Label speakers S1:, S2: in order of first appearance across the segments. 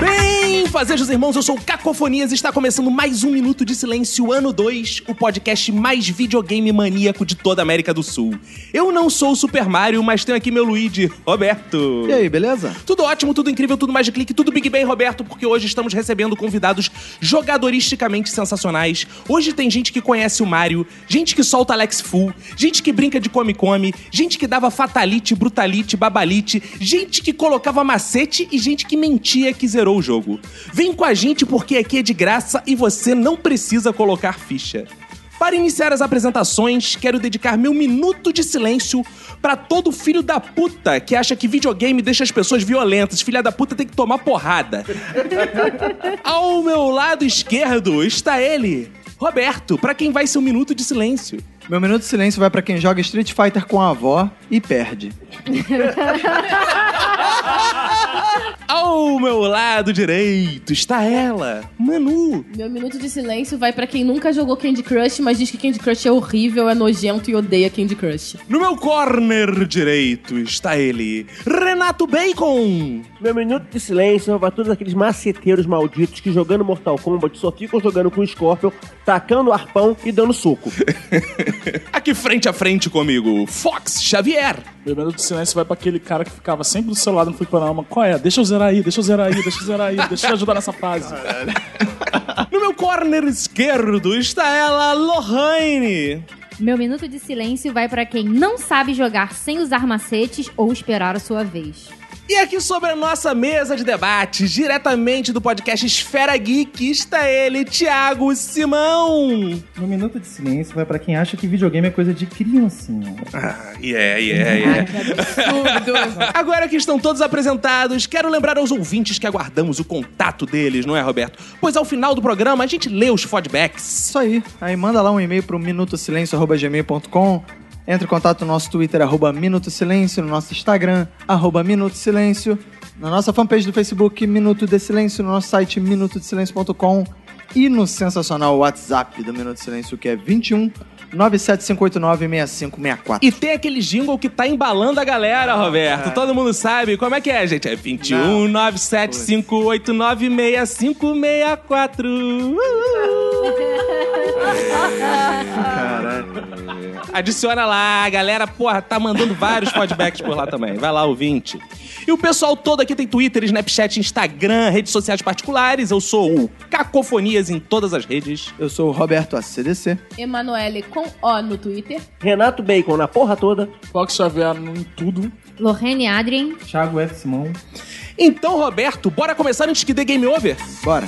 S1: Bem, fazejos irmãos, eu sou o Cacofonias e está começando mais um Minuto de Silêncio, ano 2, o podcast mais videogame maníaco de toda a América do Sul. Eu não sou o Super Mario, mas tenho aqui meu Luigi, Roberto.
S2: E aí, beleza?
S1: Tudo ótimo, tudo incrível, tudo mais de clique, tudo Big Bang, Roberto, porque hoje estamos recebendo convidados jogadoristicamente sensacionais. Hoje tem gente que conhece o Mario, gente que solta Alex Full, gente que brinca de come-come, gente que dava fatalite, brutalite, babalite, gente que colocava macete e gente que mentia que zerou o jogo. Vem com a gente porque aqui é de graça e você não precisa colocar ficha. Para iniciar as apresentações, quero dedicar meu minuto de silêncio para todo filho da puta que acha que videogame deixa as pessoas violentas. Filha da puta tem que tomar porrada. Ao meu lado esquerdo está ele, Roberto, para quem vai ser um minuto de silêncio.
S2: Meu minuto de silêncio vai pra quem joga Street Fighter com a avó e perde.
S1: Ao meu lado direito está ela, Manu.
S3: Meu minuto de silêncio vai pra quem nunca jogou Candy Crush, mas diz que Candy Crush é horrível, é nojento e odeia Candy Crush.
S1: No meu corner direito está ele, Renato Bacon.
S4: Meu minuto de silêncio é pra todos aqueles maceteiros malditos que jogando Mortal Kombat só ficam jogando com o Scorpion, tacando arpão e dando soco.
S1: Aqui frente a frente comigo, Fox Xavier.
S5: Meu medo do silêncio vai pra aquele cara que ficava sempre do celular no Flipanorama. Qual é? Deixa eu zerar aí, deixa eu zerar aí, deixa eu zerar aí, deixa eu te ajudar nessa fase.
S1: No meu corner esquerdo está ela, Lohane.
S6: Meu minuto de silêncio vai pra quem não sabe jogar sem usar macetes ou esperar a sua vez.
S1: E aqui sobre a nossa mesa de debates, diretamente do podcast Esfera Geek, está ele, Thiago Simão.
S7: No minuto de silêncio vai pra quem acha que videogame é coisa de criancinha.
S2: É
S1: Ah, yeah, yeah, yeah.
S3: Absurdo.
S1: Agora que estão todos apresentados, quero lembrar aos ouvintes que aguardamos o contato deles, não é, Roberto? Pois ao final do programa a gente lê os feedbacks.
S2: Isso aí. Aí manda lá um e-mail pro minutosilêncio.gmail.com. Entra em contato no nosso Twitter, arroba Minuto Silêncio, no nosso Instagram, arroba Minuto Silêncio, na nossa fanpage do Facebook, Minuto de Silêncio, no nosso site minutodesilêncio.com e no sensacional WhatsApp do Minuto de Silêncio, que é 21 97589 6564.
S1: E tem aquele jingle que tá embalando a galera, Roberto. Todo mundo sabe. Como é que é, gente? É 21 975896564. Uh, Adiciona lá, a galera, porra, tá mandando vários feedbacks por lá também. Vai lá, ouvinte. E o pessoal todo aqui tem Twitter, Snapchat, Instagram, redes sociais particulares. Eu sou o Cacofonias em todas as redes.
S2: Eu sou o Roberto ACDC.
S3: Emanuele com O no Twitter.
S4: Renato Bacon na porra toda.
S5: Fox Xavier em tudo.
S6: Lorraine Adrien,
S7: Thiago F. Simão.
S1: Então, Roberto, bora começar antes que dê game over?
S2: Bora.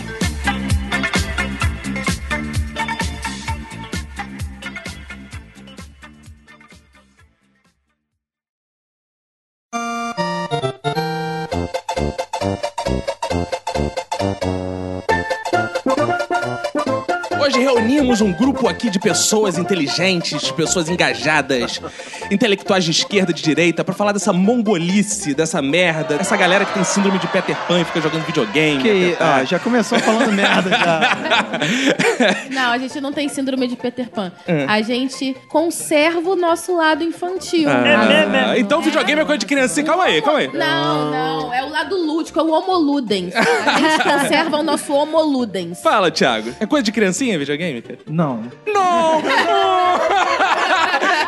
S1: Hoje reunimos um grupo aqui de pessoas inteligentes, pessoas engajadas, intelectuais de esquerda e de direita, pra falar dessa mongolice, dessa merda, essa galera que tem síndrome de Peter Pan e fica jogando videogame. né, tá?
S2: Que, ah, já começou falando merda já.
S3: Não, a gente não tem síndrome de Peter Pan. A gente conserva o nosso lado infantil.
S1: Ah, então videogame é coisa de criança. Calma aí, calma aí.
S3: Não, não. É o lado lúdico, é o homo ludens. A gente conserva o nosso homo ludens.
S1: Fala, Thiago. É coisa de criancinha videogame? cara?
S7: Não.
S1: Não! não.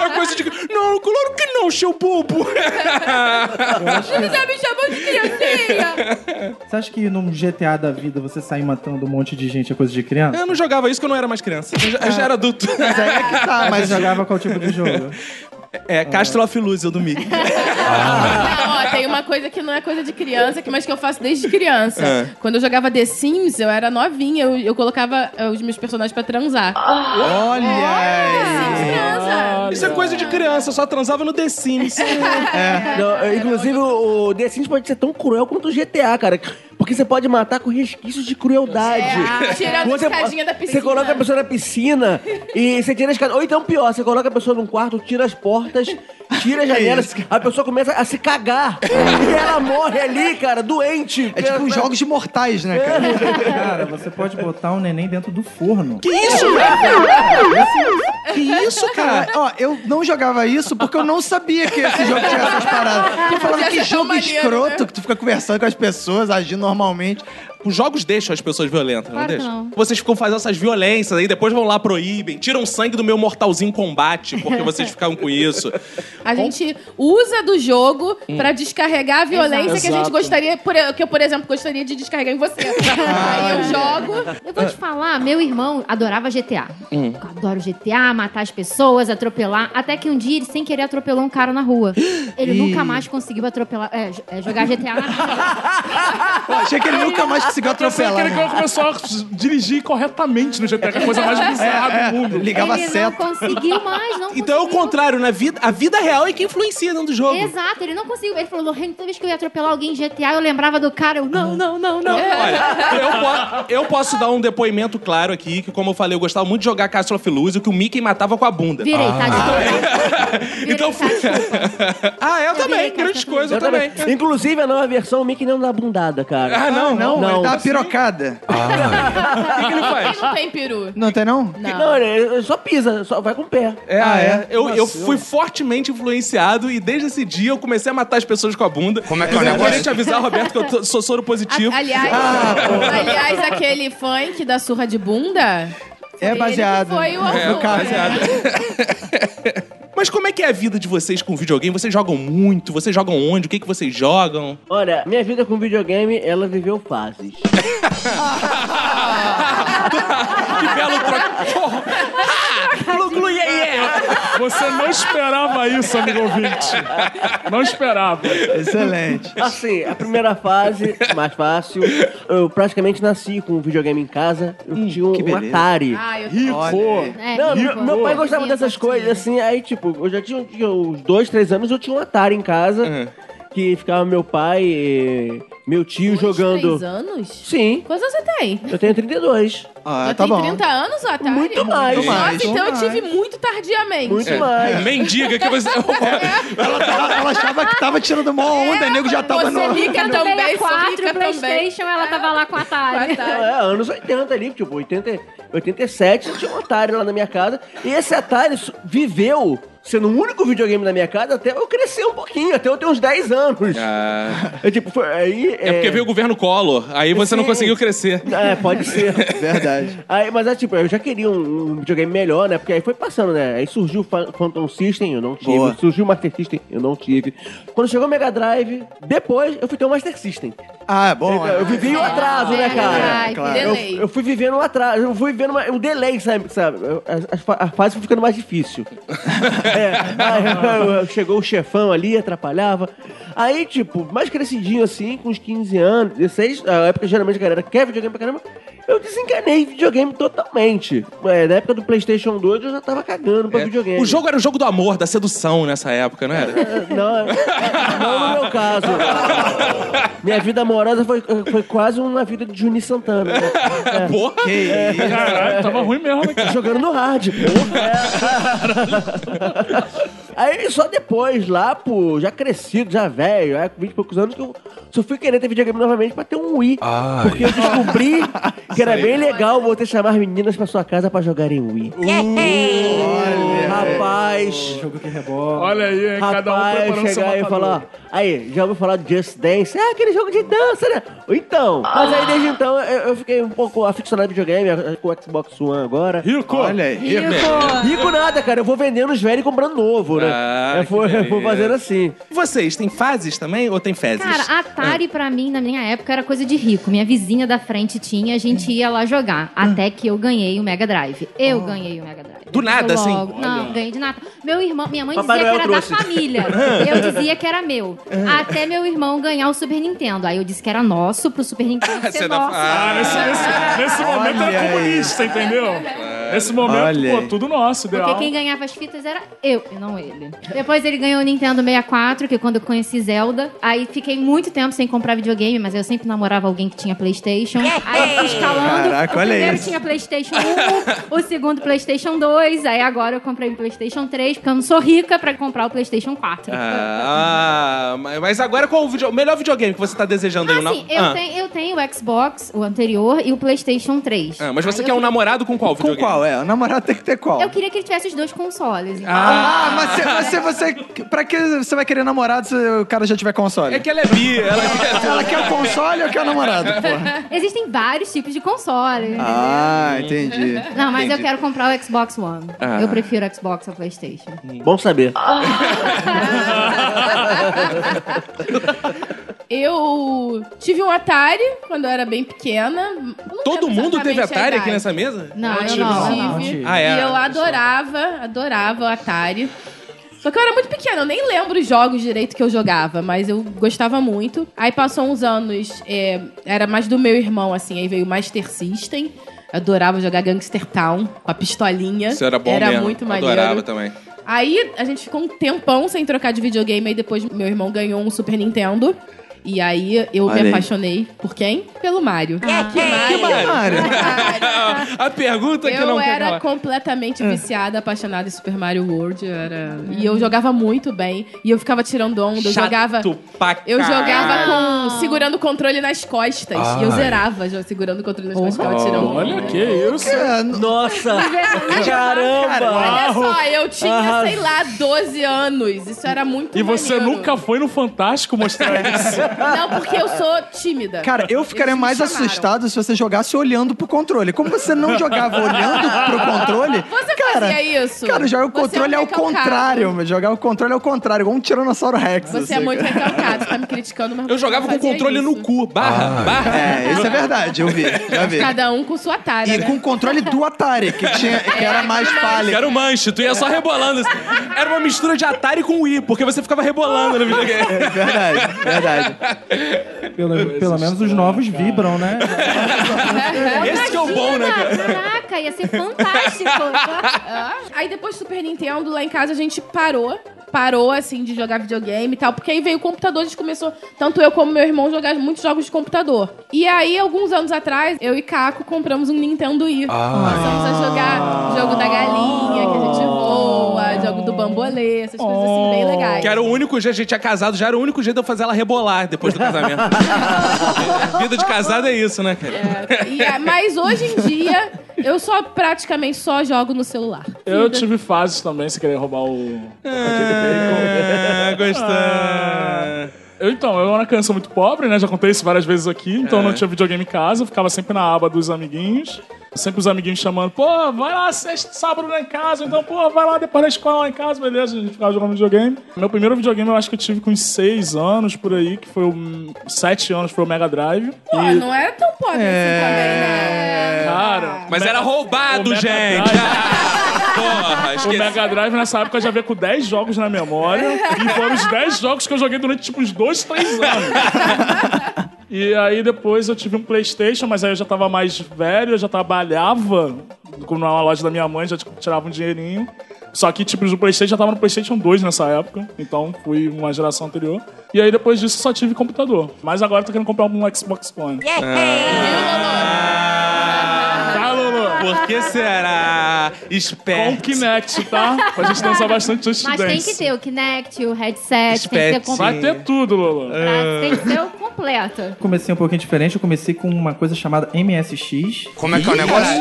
S1: É coisa de. Não, claro que não, seu bobo!
S3: Você já me chamou de criancinha!
S7: Você acha que num GTA da vida você sair matando um monte de gente é coisa de criança?
S1: Eu não jogava isso quando eu não era mais criança. Eu já, eu já era adulto.
S2: Mas aí é que tá,
S7: Mas
S2: mas
S7: jogava qual tipo de jogo?
S1: É, Castro of Illusion do Mickey.
S3: Não, ó, tem uma coisa que não é coisa de criança, que- mas que eu faço desde criança. Quando eu jogava The Sims, eu era novinha, eu, eu colocava eh, os meus personagens pra transar.
S2: Olha aí.
S3: Criança!
S1: Isso é coisa de criança, eu só transava no The Sims.
S2: É
S3: É.
S4: Não, inclusive, o The Sims pode ser tão cruel quanto o GTA, cara. Porque Porque você pode matar com resquícios de crueldade.
S3: É, tirando a escadinha da
S4: Você
S3: piscina.
S4: coloca a pessoa na piscina e você tira as escada. Ou então, pior, você coloca a pessoa num quarto, tira as portas, tira as janelas, a pessoa começa a se cagar. e ela morre ali, cara, doente.
S2: É
S3: um
S2: tipo os jogos de mortais, né, cara?
S7: Cara, você pode botar um neném dentro do forno.
S1: Que isso, velho? Que isso, cara?
S2: Ó, eu não jogava isso porque eu não sabia que esse jogo tinha essas paradas. Eu falava
S3: Podia
S2: que
S3: ser tão
S2: jogo
S3: maneiro,
S2: escroto
S3: né?"
S2: que tu fica conversando com as pessoas, agindo normalmente.
S1: Os jogos deixam as pessoas violentas, não
S6: Claro que
S1: deixam?
S6: não.
S1: Vocês ficam fazendo essas violências aí, depois vão lá, proíbem, tiram sangue do meu mortalzinho combate, porque vocês ficaram com isso.
S3: A gente usa do jogo pra descarregar a violência que a gente
S5: Exato.
S3: gostaria, por- eh, que eu, por exemplo, gostaria de descarregar em você. Aí eu jogo.
S6: Eu vou te falar, meu irmão adorava GTA. Eu adoro GTA, matar as pessoas, atropelar. Até que um dia ele, sem querer, atropelou um cara na rua. Ele nunca mais conseguiu atropelar, é, j- é, jogar GTA na rua.
S2: Eu achei que ele nunca mais conseguiu atropelar.
S5: Aquele
S2: né?
S5: cara começou a dirigir corretamente no GTA, que é a coisa mais bizarra do mundo.
S2: Ligava
S6: ele não
S2: seta.
S6: conseguiu mais, não
S1: Então é o
S6: conseguiu.
S1: contrário, na vida, a vida real é que influencia dentro do jogo.
S6: Exato, ele não conseguiu. Ele falou, Lorraine, toda vez que eu ia atropelar alguém em GTA, eu lembrava do cara. Eu, não, não, não,
S1: É.
S6: não.
S1: Olha, eu, po- eu posso dar um depoimento claro aqui, que como eu falei, eu gostava muito de jogar Castle of Illusion, que o Mickey matava com a bunda.
S6: Virei, tá?
S3: Ah.
S6: Desculpa. Virei,
S1: Então
S6: tá?
S1: fui. ah, eu, também,
S6: virei
S1: grandes
S4: é
S6: Castle of
S1: coisas, eu também.
S4: Inclusive, a nova versão, o Mickey não dá bundada, cara.
S1: Ah, não.
S2: Não,
S4: Não.
S2: ele dá uma pirocada.
S1: O que, que ele faz?
S3: Quem não tem peru?
S2: Não tem, não?
S3: Não.
S4: Não, é ele só pisa, só vai com o pé.
S1: É,
S2: Ah,
S1: é.
S2: é?
S1: Eu, eu fui fortemente influenciado e desde esse dia eu comecei a matar as pessoas com a bunda. Como é que é o negócio? Eu queria te avisar, Roberto, que eu tô- sou soro positivo.
S3: A- aliás, aliás, aquele funk da surra de bunda.
S2: É baseado.
S3: Ele que foi o
S1: É,
S3: autor.
S1: baseado. Mas como é que é a vida de vocês com videogame? Vocês jogam muito? Vocês jogam onde? O que, que vocês jogam?
S4: Olha, minha vida com videogame, ela viveu fases.
S1: Que belo troco! Porra! Ah! Glu, glu, yeah, yeah.
S5: Você não esperava isso, amigo ouvinte. Não esperava.
S2: Excelente.
S4: Assim, a primeira fase, mais fácil. Eu praticamente nasci com um videogame em casa. Eu tinha um,
S2: Hum, que
S4: um
S2: beleza.
S4: Atari.
S3: Ah, eu
S5: Rico.
S2: Olha
S6: É,
S4: Não,
S6: ele
S4: meu,
S6: falou,
S4: meu pai
S6: eu
S4: gostava
S6: tinha,
S4: dessas
S6: eu
S4: coisas,
S6: tinha.
S4: assim, aí, tipo, eu já tinha, tinha uns dois, três anos, eu tinha um Atari em casa,
S1: Uhum.
S4: que ficava meu pai e meu tio
S3: Dois,
S4: jogando.
S3: Três anos?
S4: Sim,
S3: Quantos anos você tem?
S4: eu tenho 32.
S2: Ah,
S3: eu
S2: tá
S3: tenho
S2: bom.
S3: 30 anos, Atari?
S4: Muito mais.
S3: Nossa,
S2: mais.
S3: então eu
S2: Muito
S3: tive muito tardiamente.
S4: Muito
S1: É.
S4: mais.
S1: Mendiga que você.
S2: Ela, tava- ela achava que tava tirando mó onda,
S6: É,
S2: o nego já tava
S3: você
S2: no.
S3: rica
S6: No
S3: também, sou
S6: 64,
S3: rica também.
S6: Playstation, ela tava lá com a Atari.
S3: Com a
S4: É, anos 80 ali, tipo, 80, 87, eu tinha um Atari lá na minha casa. E esse Atari su- viveu sendo o único videogame na minha casa até eu crescer um pouquinho, até eu ter uns 10 anos. Eu, tipo, foi, aí,
S1: É porque veio o governo Collor, aí você não
S4: Sim.
S1: conseguiu crescer.
S4: É, pode ser.
S2: Verdade.
S4: Aí, mas é tipo, eu já queria um, um videogame melhor, né? Porque aí foi passando, né? Aí surgiu o Fa- Phantom System, eu não tive.
S2: Boa.
S4: Surgiu o Master System, eu não tive. Quando chegou o Mega Drive, depois eu fui ter o Master System.
S2: Ah, bom.
S4: eu
S2: é.
S4: vivi o atraso, né,
S6: Mega
S4: cara?
S6: Drive,
S2: Claro.
S4: Eu,
S3: Delay.
S4: eu fui vivendo um atraso, eu fui vivendo uma- um delay, sabe? sabe? Eu- A, a fa- a fase foi ficando mais difícil. É, aí, eu- eu- chegou o chefão ali, atrapalhava. Aí, tipo, mais crescidinho assim, com uns 15 anos, 16, a época geralmente a galera quer videogame pra caramba, eu desencanei videogame totalmente. É, na época do PlayStation 2 eu já tava cagando pra
S1: É.
S4: videogame.
S1: O jogo era o jogo do amor, da sedução nessa época, não era?
S4: É, Não, é- não no meu caso. Minha vida amorosa foi, foi quase uma vida de Juni Santana. né?
S1: É, Porra!
S2: Que isso.
S5: Caralho, tava ruim mesmo, né, cara?
S4: jogando no hard. É. Aí só depois, lá, pô, já crescido, já velho, já com 20 e poucos anos, que eu só fui querer ter videogame novamente pra ter um Wii. Porque eu descobri que era
S5: é
S4: bem legal você chamar meninas pra sua casa pra jogarem Wii.
S5: Uh,
S4: Rapaz,
S7: Jogo que rebola.
S5: Olha aí, hein, cada um
S4: rapaz,
S5: preparando seu
S4: chegar aí e
S5: matador.
S4: falar, aí, já ouviu falar do Just Dance? É aquele jogo de dança, né? Então, mas aí desde então eu, eu fiquei um pouco aficionado a videogame, a- a- com o Xbox One agora.
S5: Rico!
S2: Olha aí.
S1: É
S4: Rico nada, cara. Eu vou vendendo os velhos e comprando novo, né?
S1: Ah,
S2: É,
S4: eu, vou,
S1: que
S4: eu vou
S1: beleza.
S4: fazendo assim.
S1: Vocês têm fases também ou tem fezes?
S6: Cara, Atari pra mim, na minha época, era coisa de rico. Minha vizinha da frente tinha, a gente ia lá jogar. Até que eu ganhei o Mega Drive. Eu ganhei o Mega Drive.
S1: Ah. Do nada,
S6: Eu
S1: assim?
S6: Não, ganhei de nada. Meu irmão, minha mãe
S4: Papai
S6: dizia que
S4: Noel
S6: era
S4: trouxe.
S6: da família. eu dizia que era meu. Até meu irmão ganhar o Super Nintendo. Aí eu disse que era nosso pro Super Nintendo
S1: Você
S6: ser
S1: dá-
S6: nosso.
S1: Ah,
S5: Ah, nesse, nesse- nesse momento
S2: Olha
S5: era
S2: aí.
S5: comunista, entendeu? Nesse momento,
S2: Olha aí.
S5: pô, tudo nosso, ideal.
S6: Porque quem ganhava as fitas era eu e não ele. Depois ele ganhou o Nintendo 64, que quando eu conheci Zelda. Aí fiquei muito tempo sem comprar videogame, mas eu sempre namorava alguém que tinha Playstation. Aí fui escalando.
S2: Caraca,
S6: o
S2: olha
S6: primeiro
S2: isso.
S6: tinha Playstation 1, o segundo Playstation 2. Aí agora eu comprei um Playstation 3, porque eu não sou rica pra comprar o Playstation 4.
S1: Ah, mas mas agora qual o, video- o melhor videogame que você tá desejando aí? o na-
S6: Assim, eu,
S1: Ah.
S6: tenho, eu tenho o Xbox, o anterior, e o Playstation 3.
S1: Ah, mas você
S6: Aí
S1: quer
S6: eu
S1: um namorado com qual
S2: Com
S1: videogame?
S2: qual? É, o namorado tem que ter qual?
S6: Eu queria que ele tivesse os dois consoles. então.
S2: Ah, mas se- mas se você, Pra que você vai querer namorado se o cara já tiver console?
S1: É que ela é bi, ela quer... um
S2: Ela quer o console ou quer o namorado, porra?
S6: Existem vários tipos de console.
S2: Ah, entendi.
S6: Não, mas eu
S2: Entendi.
S6: quero comprar o Xbox One.
S1: Ah.
S6: Eu prefiro o Xbox ao PlayStation.
S4: Bom saber.
S3: Eu tive um Atari quando eu era bem pequena. Eu não
S1: Todo
S3: lembro
S1: mundo teve
S3: exatamente a
S1: Atari
S3: é idade.
S1: aqui nessa mesa?
S6: Não, eu
S3: eu
S6: não.
S3: tive.
S2: não tive.
S1: Ah, é,
S3: e eu
S1: pessoal.
S3: adorava, adorava o Atari. Só que eu era muito pequena, eu nem lembro os jogos direito que eu jogava, mas eu gostava muito. Aí passou uns anos, é, era mais do meu irmão, assim, aí veio o Master System. Adorava jogar Gangster Town com a pistolinha.
S1: Isso era bom
S3: Era
S1: mesmo.
S3: muito maneiro.
S1: Adorava também.
S3: Aí a gente ficou um tempão sem trocar de videogame, aí depois meu irmão ganhou um Super Nintendo. E aí eu
S2: Olha aí.
S3: me apaixonei por quem? Pelo Mario.
S2: Mário.
S1: A pergunta que
S3: Eu
S1: não quer
S3: era
S1: calar.
S3: completamente viciada, apaixonada em Super Mario World. eu Era... E eu jogava muito bem. E eu ficava tirando onda. Eu
S1: Chato
S3: jogava.
S1: pra
S3: Eu jogava
S1: caralho.
S3: com. segurando o controle nas costas. E eu
S8: Ai.
S3: zerava, jo- segurando o controle nas costas, ficava tirando onda.
S5: Olha que isso.
S4: Nossa! Caramba!
S3: Olha só, eu tinha, sei lá, 12 anos. Isso era muito
S5: E você
S3: maneiro.
S5: nunca foi no Fantástico mostrar isso.
S3: Não, porque eu sou tímida.
S2: Cara, eu ficaria
S3: Eles me
S2: mais
S3: chamaram.
S2: assustado se você jogasse olhando pro controle. Como você não jogava olhando pro controle...
S3: Você
S2: cara,
S3: fazia isso?
S2: Cara, jogar o
S3: Você é um
S2: controle ao
S3: recalcado.
S2: contrário. meu. Jogar o controle ao contrário, igual um Tiranossauro Rex.
S3: Você é
S2: assim,
S3: muito
S2: cara.
S3: recalcado, tá me criticando, mas
S1: Eu jogava com o
S3: fazia
S1: controle
S3: isso.
S1: no cu. Barra, barra.
S2: É, isso é verdade, eu vi, já vi.
S3: Cada um com sua tara,
S2: E
S3: né?
S2: com o controle do Atari, que, tinha, que era mais
S1: Que
S2: pálido.
S1: Era o manche, tu ia só rebolando. assim. Era uma mistura de Atari com Wii, porque você ficava rebolando no videogame.
S2: É verdade, verdade.
S7: Pelo, pelo menos os novos vibram, né?
S1: Esse que é o bom, né, cara?
S6: Caraca, ia ser fantástico.
S3: Aí depois do Super Nintendo, lá em casa a gente parou. Parou, assim, de jogar videogame e tal. Porque aí veio o computador, a gente começou, tanto eu como meu irmão, jogar muitos jogos de computador. E aí, alguns anos atrás, eu e Caco compramos um Nintendo Wii. Começamos a jogar jogo da galinha, que a gente voa, jogo do bambolê, essas coisas assim, bem legais.
S1: Que era o único jeito, a gente tinha casado, já era o único jeito de eu fazer ela rebolar depois do casamento. A Vida de casado é isso, né, cara?
S3: E é- mas hoje em dia, eu só praticamente só jogo no celular.
S5: Eu tive fases também, se querer roubar o.
S3: É.
S1: Ah,
S3: Ah.
S1: gostando.
S5: Eu, então, eu era uma criança muito pobre, né? Já contei isso várias vezes aqui,
S1: É.
S5: então não tinha videogame em casa, eu ficava sempre na aba dos amiguinhos. Sempre os amiguinhos chamando, pô, vai lá sexta, sábado lá em casa, então, pô, vai lá depois da escola lá em casa, beleza, a gente ficava jogando videogame. Meu primeiro videogame eu acho que eu tive com uns 6 anos por aí, que foi o. 7 anos, foi o Mega Drive.
S3: Pô, não era tão pobre assim também,
S1: É.
S3: né?
S5: Cara,
S1: Mas era roubado,
S5: o Mega
S1: gente.
S5: Drive.
S1: Ah, Porra,
S5: O
S1: esqueci.
S5: Mega Drive nessa época eu já veio com 10 jogos na memória. E foram os 10 jogos que eu joguei durante tipo uns 2, 3 anos. E aí depois eu tive um Playstation, mas aí eu já tava mais velho, eu já trabalhava numa loja da minha mãe, já tipo, tirava um dinheirinho. Só que, tipo, o Playstation já tava no Playstation 2 nessa época. Então fui uma geração anterior. E aí depois disso só tive computador. Mas agora eu tô querendo comprar um Xbox One. Tá, Lulu?
S1: Por que será?
S5: Com
S1: Esperto.
S5: Kinect, tá? Pra gente dançar bastante Just
S6: Mas tem que
S5: Dance.
S6: ter o Kinect, o headset, tem que
S1: Espete.
S6: ter
S5: Vai
S6: completo.
S5: ter tudo, Lolo.
S6: Tem que ser o completo.
S7: Comecei um pouquinho diferente, eu comecei com uma coisa chamada MSX.
S9: Como é que é o negócio?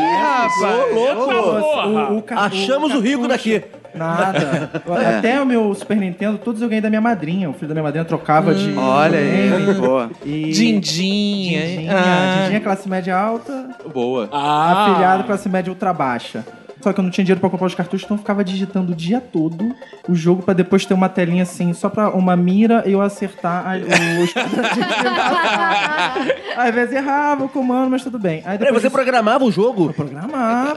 S4: Ô, louco!
S5: Porra.
S7: ca-
S4: Ah, Achamos o rico daqui.
S7: Nada. Até o meu Super Nintendo, todos eu ganhei da minha madrinha. O filho da minha madrinha trocava de.
S2: Olha aí, boa.
S7: E...
S1: Dindinha, hein?
S7: Dindinha, Dindinha, classe média alta,
S1: Boa.
S5: Ah,
S7: afiliado classe média ultra baixa. Só que eu não tinha dinheiro pra comprar os cartuchos, então eu ficava digitando o dia todo o jogo pra depois ter uma telinha assim, só pra uma mira e eu acertar a- os. Às vezes errava o comando, mas tudo bem. Aí
S4: Peraí, É.
S7: depois
S4: você programava o jogo?
S7: programava.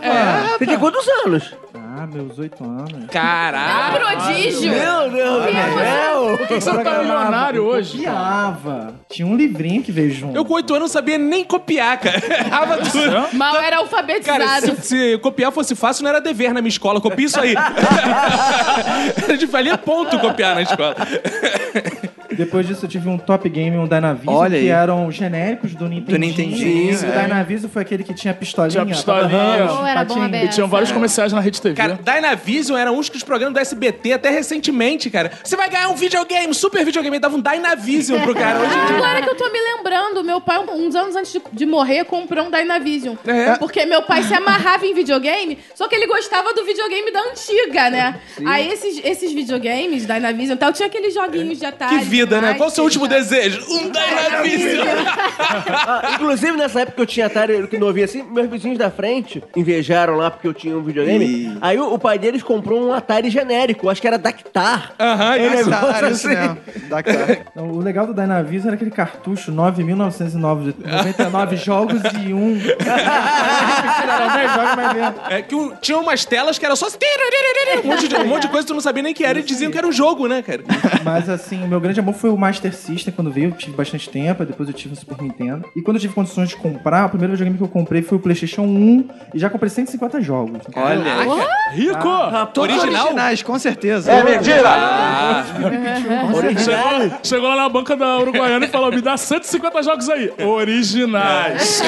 S4: Você tinha quantos anos?
S7: Ah, Ah, meus oito anos.
S3: Ah,
S1: Caraca!
S3: prodígio!
S4: Meu Deus do céu!
S5: Por que você não tá milionário hoje?
S7: Piava. Tinha um livrinho que veio junto.
S1: Eu com oito anos não sabia nem copiar, cara. Errava tudo.
S3: Mal era
S1: Cara,
S3: alfabetizado.
S1: se, se copiar fosse fácil, não era dever na minha escola. Copia isso aí. Era de valia ponto copiar na escola.
S7: Depois disso, eu tive um Top Game e um Dynavision,
S2: Olha aí.
S7: que eram genéricos do Nintendo.
S2: Nintendinho,
S7: O
S2: é.
S7: Dynavision foi aquele que tinha pistolinha.
S5: Tinha pistolinha.
S7: tava-
S6: Pô, era bom a
S7: patinho.
S6: beça.
S5: E tinham vários comerciais na Rede TV.
S1: Cara, Dynavision era uns que os programas do SBT até recentemente, cara. Você vai ganhar um videogame, super videogame. Dava um Dynavision pro cara hoje em dia.
S3: Agora Ah, que eu tô me lembrando, meu pai, uns anos antes de, de morrer, comprou um Dynavision.
S1: É.
S3: Porque meu pai se amarrava em videogame, só que ele gostava do videogame da antiga, né? Aí esses, esses videogames, Dynavision e tal, tinha aqueles joguinhos de Atari.
S1: Que
S3: e
S1: vida,
S3: tudo
S1: né?
S3: mais,
S1: Qual o seu
S3: que
S1: último
S3: já-
S1: desejo? Um Dynavision.
S4: Ah, inclusive, nessa época que eu tinha Atari que não ouvia assim, meus vizinhos da frente invejaram lá porque eu tinha um videogame. Aí o, o pai deles comprou um Atari genérico, acho que era Dactar.
S1: Aham,
S4: É
S1: isso.
S4: negócio
S2: Cara, isso
S4: assim.
S2: mesmo. Dá cara.
S7: Então, O legal do Dynavision era aquele cartucho 9.999 jogos e um. Era 10 jogos, mas mesmo.
S1: É que o- tinha umas telas que era só... Um monte, de, um monte de coisa que tu não sabia nem que era e diziam que era um jogo, né, cara?
S7: Mas assim, o meu grande amor foi o Master System quando veio, eu tive bastante tempo, aí depois eu tive o Super Nintendo. E quando eu tive condições de comprar, o primeiro videogame que eu comprei foi o PlayStation 1 e já comprei 150 jogos.
S5: Rico!
S2: Todos
S1: Original? Ah.
S2: originais, com certeza. É
S5: Chegou, chegou lá na banca da Uruguaiana e falou: me dá 150 jogos aí. Originais.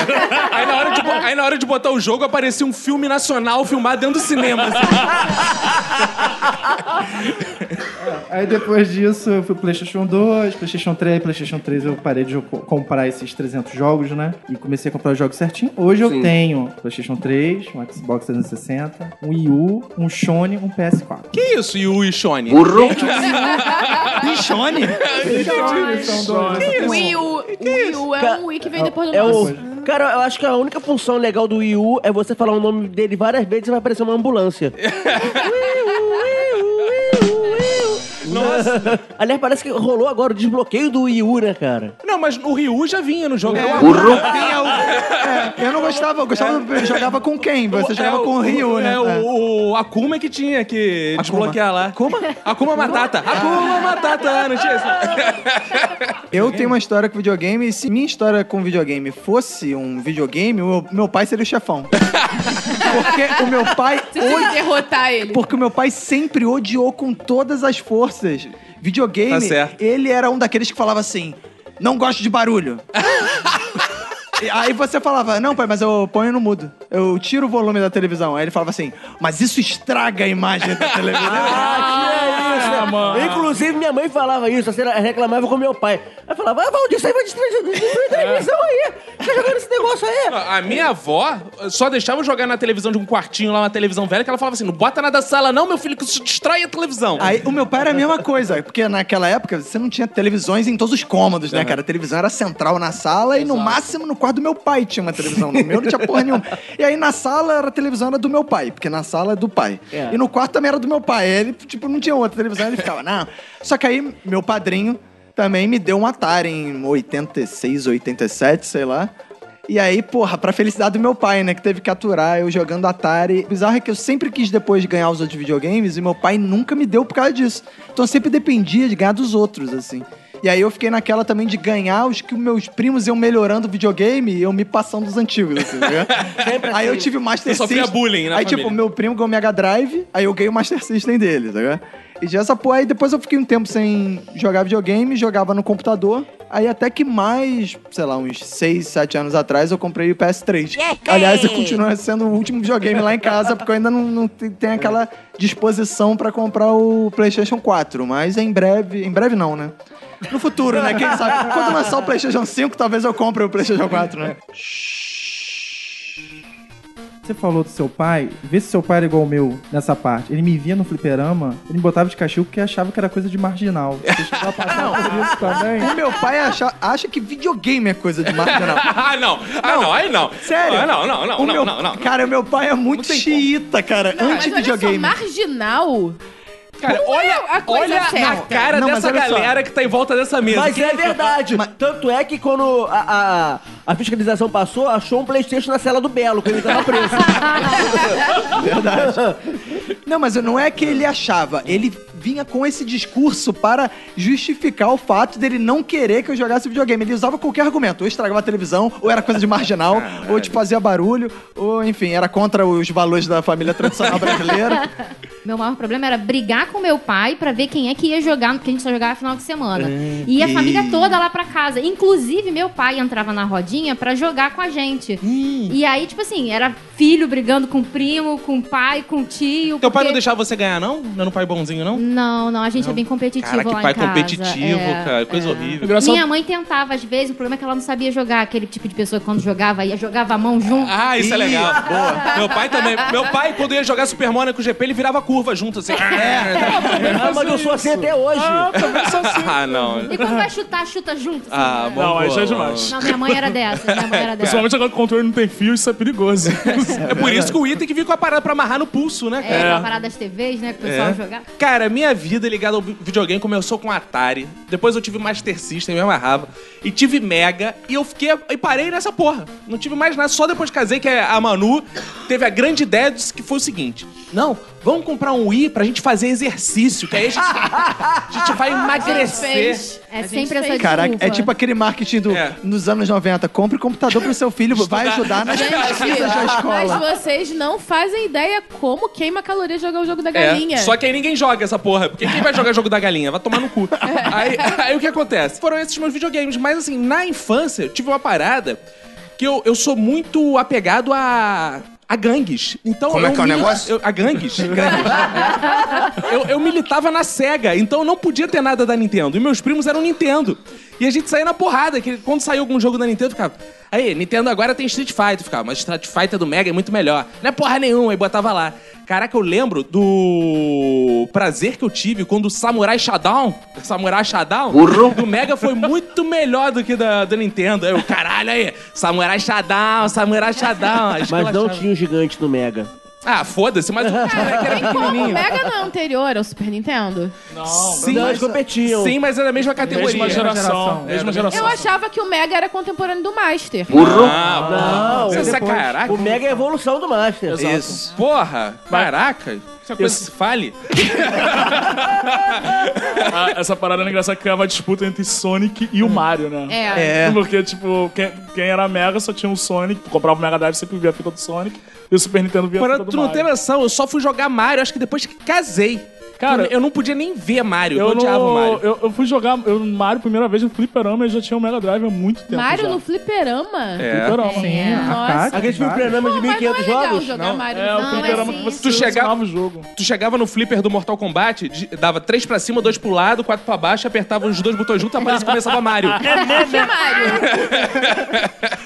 S1: Aí na, hora de, bo- aí na hora de botar o jogo, aparecia um filme nacional filmado dentro do cinema. assim.
S7: Aí depois disso eu fui pro PlayStation 2, PlayStation 3, PlayStation 3 eu parei de jo- comprar esses 300 jogos, né? E comecei a comprar os jogos certinho. Hoje eu tenho PlayStation 3, um Xbox 360, um Wii U, um Sony, um PS4.
S1: Que isso, Yu e Shone? assim,
S3: O Wii U, o Wii U é um Wii que vem depois do
S4: É
S3: nosso.
S4: o. Cara, eu acho que a única função legal do Wii U é você falar o nome dele várias vezes e vai aparecer uma ambulância. Wii U, Wii U, Wii U. Nossa! Aliás, parece que rolou agora o desbloqueio do Wii U, né, cara?
S1: Não, mas o Ryu já vinha no jogo. É,
S2: É, eu não gostava, eu gostava, eu jogava com quem? Você jogava com o Ryu, né?
S1: É, o, o Akuma que tinha que desbloquear lá. Akuma? Akuma Matata. Akuma Matata, não tinha isso?
S2: Eu tenho uma história com videogame e se minha história com videogame fosse um videogame, o meu, meu pai seria o chefão. Porque o meu pai.
S3: Você tem que derrotar ele.
S2: Porque o meu pai sempre odiou com todas as forças. Videogame,
S1: Tá certo.
S2: ele era um daqueles que falava assim: não gosto de barulho. E Aí você falava, não, pai, mas eu ponho no mudo. Eu tiro o volume da televisão. Aí ele falava assim, mas isso estraga a imagem da televisão.
S4: Ah, que é isso,
S5: mano.
S4: Inclusive, minha mãe falava isso, assim, ela reclamava com meu pai. Ela falava, ah, Valdir, isso aí vai destruir, destruir a televisão aí. Fica jogando esse negócio aí.
S1: A minha avó só deixava eu jogar na televisão de um quartinho lá, uma televisão velha, que ela falava assim, não bota na da sala não, meu filho, que isso destrói a televisão.
S2: Aí o meu pai era a mesma coisa, porque naquela época você não tinha televisões em todos os cômodos, né, cara? A televisão era central na sala e no máximo no quarto do meu pai tinha uma televisão. No meu não tinha porra nenhuma. E aí na sala era a televisão era do meu pai, porque na sala é do pai. E no quarto também era do meu pai. Aí Ele, tipo, não tinha outra televisão, ele ficava, não. Só que aí meu padrinho também me deu um Atari em 86, 87, sei lá. E aí, porra, pra felicidade do meu pai, né? Que teve que aturar eu jogando Atari. O bizarro é que eu sempre quis depois ganhar os outros videogames e meu pai nunca me deu por causa disso. Então eu sempre dependia de ganhar dos outros, assim. E aí eu fiquei naquela também de ganhar os que meus primos iam melhorando o videogame e eu me passando dos antigos, assim, tá ligado? Aí
S1: assim.
S2: eu tive o Master
S1: Você sofria
S2: System.
S1: bullying na
S2: Aí,
S1: família.
S2: tipo, meu primo ganhou o Mega Drive, aí eu ganhei o Master System dele, tá ligado? E já essa porra, aí depois eu fiquei um tempo sem jogar videogame, jogava no computador. Aí até que mais, sei lá, uns 6, 7 anos atrás, eu comprei o PS3. Aliás, eu continuo sendo o último videogame lá em casa, porque eu ainda não, não te- tenho aquela disposição pra comprar o PlayStation 4. Mas em breve... Em breve não, né? No futuro, né? Quem sabe? Quando lançar o PlayStation 5, talvez eu compre o PlayStation 4, né?
S7: Você falou do seu pai, vê se seu pai era igual o meu nessa parte. Ele me via no fliperama, ele me botava de cachorro porque achava que era coisa de marginal. Você chegou a passar por isso também?
S2: O meu pai acha, acha que videogame é coisa de marginal.
S1: Ah, não. Ah, não. Aí não.
S2: Sério?
S1: Ah, não, não,
S2: O
S1: não, não,
S2: meu-
S1: não, não.
S2: Cara, o meu pai é muito
S1: tem
S2: xiita, cara.
S3: Mas olha só,
S2: Anti-videogame.
S3: marginal
S1: Cara, olha,
S3: é a coisa
S1: olha a
S3: certa.
S1: cara
S2: Não, mas
S1: dessa
S2: olha só.
S1: galera que tá em volta dessa mesa.
S4: Mas
S1: Quem
S4: é verdade. Tanto é que quando a, a, a fiscalização passou, achou um Playstation na cela do Belo, quando ele tava preso.
S2: Não, mas não é que ele achava. Ele vinha com esse discurso para justificar o fato dele não querer que eu jogasse videogame. Ele usava qualquer argumento. Ou estragava a televisão, ou era coisa de marginal, ou te fazia barulho, ou enfim, era contra os valores da família tradicional brasileira.
S6: Meu maior problema era brigar com meu pai pra ver quem é que ia jogar, porque a gente só jogava final de semana.
S1: É,
S6: E a família toda lá pra casa. Inclusive, meu pai entrava na rodinha pra jogar com a gente. E aí, tipo assim, era filho brigando com primo, com pai, com tio.
S1: Teu pai não
S6: porque-
S1: deixava você ganhar, não? Não era um pai bonzinho, não?
S6: Não, não, a gente é bem competitivo
S1: Cara, que
S6: lá
S1: pai
S6: em casa.
S1: competitivo,
S6: É,
S1: cara. Coisa
S6: é.
S1: horrível.
S5: Engraçado-
S6: Minha mãe tentava, às vezes, o problema é que ela não sabia jogar. Aquele tipo de pessoa que quando jogava, ia jogava a mão junto.
S1: Ah, isso é legal. Boa. Meu pai também. Meu pai, quando ia jogar Super Mônaco GP, ele virava curva junto,
S5: É,
S1: assim.
S4: ah, mas eu sou assim até hoje.
S5: tá
S1: ah, não.
S6: E quando vai chutar, chuta junto. assim,
S1: Ah,
S6: né?
S1: bom.
S5: assim. Não, aí já é
S1: bom.
S5: demais.
S6: Não, minha mãe era dessa, minha mãe era dessa.
S5: Principalmente agora que o controle não tem fio, isso é perigoso.
S1: É por isso que o Ita tem que vir com a parada pra amarrar no pulso, né, cara?
S6: É, na parada das TVs, né? Que o
S1: É.
S6: pessoal jogava.
S1: Cara, minha vida ligada ao videogame começou com Atari. Depois eu tive Master System, me amarrava. E tive Mega. E eu fiquei. E parei nessa porra. Não tive mais nada. Só depois que casei que é a Manu teve a grande ideia disso, que foi o seguinte: Não, vamos comprar um Wii pra gente fazer exercício. Que aí a gente, a gente vai emagrecer.
S3: fez.
S6: É
S3: A gente
S6: sempre essa
S3: fez.
S2: Caraca,
S6: desculpa.
S2: é tipo aquele marketing do,
S1: É.
S2: nos anos 90. Compre computador pro seu filho, vai ajudar nas pesquisas da
S3: Gente, mas
S2: escola.
S3: vocês não fazem ideia como queima caloria jogar o jogo da
S1: É,
S3: galinha.
S1: só que aí ninguém joga essa porra. Porque quem vai jogar jogo da galinha? Vai tomar no cu. aí, aí o que acontece? Foram esses meus videogames. Mas assim, na infância, eu tive uma parada que eu, eu sou muito apegado a. A gangues. Então,
S10: Como é
S1: eu
S10: que é o
S1: mili-
S10: negócio?
S1: eu- a gangues. Gangues. eu, eu militava na SEGA, então eu não podia ter nada da Nintendo. E meus primos eram Nintendo. E a gente saía na porrada, que quando saiu algum jogo da Nintendo, eu ficava. Aí, Nintendo agora tem Street Fighter. Eu Ficava, mas Street Fighter do Mega é muito melhor. Não é porra nenhuma, aí botava lá. Caraca, eu lembro do prazer que eu tive quando o Samurai Shodown, Samurai Shodown, do Mega foi muito melhor do que da, da Nintendo. Aí eu, caralho, aí, Samurai Shodown, Samurai Shodown. Aí
S4: Mas não
S1: esculachava.
S4: tinha o gigante no Mega.
S1: Ah, foda-se, mas o cara que era
S3: Como?
S1: Ah, pequenininho.
S3: Mega não é anterior ao Super Nintendo?
S1: Sim,
S4: não,
S1: mas,
S4: eles competiam.
S1: sim, mas é da mesma categoria.
S5: Mesma
S1: É,
S5: geração. Mesma
S3: Eu
S5: geração.
S3: achava que o Mega era contemporâneo do Master.
S1: Ah,
S4: Não,
S1: Você é
S4: depois.
S1: caraca.
S4: O Mega é a evolução do Master.
S5: Isso.
S1: Porra, caraca. Essa é coisa se fale.
S5: Ah, essa parada era engraçada que criava a disputa entre Sonic e o Mario, né?
S3: É.
S5: Porque, tipo, quem, quem era Mega só tinha o Sonic, comprava o Mega Drive, sempre via a fita do Sonic, e o Super Nintendo via a
S1: Para
S5: fita
S1: tu
S5: do
S1: não ter
S5: Mario.
S1: noção, eu só fui jogar Mario, acho que depois que casei.
S5: Cara,
S1: eu, eu não podia nem ver Mario, eu,
S5: Eu, não,
S1: odiava o Mario.
S5: eu, eu fui jogar eu, Mario primeira vez no Fliperama e já tinha o Mega Drive há muito tempo.
S3: Mario
S5: já.
S3: no fliperama?
S1: É.
S3: É.
S5: Fliperama.
S7: Sim,
S3: Nossa.
S7: arcade,
S4: Aqueles
S7: vários.
S4: fliperama um de
S3: Pô, mas não é
S4: 1500
S3: legal
S4: jogos.
S3: jogar Mario.
S5: É, o
S6: Não,
S5: Fliperama
S6: é
S5: que
S6: assim,
S5: você
S1: Tu chegava-
S5: selecionava o jogo.
S1: Tu chegava no flipper do Mortal Kombat, de- dava três pra cima, dois pro lado, quatro pra baixo, apertava os dois botões juntos, aparecia e começava Mario.
S2: É
S3: Que Mario?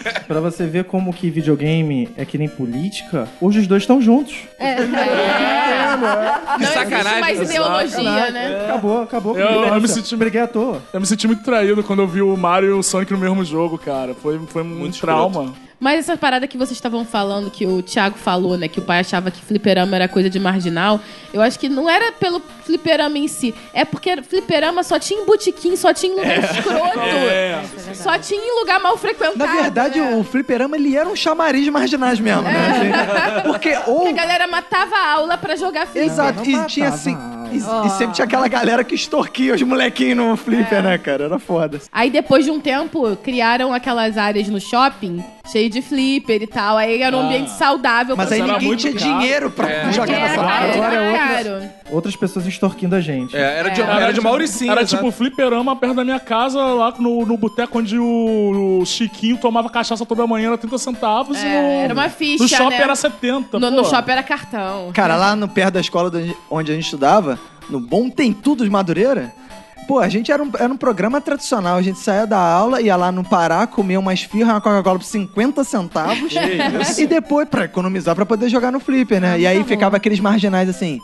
S7: Pra você ver como que videogame é que nem política, hoje os dois estão juntos.
S3: Não existe
S1: sacanagem.
S3: mais ideologia,
S7: Caraca,
S3: né?
S2: É.
S7: Acabou, acabou. com
S5: Eu- eu
S7: criança.
S5: me senti-
S7: Briguei à toa.
S5: Eu me senti muito traído quando eu vi o Mario e o Sonic no mesmo jogo, cara. Foi, foi um
S1: Muito
S5: trauma.
S3: Mas essa parada que vocês estavam falando, que o Thiago falou, né? Que o pai achava que fliperama era coisa de marginal. Eu acho que não era pelo fliperama em si. É porque era- fliperama só tinha em botequim, só tinha em lugar escroto.
S5: É.
S3: Só tinha em lugar mal frequentado.
S2: Na verdade,
S3: né?
S2: o fliperama, ele era um chamariz marginais mesmo, né? gente? Porque
S3: Porque
S2: ou
S3: a galera matava a aula pra jogar fliperama.
S2: Exato, e
S7: matava
S2: tinha assim.
S7: a
S2: E, e sempre tinha aquela galera que extorquia os molequinhos no flipper, né, cara? Era foda.
S3: Aí depois de um tempo, criaram aquelas áreas no shopping, cheio de flipper e tal. Aí
S5: Ah.
S3: era um ambiente saudável.
S2: Mas
S3: pra
S2: aí
S3: jogar.
S5: era
S2: ninguém
S5: muito
S2: tinha
S5: caro.
S2: dinheiro pra jogar
S3: Era
S2: nessa
S3: caro,
S2: parada.
S7: Agora é
S3: era
S7: outra-
S3: caro.
S7: Outras pessoas extorquindo a gente.
S1: É, era de, era de Mauricinho.
S5: Era
S1: exato.
S5: tipo o fliperama perto da minha casa, lá no, no boteco onde o, o Chiquinho tomava cachaça toda manhã, era 30 centavos. e
S3: É,
S5: no,
S3: era uma ficha,
S5: No shopping
S3: né?
S5: era 70.
S3: No,
S5: pô.
S3: no shopping era cartão.
S2: Cara, lá no perto da escola do- onde a gente estudava, no Bom Tem Tudo de Madureira, pô, a gente era um, era um programa tradicional. A gente saía da aula, ia lá no Pará, comia uma esfirra, uma Coca-Cola por 50 centavos. e depois, pra economizar, pra poder jogar no flipper, né? e aí ficava aqueles marginais assim...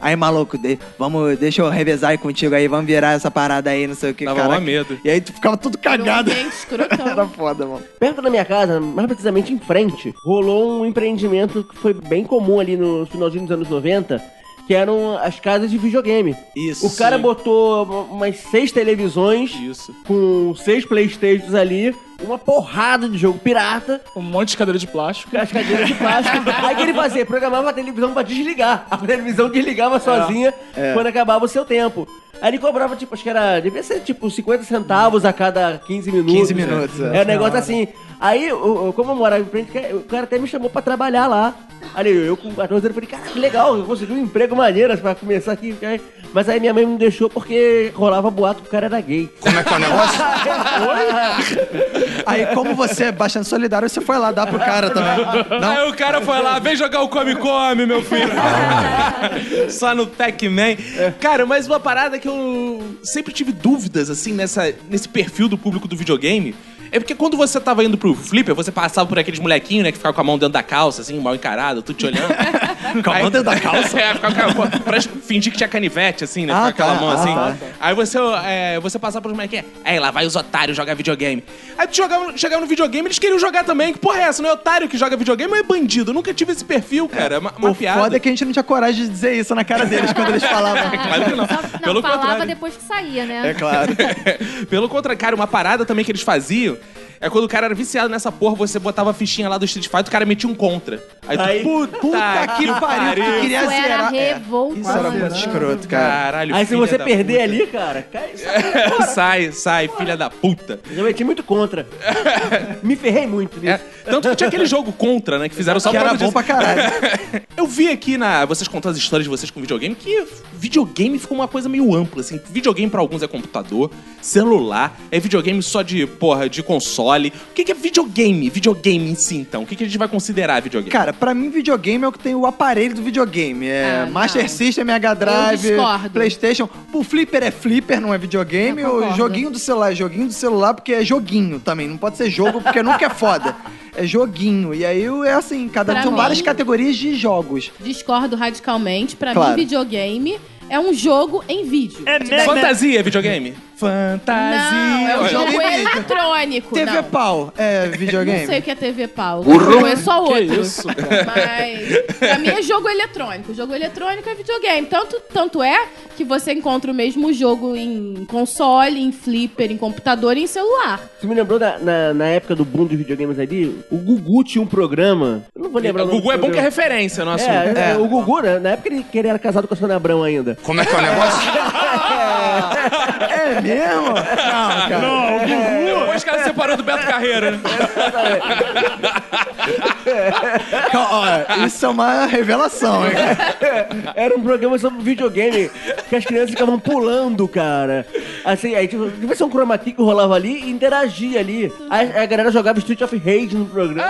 S2: Aí, maluco, de- vamos, deixa eu revezar aí contigo aí, vamos virar essa parada aí, não sei o que,
S1: Dava
S2: cara.
S1: mó medo.
S2: E aí tu ficava todo
S3: Era um
S2: cagado.
S3: ambiente escrotão.
S2: Era foda, mano.
S4: Perto da minha casa, mais precisamente em frente, rolou um empreendimento que foi bem comum ali no finalzinho dos anos 90, que eram as casas de videogame.
S1: Isso.
S4: O cara botou umas seis televisões
S1: Isso.
S4: com seis Playstations ali, uma porrada de jogo pirata,
S5: Um monte de cadeira de plástico.
S4: as cadeiras de plástico. Aí o que ele fazia? Programava a televisão pra desligar. A televisão
S10: É.
S4: desligava sozinha quando acabava o seu tempo. Aí ele cobrava, tipo, acho que era. Devia ser tipo 50 centavos a cada 15 minutos.
S2: 15 minutos, é.
S4: É, um negócio assim. Aí, o- o- como eu morava em frente, o cara até me chamou pra trabalhar lá. Aí eu com 14 anos falei, cara, que legal, eu consegui um emprego maneiro pra começar aqui. Mas aí minha mãe não deixou porque rolava boato que o cara era gay.
S10: Como é que é o negócio?
S2: Aí, como você é bastante solidário, você foi lá dar pro cara tá? também. Não,
S1: Aí o cara foi lá, vem jogar o Come Come, meu filho. Só no Pac-Man. Cara, mas uma parada que eu sempre tive dúvidas, assim, nessa, nesse perfil do público do videogame. É porque quando você tava indo pro Flipper, você passava por aqueles molequinhos, né, que ficavam com a mão dentro da calça, assim, mal encarado, tudo te olhando. com a mão dentro da calça? é, ficava com a, pra fingir que tinha canivete, assim, né?
S2: Ah,
S1: com aquela
S2: tá,
S1: mão,
S2: ah,
S1: assim.
S2: tá.
S1: Aí você, é, você passava pros molequinhos, aí lá vai os otários jogar videogame. Aí tu jogava, chegava no videogame, eles queriam jogar também. Que porra é essa? Não é otário que joga videogame ou é bandido? Eu nunca tive esse perfil, cara. É uma, uma
S2: o
S1: piada.
S2: foda é que a gente não tinha coragem de dizer isso na cara deles quando eles falavam.
S1: Claro que não.
S6: Só-
S1: Pelo
S6: falava
S1: contrário.
S6: depois que saía, né?
S2: É claro.
S1: Pelo contrário, cara, uma parada também que eles faziam é quando o cara era viciado nessa porra, você botava a fichinha lá do Street Fighter, o cara metia um contra. Aí tu,
S4: Aí,
S1: puta,
S2: Puta que pariu, que queria
S6: Isso era
S2: zerar. É,
S6: revoltante.
S2: Isso era muito escroto, cara.
S1: Caralho,
S4: Aí se
S1: filha
S4: você
S1: da
S4: perder
S1: puta.
S4: ali, cara, cai, sai.
S1: sai, sai, filha da puta.
S4: Eu meti muito contra. Me ferrei muito nisso.
S1: É, tanto que tinha aquele jogo contra, né? Que fizeram só
S2: Que
S1: por
S2: era
S1: causa
S2: bom
S1: disso.
S2: pra caralho.
S1: Eu vi aqui na. Vocês contando as histórias de vocês com videogame, que videogame ficou uma coisa meio ampla, assim. Videogame pra alguns é computador, celular, é videogame só de, porra, de console. O que, que é videogame? Videogame em si, então? O que, que a gente vai considerar videogame?
S2: Cara, pra mim, videogame é o que tem o aparelho do videogame. É
S6: Ah,
S2: Master
S6: não.
S2: System, Mega Drive,
S6: Eu discordo.
S2: PlayStation. O Flipper é Flipper, não é videogame.
S6: Eu
S2: O
S6: concordo.
S2: joguinho do celular é joguinho do celular, porque é joguinho também. Não pode ser jogo, porque nunca é foda. É joguinho. E aí é assim, cada
S3: Pra
S2: são
S3: mim-
S2: várias categorias de jogos.
S3: Discordo radicalmente. Pra
S2: Claro.
S3: mim, videogame é um jogo em vídeo. É
S4: Né,
S1: Fantasia é videogame?
S3: Não, é um
S2: Olha.
S3: jogo
S2: Videogame em vídeo.
S3: eletrônico.
S2: TV
S3: não.
S2: pau é videogame?
S3: Não sei o que é TV pau.
S9: Burro.
S3: Não, é só outro.
S5: isso,
S3: Mas pra mim é jogo eletrônico. Jogo eletrônico é videogame. Tanto, tanto é que você encontra o mesmo jogo em console, em flipper, em computador e em celular.
S4: Você me lembrou da, na, na época do boom dos videogames ali? O Gugu tinha um programa. Eu não vou lembrar
S1: O
S4: nome do
S1: Gugu é bom que é
S4: programa.
S1: referência no assunto.
S4: é, é, o Gugu, né? Na época ele, que ele era casado com a Sônia Abrão ainda.
S10: Como é que é o negócio?
S2: É mesmo? Não, cara. É.
S1: Depois que ela se separou do Beto Carreira, né?
S2: Cal- ó, isso é uma revelação, hein?
S4: Era um programa sobre videogame que as crianças ficavam pulando, cara. Assim, aí tipo, devia ser um chroma key que rolava ali e interagia ali. Aí a galera jogava Street of Rage no programa.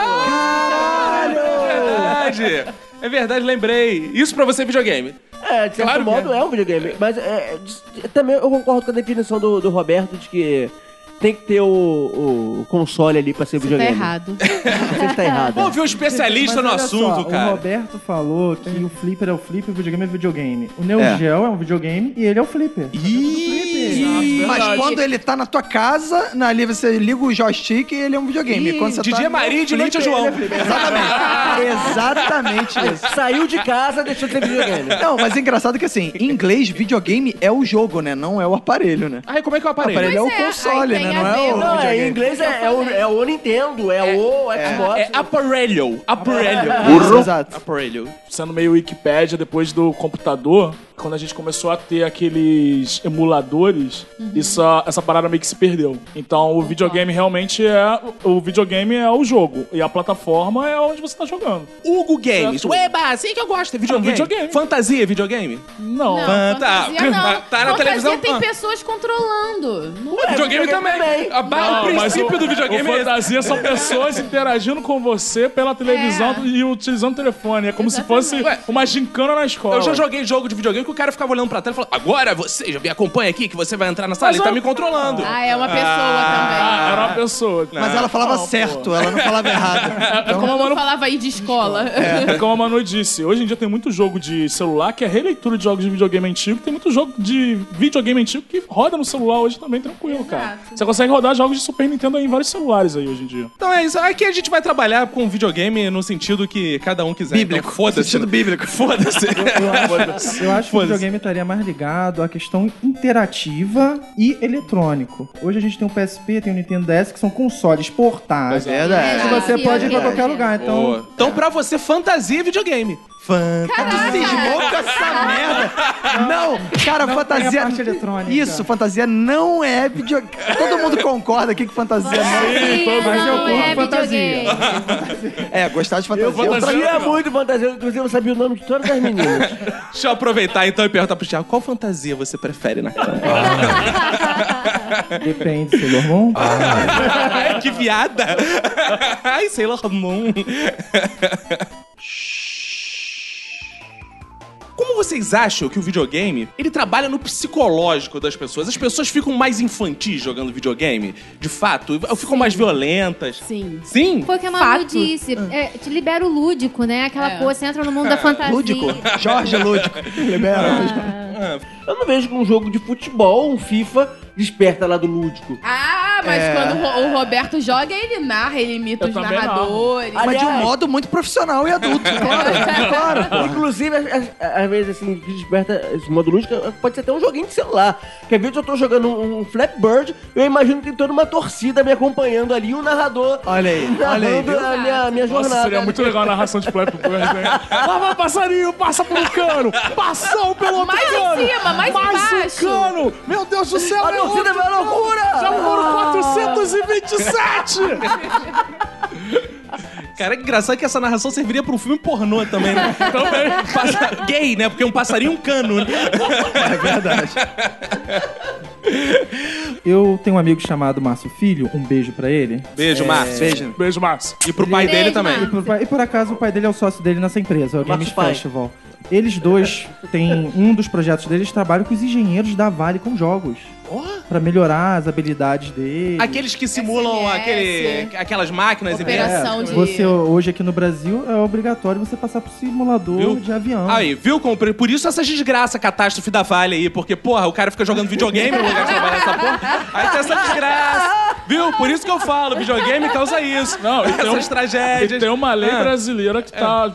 S1: É verdade. É verdade, lembrei. Isso pra você é videogame.
S4: É, de certo
S1: Claro que
S4: modo é. um videogame. Mas é, de- também eu concordo com a definição do, do Roberto de que tem que ter o, o console ali pra ser
S3: Você tá
S4: videogame.
S3: errado.
S4: Você está tá errado.
S1: Vamos ver um
S2: é
S1: especialista
S7: Mas
S1: no
S7: olha
S1: assunto,
S7: só, O
S1: cara.
S7: Roberto falou que o Flipper é o Flipper, o videogame é o videogame. O Neo Geo é um videogame e ele é o Flipper.
S5: Exato,
S2: Mas
S5: verdade.
S2: quando ele tá na tua casa, na ali você liga o joystick e ele é um videogame. E quando você
S1: Didi
S2: tá
S1: é Maria e de noite é João.
S2: Exatamente. Exatamente isso.
S4: Saiu de casa, deixou de ser videogame.
S2: Não, mas é engraçado que assim, em inglês, videogame é o jogo, né? Não é o aparelho, né?
S1: Ai, como é que é o
S2: O
S1: aparelho?
S2: aparelho é o
S3: Pois é,
S2: console,
S3: aí
S2: né?
S3: tem
S2: Não
S3: a
S2: é
S3: ver,
S2: o
S3: não,
S4: Não, é, em
S2: videogame.
S4: inglês é, é o, é o Nintendo, é, o Xbox.
S1: É aparelho. Aparelho.
S2: Exato.
S1: Aparelho.
S5: Sendo meio Wikipédia depois do computador, quando a gente começou a ter aqueles emuladores,
S3: Uhum.
S5: isso, essa parada meio que se perdeu. Então o videogame realmente é. O videogame é o jogo. E a plataforma é onde você tá jogando.
S1: Hugo Games. Ueba, assim que eu gosto. É videogame.
S5: É videogame.
S1: Fantasia é videogame?
S5: Não.
S3: Não,
S1: Fanta-
S3: fantasia não.
S1: Tá na
S3: Fantasia
S1: televisão,
S3: tem
S1: ah.
S3: pessoas controlando. Não é.
S1: videogame, também. A ba- Ah, o princípio do videogame
S5: o
S1: é esse.
S5: fantasia são pessoas interagindo com você pela televisão
S3: É.
S5: e utilizando o telefone. É como se
S3: Exatamente.
S5: fosse uma gincana na escola.
S1: Eu já joguei jogo de videogame que o cara ficava olhando pra tela e falando: Agora você, já me acompanha aqui que você vai entrar nessa pensar, ele tá me controlando.
S3: Ah, é uma pessoa É
S5: Ah, era uma pessoa.
S2: Mas ela falava certo, ela não falava errado.
S3: também. Como eu não falava aí de escola.
S5: É como a Manu disse, hoje em dia tem muito jogo de celular que é releitura de jogos de videogame antigo, tem muito jogo de videogame antigo que roda no celular hoje também tranquilo, cara.
S3: Exato.
S5: Você consegue rodar jogos de Super Nintendo aí em vários celulares aí hoje em dia.
S1: Então é isso. Aqui a gente vai trabalhar com videogame no sentido que cada um quiser.
S2: Bíblico.
S1: Então, foda-se.
S2: Sentido bíblico.
S1: Foda-se.
S7: Eu acho que o videogame estaria mais ligado à questão interativa e eletrônico. Hoje a gente tem um o PSP, tem o Nintendo DS, que são consoles portáveis.
S2: Verdade.
S1: né?
S7: Que você pode ir pra qualquer lugar, então...
S1: é. Boa. Então, pra você, fantasia é videogame.
S2: Fantasia. Tu cismou com essa merda. Não, cara,
S7: Não tem
S2: fantasia.
S7: a parte eletrônica.
S2: Isso, fantasia não é videogame. Todo mundo concorda aqui que fantasia não
S7: mas eu
S6: não
S7: curto
S6: é
S7: fantasia.
S6: videogame.
S2: é. Gostar de fantasia. é outra
S4: Fantasia é
S2: coisa.
S4: muito fantasia, inclusive eu sabia o nome de todas as meninas.
S1: Deixa eu aproveitar então e perguntar pro Thiago, qual fantasia você prefere, né?
S7: Depende, Sailor Moon.
S1: Ai, É, que viada! Ai, Sailor Moon. Como vocês acham que o videogame, ele trabalha no psicológico das pessoas? As pessoas ficam mais infantis jogando videogame? De fato? Ficam mais violentas?
S3: Sim.
S1: Sim?
S6: Foi o que a Manu
S3: Fato.
S6: disse.
S2: Hum.
S6: É, te libera o lúdico, né? Aquela
S3: É.
S6: coisa, você entra no mundo da fantasia.
S2: Lúdico. Jorge Lúdico. Libera.
S1: Ah,
S4: Eu não vejo que um jogo de futebol, um FIFA, desperta lá do lúdico.
S3: Ah, mas quando o Ro- o Roberto joga, ele narra, ele imita
S5: Eu
S3: os
S5: também narro.
S3: narradores.
S2: Mas de um
S4: Aliás-
S2: modo muito profissional e adulto, claro. claro.
S4: Inclusive, às- às às vezes, assim, que desperta esse modo lúdico, pode ser até um joguinho de celular. Porque às vezes eu tô jogando um, um Flappy Bird, eu imagino que tem toda uma torcida me acompanhando ali, um narrador
S2: Olha aí, olha aí.
S4: narrando
S2: viu?
S4: a minha, minha
S5: Nossa,
S4: jornada.
S3: né?
S5: seria muito legal a narração de Flappy Bird, né? Lá vai o passarinho, passa por um cano, passou pelo outro
S3: Mais em
S5: cano.
S3: cima, mais
S5: mais
S3: embaixo.
S5: um cano. Meu Deus do céu,
S4: A
S5: é
S4: torcida
S5: outro
S4: vai à
S5: cano.
S4: loucura.
S5: Já foram 427!
S1: Cara, que engraçado que essa narração serviria pra um filme pornô também, né? também. Gay, né? Porque um passarinho é um cano. né?
S2: É verdade.
S7: Eu tenho um amigo chamado Márcio Filho, um beijo pra ele.
S1: Beijo, Márcio.
S2: É. Beijo.
S5: Beijo, Márcio.
S1: E pro pai
S6: Beijo,
S1: dele também.
S7: E por, e por acaso o pai dele é o sócio dele nessa empresa, o Games
S4: Marcos Pai.
S7: Festival. Eles dois têm um dos projetos deles trabalha com os engenheiros da Vale com jogos. Pra melhorar as habilidades deles.
S1: Aqueles que simulam
S3: SMS.
S1: aquele, aquelas máquinas e
S3: Operação. de-
S7: Você hoje aqui no Brasil é obrigatório você passar pro simulador
S1: Viu?
S7: de avião.
S1: assim. Aí, viu? como pre- Por isso essa desgraça, catástrofe da Vale aí, porque, porra, o cara fica jogando videogame no lugar de trabalhar essa porra. Aí tem essa desgraça. Viu? Por isso que eu falo, videogame causa isso.
S5: Não, e tem
S1: Essas
S5: um-
S1: tragédias.
S5: E tem uma lei
S1: Ah.
S5: brasileira que tá.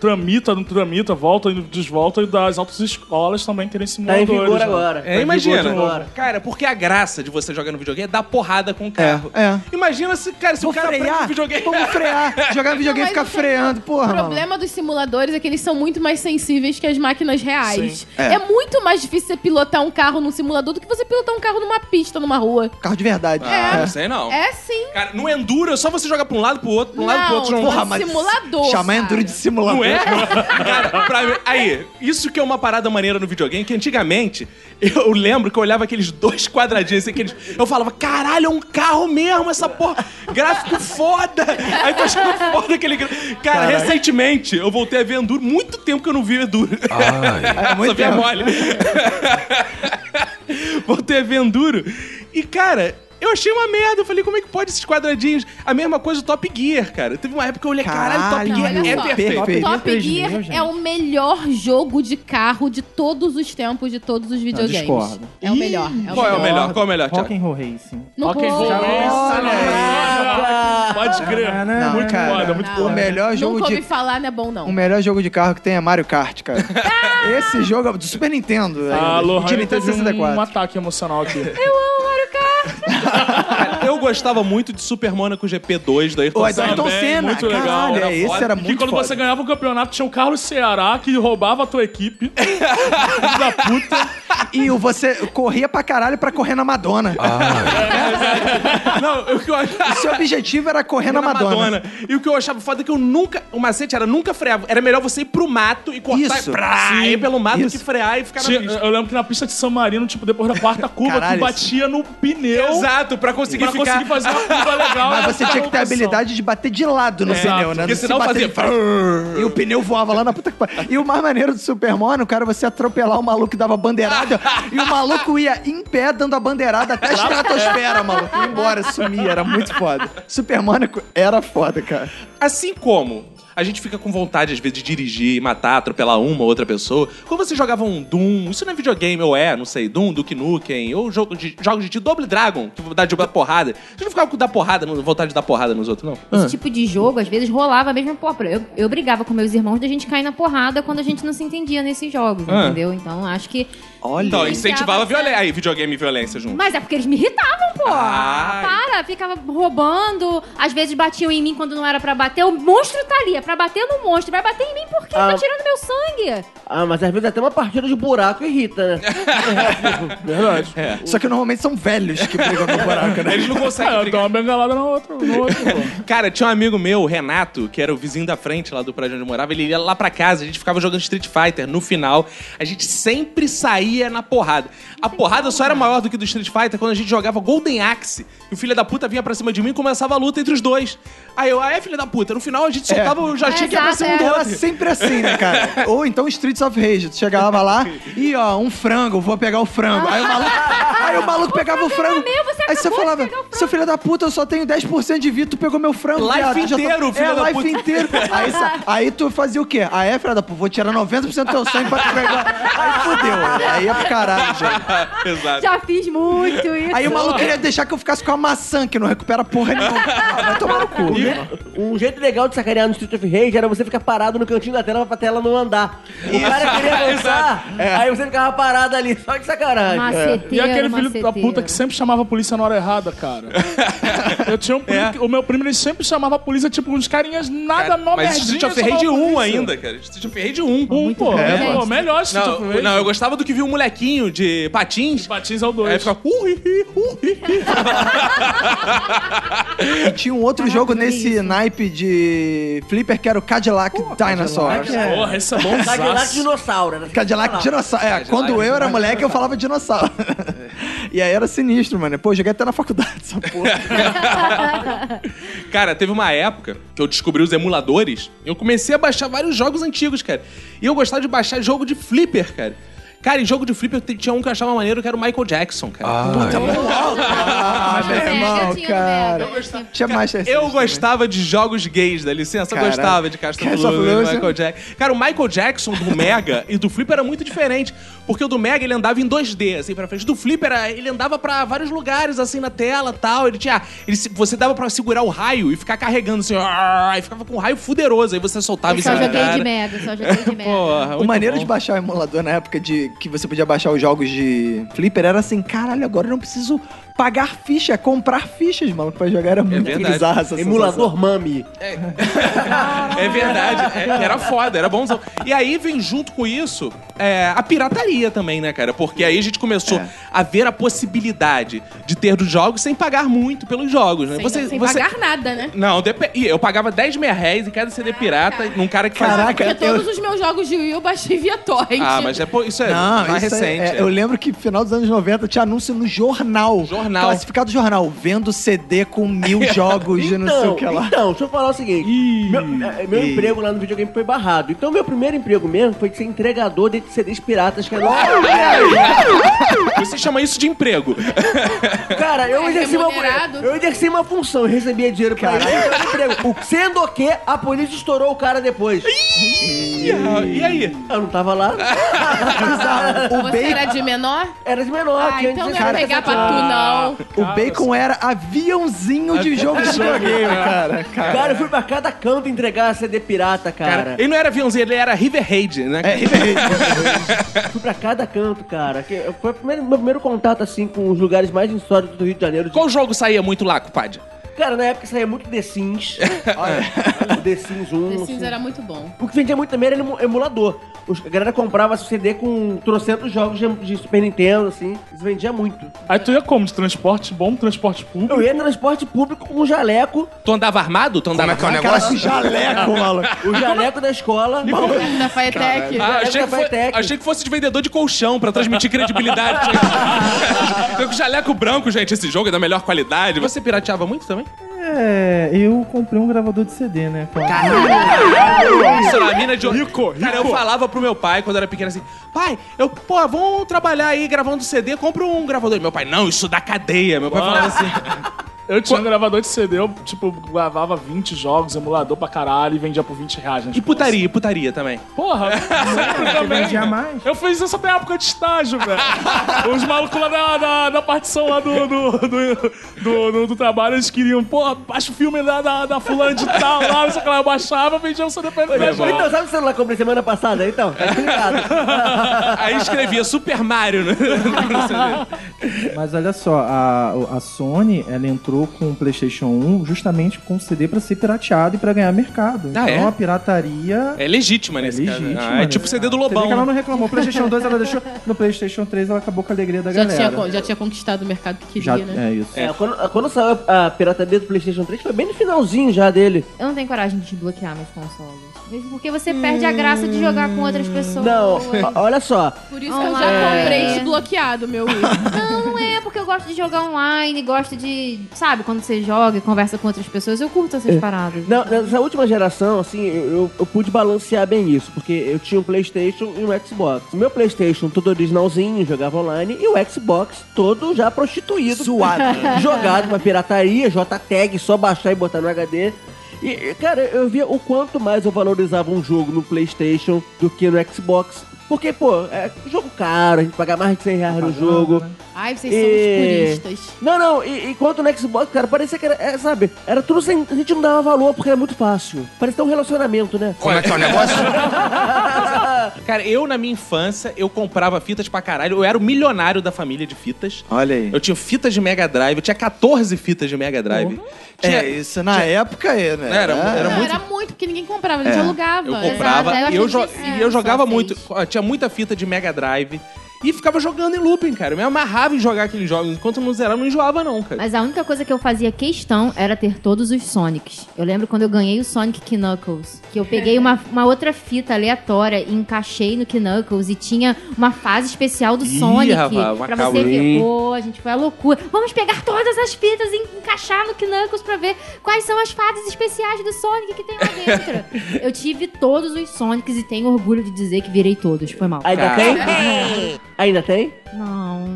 S5: Tramita, não tramita, volta, desvolta, e das altas escolas também terem
S4: Tá em
S5: simuladores.
S4: vigor
S5: né?
S4: agora.
S1: É, imagina.
S4: Tá em vigor de novo.
S1: Cara, porque a graça de você jogar no videogame é dar porrada com o carro.
S2: é.
S1: Imagina se, cara, se
S2: Vou
S1: o cara
S2: frear.
S1: prende o videogame.
S2: Vamos frear. Jogar videogame e
S3: Não,
S2: ficar
S3: mas o
S2: freando,
S3: O
S2: porra, mano.
S3: problema dos simuladores é que eles são muito mais sensíveis que as máquinas reais.
S2: É.
S3: É. muito mais difícil você pilotar um carro num simulador do que você pilotar um carro numa pista, numa rua.
S2: Carro de verdade.
S1: Ah, não sei não.
S3: É sim.
S1: Cara, no Enduro é só você jogar pra um lado, pro outro, pra um lado, pro outro.
S3: Não,
S1: jogar um-
S3: porra, simulador,
S2: Chamar
S3: cara.
S2: Enduro de simulador.
S1: Não é? Cara, pra mim- aí, isso que é uma parada maneira no videogame, que antigamente eu lembro que eu olhava aqueles dois quadradinhos, assim, aqueles, eu falava, caralho, é um carro mesmo essa porra, gráfico foda. Aí tu achando foda aquele gra- Cara, recentemente eu voltei a ver Enduro, muito tempo que eu não vi Enduro.
S2: Ah,
S9: Ai,
S1: Só via mole. Voltei a ver Enduro. E, cara, eu achei uma merda. Eu falei, como é que pode esses quadradinhos? A mesma coisa do Top Gear, cara. Teve uma época que eu olhei, caralho,
S2: Caralho,
S1: Top Gear
S3: olha
S1: é
S3: só.
S1: perfeito.
S7: Top Gear
S3: Top
S7: 3
S3: Gear
S7: mil, gente.
S3: é o melhor jogo de carro de todos os tempos, de todos os videogames.
S7: discordo.
S3: É o melhor. É o
S1: Qual é o
S3: melhor?
S1: melhor? Qual é o melhor, Thiago?
S7: Rock and Roll Racing. né?
S3: Não
S5: Ok,
S3: vou.
S5: vou
S4: Caraca.
S5: Ah, Pode crer.
S2: Ah,
S7: Não,
S5: muito
S2: cara.
S5: foda, muito
S3: Não.
S5: foda.
S2: O melhor jogo
S3: Nunca ouvi
S2: de
S3: falar, não é bom,
S1: um
S2: O
S3: não.
S2: melhor jogo de carro que tem é Mario kart, cara. Esse jogo é do Super Nintendo. ainda.
S5: A Lohane
S2: de Nintendo
S5: teve um-
S2: 64.
S5: um ataque emocional aqui.
S2: É,
S1: Cara, eu gostava muito de Super Mônaco GP2 da Ayrton
S2: O Ayrton
S1: Senna.
S5: Senna,
S2: Senna.
S5: muito
S2: Caralho,
S5: legal. Era
S2: esse
S1: foda.
S2: era
S5: E
S2: muito
S5: quando
S2: foda.
S5: você ganhava o campeonato, tinha o Carlos Ceará que roubava a tua equipe. Filho da puta.
S2: E o você corria pra caralho pra correr na Madonna.
S1: Não, o que eu achava...
S2: O seu objetivo era correr na
S1: Na
S2: Madonna.
S1: Madonna. E o que eu achava foda é que eu nunca. O macete era nunca freava. Era melhor você ir pro mato e cortar
S2: Isso.
S1: e prá,
S2: Sim.
S1: ir pelo mato
S2: Isso.
S1: que frear e ficar
S5: Tinha-
S1: na pista.
S5: eu lembro que na pista de San Marino, tipo, depois da quarta curva,
S2: Caralho,
S5: tu batia no pneu
S1: Exato, pra conseguir
S5: pra
S1: ficar.
S5: conseguir fazer uma curva legal.
S2: Mas você
S5: Essa
S2: tinha que ter a
S5: locução.
S2: habilidade de bater de lado no
S5: Exato,
S2: pneu, né?
S1: É. porque
S2: Se
S1: senão
S2: bater
S1: fazia-
S2: de frente. E o pneu voava lá na puta que pariu. E o mais maneiro do Superman, o cara, você atropelar o maluco que dava bandeirada foda. E o maluco ia em pé dando a bandeirada até a estratosfera, maluco. Ia embora, sumia, era muito foda. Supermônico era foda, cara.
S1: Assim como a gente fica com vontade, às vezes, de dirigir, matar, atropelar uma ou outra pessoa. Quando você jogava um Doom, isso não é videogame, ou é, não sei, Doom, Duke Nukem, ou jogo de, jogos de tiro, Double Dragon, que dá de dar porrada. Você não ficava com dar porrada, no- vontade de dar porrada nos outros, não?
S2: Hum.
S6: Esse tipo de jogo, às vezes, rolava mesmo. Pô, eu, eu brigava com meus irmãos da gente cair na porrada quando a gente não se entendia nesses jogos,
S1: Ah.
S6: entendeu? Então, acho que.
S2: Olha.
S1: Então,
S6: Sim.
S1: incentivava a
S6: Ficava-
S1: violência. Aí, videogame e violência junto. Ah,
S6: Mas tá. é porque eles me irritavam, pô!
S1: Ai.
S6: Para, ficava roubando, às vezes batiam em mim quando não era pra bater. O monstro tá ali, é pra bater no monstro. Vai bater em mim por quê?
S4: Ah.
S6: Tá tirando meu sangue!
S4: Ah, mas às vezes até uma partida de buraco irrita, né?
S5: Verdade.
S1: É.
S2: Só que normalmente são velhos que brigam no buraco, né?
S1: Eles não conseguem
S5: É, eu dou
S1: brigar.
S5: uma bengalada no outro, no outro pô.
S1: Cara, tinha um amigo meu, o Renato, que era o vizinho da frente lá do prédio onde eu morava. Ele ia lá pra casa, a gente ficava jogando Street Fighter. No final, a gente sempre saía na porrada. A porrada só era maior do que do Street Fighter quando a gente jogava Golden Axe. E o filho da puta vinha pra cima de mim e começava a luta entre os dois. Aí eu, ah, é filho da puta. No final, a gente soltava o jatinho que ia pra
S6: Exato,
S1: cima um do
S6: é.
S2: Era
S1: outro.
S2: sempre assim, né, cara? Ou então Streets of Rage. Tu chegava lá e, ó, um frango, vou pegar o frango. Aí o maluco, aí o maluco pegava o frango.
S6: meu, você
S2: aí você
S6: acabou de
S2: falava,
S6: pegar o frango.
S2: seu filho da puta, eu só tenho 10% de vida, tu pegou meu frango.
S1: Life
S2: viado, já
S1: inteiro, filho
S2: é,
S1: da
S2: life
S1: puta.
S2: inteiro. Aí, sa- aí tu fazia o quê? Ah, é, filha da puta, vou tirar 90% do teu sangue pra tu pegar. Aí fudeu. Aí é pro caralho, já.
S1: Exato.
S6: Já fiz muito isso.
S2: Aí o maluco queria deixar que eu ficasse com a maçã, que não recupera porra nenhuma. Ah, Vai tomar no cu.
S4: Um jeito legal de sacanear no Street of Rage era você ficar parado no cantinho da tela pra tela não andar. O cara queria avançar, aí você ficava parado ali, só de sacanagem.
S6: Maceteiro,
S5: E aquele filho da
S6: É maceteiro.
S5: puta que sempre chamava a polícia na hora errada, cara. Eu tinha um
S1: É.
S5: primo, que- o meu primo, ele sempre chamava a polícia, tipo, uns carinhas nada mal
S1: Mas Street of Rage
S5: é
S1: 1 ainda, cara. Street of Rage 1.
S5: Um, pô.
S6: bem.
S5: pô, melhor Street
S1: Não,
S5: of Rage.
S1: não, eu gostava do que vi um molequinho de patins.
S5: Patins é o
S1: Aí
S5: 2.
S1: ficava, uh, hi, hi, uh, hi, hi.
S2: E tinha um outro jogo nesse naipe de flipper que era o Cadillac Dinosaur.
S5: Porra, esse é bom
S4: Cadillac dinossauro, né?
S2: Cadillac dinossauro. É, quando eu era moleque, eu falava dinossauro. e aí era sinistro, mano. Pô, eu joguei até na faculdade essa porra.
S1: Cara, teve uma época que eu descobri os emuladores. Eu comecei a baixar vários jogos antigos, cara. E eu gostava de baixar jogo de flipper, cara. Cara, em jogo de flipper t- tinha um que eu achava maneiro, que era o Michael Jackson, cara.
S2: ah, meu
S6: Mega,
S2: irmão,
S6: tinha no
S2: cara.
S6: Mega, tinha.
S2: Tinha mais
S1: eu gostava de jogos gays, dá licença? Eu
S2: Caraca.
S1: gostava de Castro
S2: Castle
S1: Blue,
S2: Blues.
S1: Michael Jackson. Cara, o Michael Jackson do Mega e do Flipper era muito diferente. Porque o do Mega, ele andava em 2D, assim, pra frente. Do Flipper, ele andava pra vários lugares, assim, na tela tal. Ele tinha... Ele, se- você dava pra segurar o raio e ficar carregando, assim. arr, Aí ficava com um raio fuderoso. Aí você soltava
S6: Eu
S1: em
S6: só
S1: cima da
S6: joguei de
S1: cara.
S6: mega, só joguei de mega.
S1: Porra,
S2: O
S1: muito
S2: maneiro
S1: bom.
S2: de baixar o emulador na época de que você podia baixar os jogos de flipper era assim, caralho, agora eu não preciso pagar ficha, é comprar fichas, mano, pra jogar era muito
S1: É verdade.
S2: bizarro essa
S4: Emulador mami.
S1: É verdade, é- era foda, era bonzão. E aí vem junto com isso é, a pirataria também, né, cara? Porque aí a gente começou
S2: É.
S1: a ver a possibilidade de ter os jogos sem pagar muito pelos jogos, né?
S3: Sem,
S1: você,
S3: sem
S1: você-
S3: pagar nada, né?
S1: Não, depe- Ih, eu pagava 10 mil reais em cada CD pirata
S3: Caraca.
S1: num cara que
S2: Ah, tá. Caraca.
S3: Porque
S2: eu-
S3: todos os meus jogos de Wii eu baixei via torrent.
S1: Ah, mas é, pô, isso é
S2: Não,
S1: mais
S2: isso é-
S1: recente.
S2: é, eu lembro que final dos anos 90 tinha anúncio no jornal.
S1: Jornal.
S2: Classificado jornal. Vendo CD com mil jogos de não sei o que é lá.
S4: Então, deixa eu falar o seguinte. meu eh, meu
S2: Ih.
S4: emprego lá no videogame foi barrado. Então, meu primeiro emprego mesmo foi de ser entregador de CDs piratas. é Cara,
S1: Você chama isso de emprego.
S4: cara eu,
S3: É
S4: exerci uma,
S3: remunerado.
S4: eu exerci uma função. Eu recebia dinheiro pra isso. eu tinha emprego. Sendo que a polícia estourou o cara depois.
S1: E, a- e aí?
S4: Eu não tava lá.
S2: O
S3: Você
S2: bacon,
S3: era de menor?
S4: Era de menor.
S3: Ah,
S4: tinha
S3: então não ia
S4: 16,
S3: pegar pra
S4: 17
S3: tu, não.
S1: Então,
S2: o bacon
S1: assim.
S2: era aviãozinho de jogo de videogame, cara. cara.
S4: Cara, eu fui pra cada canto entregar CD pirata, cara.
S1: Cara, ele não era aviãozinho, ele era River Raid, né?
S2: É,
S4: Fui pra cada canto, cara. Que foi o primeiro- meu primeiro contato, assim, com os lugares mais insólitos do Rio de Janeiro.
S1: Qual jogo saía muito lá, compadre?
S4: Cara, na época saía muito The Sims. The Sims 1.
S3: The Sims
S4: assim.
S3: era muito bom.
S4: O que vendia muito também era emu- emulador. Os, a galera comprava CD com trocentos jogos de, de Super Nintendo, assim. Isso vendia muito.
S5: Aí tu ia como? De transporte bom, transporte público?
S4: Eu ia em transporte público com um jaleco.
S1: Tu andava armado? Tu andava
S2: é o negócio jaleco, maluco.
S4: O jaleco da escola.
S3: Da Faetec.
S1: Ah,
S4: Era
S1: achei,
S4: da
S1: que foi-
S4: Vitec.
S1: achei que fosse de vendedor de colchão pra transmitir credibilidade. Tinha que- Tô com jaleco branco, gente. Esse jogo é da melhor qualidade. Você pirateava muito também?
S7: É, eu comprei um gravador de CD, né? Com-
S1: Sei lá, mina de rico, Cara, eu falava pro meu pai quando eu era pequeno assim: pai, eu, pô, vamos trabalhar aí gravando CD, compra um gravador. E meu pai, não, isso dá cadeia. Meu pai falava assim.
S10: Ah.
S5: Eu tinha um gravador de CD, eu, tipo, gravava 20 jogos, emulador pra caralho e vendia por 20 reais. né?
S1: E
S5: Tipo,
S1: putaria, e putaria também.
S5: Porra, sempre também.
S7: vendia mais.
S5: Eu fiz isso até época de estágio, velho. Os malucos lá da, da, da partição lá do, do, do, do- do- do trabalho, eles queriam, porra, baixa o filme da, da, da fulana de tal lá, não sei o que lá, eu baixava, vendia o CD pra eles.
S4: Então, sabe o celular que eu comprei semana passada? Então, tá explicado.
S1: Aí escrevia Super Mario né? no, no CD.
S7: Mas olha só, a, a Sony, ela entrou com o PlayStation 1 justamente com o CD pra ser pirateado e pra ganhar mercado.
S1: Ah,
S7: então
S1: é?
S7: a pirataria
S1: É legítima
S7: É
S1: nesse
S7: legítima.
S1: caso. né? Ah, é tipo
S7: né?
S1: CD do
S7: Você vê
S1: Lobão.
S7: que ela
S1: né?
S7: não reclamou. O PlayStation 2 ela deixou. No PlayStation 3 ela acabou com a alegria da
S3: Já tinha,
S7: galera.
S3: con- já tinha conquistado o mercado que queria,
S7: Já-
S3: né?
S7: É isso.
S4: É, quando, quando saiu a pirataria do PlayStation 3, foi bem no finalzinho já dele.
S6: Eu não tenho coragem de desbloquear meus consoles. Mesmo porque você perde a graça de jogar com outras pessoas.
S4: Não, o- olha só.
S3: Por isso que eu já
S6: Online.
S3: comprei desbloqueado meu Wii.
S6: Não, não é, porque eu gosto de jogar online, gosto de. Sabe, quando você joga e conversa com outras pessoas, eu curto essas paradas.
S4: na- nessa última geração, assim, eu, eu- eu pude balancear bem isso, porque eu tinha um PlayStation e um Xbox. O meu PlayStation todo originalzinho, jogava online, e o Xbox todo já prostituído, suado, jogado pra pirataria, JTAG, só baixar e botar no HD. E, e, cara, eu via o quanto mais eu valorizava um jogo no PlayStation do que no Xbox. Porque, pô, é jogo caro, a gente paga mais de 100 reais no jogo.
S3: Ai, vocês
S4: E-
S3: são os puristas.
S4: Não, não, e, e quanto no Xbox, cara, parecia que era, é, sabe, era tudo sem. A gente não dava valor porque era muito fácil. Parece ter um relacionamento, né?
S10: Como é que é o negócio?
S1: Cara, eu na minha infância, eu comprava fitas pra caralho. Eu era o milionário da família de fitas.
S2: Olha aí.
S1: Eu tinha fitas de Mega Drive, eu tinha 14 fitas de Mega Drive. Tinha- né,
S2: É, isso na época é, né?
S1: Era- era
S3: Não,
S1: muito- É.
S3: era muito, porque ninguém comprava, a gente alugava.
S1: Eu comprava
S6: Exato, aí
S1: e
S6: eu
S1: eu, jo-
S6: acredito,
S1: e eu
S6: é,
S1: jogava
S6: só
S1: muito. Ó, Tinha muita fita de Mega Drive e ficava jogando em looping, cara. Eu me amarrava em jogar aqueles jogos. Enquanto eu não zerava, eu não enjoava, não, cara.
S6: Mas a única coisa que eu fazia questão era ter todos os Sonics. Eu lembro quando eu ganhei o Sonic Knuckles, que eu peguei uma, uma outra fita aleatória e encaixei no Knuckles e tinha uma fase especial do
S1: Ih,
S6: Sonic.
S1: rapaz, uma
S6: pra você ver, pô, a gente foi a loucura. Vamos pegar todas as fitas e encaixar no Knuckles pra ver quais são as fases especiais do Sonic que tem lá dentro. eu tive todos os Sonics e tenho orgulho de dizer que virei todos. Foi mal.
S4: Ainda tem? Ainda tem?
S6: Não.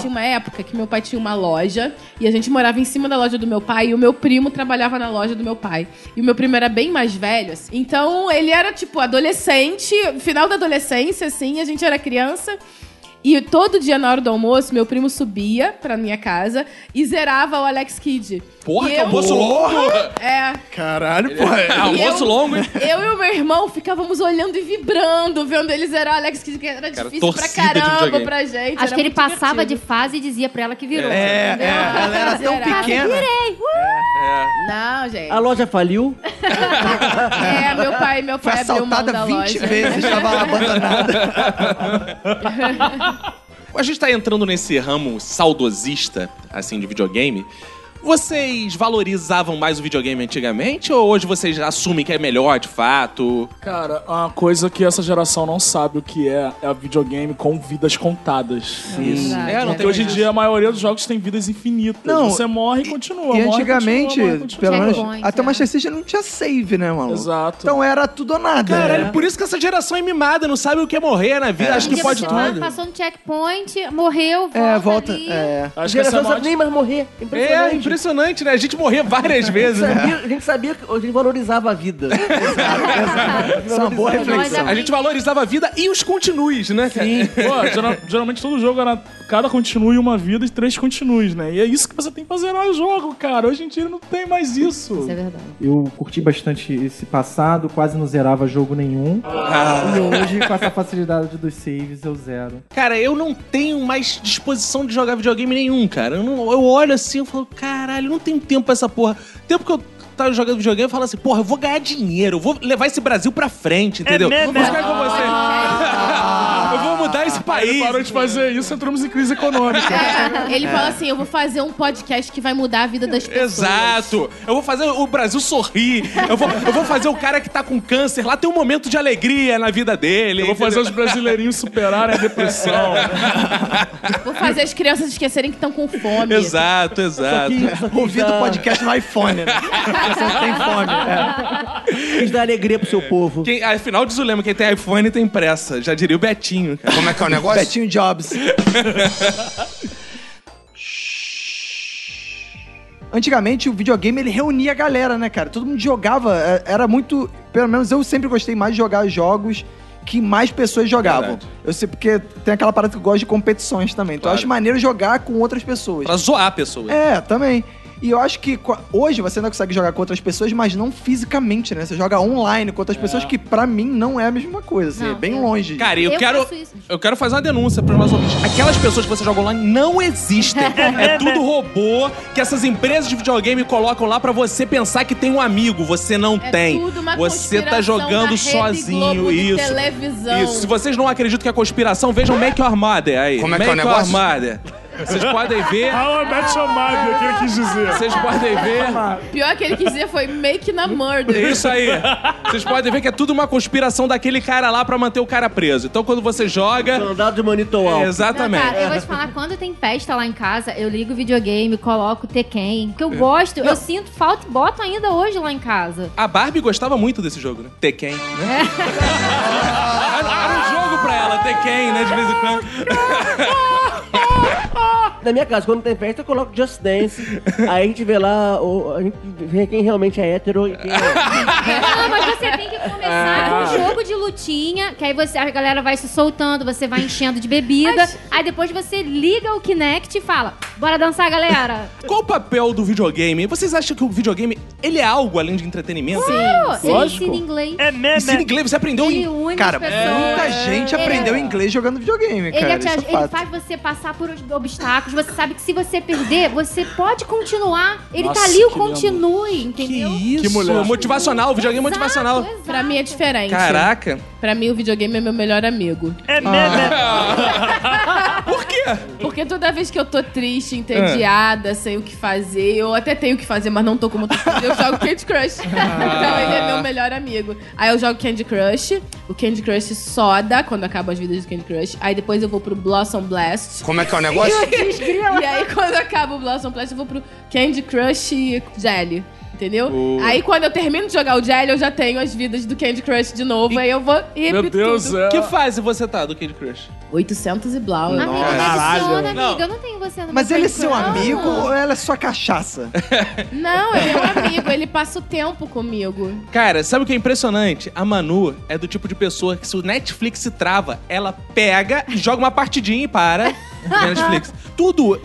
S3: Tinha uma época que meu pai tinha uma loja e a gente morava em cima da loja do meu pai e o meu primo trabalhava na loja do meu pai. E o meu primo era bem mais velho, assim. Então ele era, tipo, adolescente, final da adolescência, assim, a gente era criança. E todo dia na hora do almoço, meu primo subia pra minha casa e zerava o Alex Kidd.
S1: Porra,
S3: E
S1: que
S3: eu-
S1: almoço longo!
S3: É.
S2: Caralho, pô. é-
S1: almoço
S3: eu-
S1: longo, hein?
S3: Eu e o meu irmão ficávamos olhando e vibrando, vendo ele zerar o Alex Kidd, que era difícil pra
S1: torcida de
S3: caramba
S1: videogame.
S3: pra gente.
S6: Acho
S3: era
S6: que ele
S3: muito
S6: passava
S3: divertido.
S6: de fase e dizia pra ela que virou.
S2: É, é, ela era tão
S3: Será?
S2: pequena.
S3: Não, gente.
S4: A loja faliu?
S3: É, meu pai, meu
S2: Foi
S3: pai abriu mão da
S2: assaltada 20
S3: loja.
S2: vezes, estava lá abandonada.
S1: A gente tá entrando nesse ramo saudosista, assim, de videogame. Vocês valorizavam mais o videogame antigamente ou hoje vocês assumem que é melhor de fato?
S5: Cara, é uma coisa que essa geração não sabe o que é, é videogame com vidas contadas.
S6: Isso.
S1: É, não
S5: Porque hoje em dia a maioria dos jogos tem vidas infinitas.
S2: Não,
S5: Você morre e continua.
S2: E
S5: morre,
S2: antigamente,
S5: continua, morre, continua.
S2: pelo menos,
S6: Checkpoint,
S2: até o
S6: é.
S2: Master System não tinha save, né, maluco?
S5: Exato.
S2: Então era tudo ou nada.
S1: Caralho,
S2: né?
S1: por isso que essa geração é mimada, não sabe o que é morrer na vida. Acho que
S6: Porque
S1: pode
S6: você
S1: tudo.
S6: Passou no checkpoint, morreu, volta
S2: É, volta.
S6: ali.
S2: É.
S4: A
S5: Acho que essa
S4: geração não
S5: é
S4: sabe
S5: morte...
S4: nem mais morrer.
S1: É,
S4: Impressionante.
S1: impressionante, né? A gente morria várias vezes. né?
S4: Sabia- a gente sabia que a gente valorizava a vida.
S6: tá
S2: Isso é uma boa
S6: Nós
S2: reflexão.
S1: A gente valorizava a vida e os continues, né, cara?
S5: Pô, geral- geralmente todo jogo era cada continue uma vida e três continues, né? E é isso que você tem que fazer no jogo, cara. Hoje em dia não tem mais isso.
S6: Isso é verdade.
S7: Eu curti bastante esse passado, quase não zerava jogo nenhum. E hoje, com essa facilidade dos saves, eu zero.
S1: Cara, eu não tenho mais disposição de jogar videogame nenhum, cara. Eu, não- eu olho assim e falo, caralho, não tenho tempo pra essa porra. O tempo
S5: É, né,
S1: que eu tava jogando videogame, eu falo assim, porra, eu vou ganhar dinheiro, eu vou levar esse Brasil pra frente, entendeu?
S5: né,
S2: Ah.
S1: vou ficar com você. eu vou mudar esse país.
S5: Ele parou de fazer isso, entramos em crise econômica.
S3: É, ele fala assim: eu vou fazer um podcast que vai mudar a vida das pessoas.
S1: Exato! Eu vou fazer o Brasil sorrir. Eu vou, eu vou fazer o cara que tá com câncer lá ter um momento de alegria na vida dele.
S5: Eu vou fazer os brasileirinhos superarem a depressão.
S3: Vou fazer as crianças esquecerem que estão com fome.
S1: Exato, exato.
S2: Ouvindo o podcast no iPhone, né? Você não tem fome. É.
S4: Quis dar alegria pro seu povo.
S1: Quem, afinal, diz o lema: quem tem iPhone tem pressa. Já diria o Betinho. cara.
S10: Como é que é o negócio?
S2: Betinho Jobs. Antigamente o videogame ele reunia a galera, né, cara? Todo mundo jogava, é, era muito, pelo menos eu sempre gostei mais de jogar jogos que mais pessoas jogavam.
S1: Verdade.
S2: Eu sei porque tem aquela parada que eu gosto de competições também. Então eu acho maneiro jogar com outras pessoas.
S1: Pra zoar a pessoa.
S2: É, também. E eu acho que co- hoje você ainda consegue jogar com outras pessoas, mas não fisicamente, né? Você joga online com outras pessoas, que pra mim não é a mesma coisa, assim,
S6: Não,
S2: é bem
S6: eu-
S2: longe.
S1: Cara, eu,
S6: Eu
S1: quero.
S6: faço isso.
S1: Eu quero fazer uma denúncia para nós ouvintes. Aquelas pessoas que você joga online não existem. É tudo robô que essas empresas de videogame colocam lá pra você pensar que tem um amigo. Você não
S3: É
S1: tem.
S3: tudo uma
S1: você tá
S3: conspiração da
S1: jogando
S3: Rede
S1: sozinho.
S3: Globo de
S1: isso.
S3: televisão.
S1: Isso. Se vocês não acreditam que é conspiração, vejam Make Your Mother aí.
S10: Como é que é
S1: Make
S10: o
S1: Your
S10: negócio?
S1: Mother. Vocês podem ver.
S5: How I Met Your Mother, que ele quis dizer.
S1: Vocês podem ver.
S3: Pior que ele quis dizer foi make na
S1: É
S3: murder.
S1: Isso aí. Vocês podem ver que é tudo uma conspiração daquele cara lá pra manter o cara preso. Então quando você joga.
S4: Soldado de Manito
S1: É,
S4: Alto.
S1: exatamente.
S6: Não, cara, eu vou te falar, quando tem festa lá em casa, eu ligo o videogame, coloco Tekken, porque eu gosto, eu sinto falta e boto ainda hoje lá em casa.
S1: A Barbie gostava muito desse jogo, né? Tekken, né?
S6: É.
S1: Era um jogo pra ela, Tekken, né? De vez em quando.
S4: Na minha casa, quando tem festa, eu coloco Just Dance. Aí a gente vê lá, o- a gente vê quem realmente é hétero e quem é.
S6: Não, Então, mas você tem que começar com um jogo de lutinha, que aí você, a galera vai se soltando, você vai enchendo de bebida, aí depois você liga o Kinect e fala, bora dançar, galera.
S1: Qual o papel do videogame? Vocês acham que o videagames ele é algo além de entretenimento?
S6: Pô, ele
S4: Lógico.
S6: ensina inglês,
S5: É
S1: Ensina
S5: meme.
S1: inglês, você aprendeu
S6: ele
S1: em...
S6: une
S2: Cara,
S6: as né? pessoas.
S2: muita gente
S6: Ele-
S2: aprendeu inglês jogando videogame,
S6: Ele,
S2: cara.
S6: te
S2: isso é
S6: aj- ele
S2: fato.
S6: faz você passar por os obstáculos, você sabe que se você perder, você pode continuar. Ele tá ali, o continue, entendeu?
S1: Que mulher. Motivacional, videogame é
S6: Exato,
S1: motivacional.
S6: exato.
S3: Pra mim é diferente.
S1: Caraca.
S3: Pra mim o videogame é meu melhor amigo.
S5: É meme.
S1: Por quê?
S3: Porque toda vez que eu tô triste,
S10: É.
S3: entediada, sei o que fazer, eu até tenho o que fazer, mas não tô como outras pessoas, eu jogo Candy Crush. então ele é
S10: Ah.
S3: meu melhor amigo. Aí eu jogo Candy Crush, o Candy Crush soda quando acabam as vidas do Candy Crush. Aí depois eu vou pro Blossom Blast.
S10: Como é que é o negócio?
S3: E aí quando acaba o Blossom Blast, eu vou pro Candy Crush Jelly. Entendeu? Aí quando eu termino de jogar o Jelly, eu já tenho as vidas do Candy Crush de novo. Aí eu vou e
S5: Meu
S3: repito
S5: Deus,
S3: tudo.
S5: é.
S1: Que fase você tá do Candy Crush?
S3: 800 e blau.
S6: Amiga, me adiciona, amiga. Eu não tenho você no
S2: Mas
S6: meu
S2: ele é seu
S6: Facebook, não.
S2: amigo ou ela é sua cachaça?
S3: Não, ele é um amigo, ele passa o tempo comigo.
S1: Cara, sabe o que é impressionante? A Manu é do tipo de pessoa que se o Netflix se trava, ela pega e joga uma partidinha e para. no Netflix. Tudo,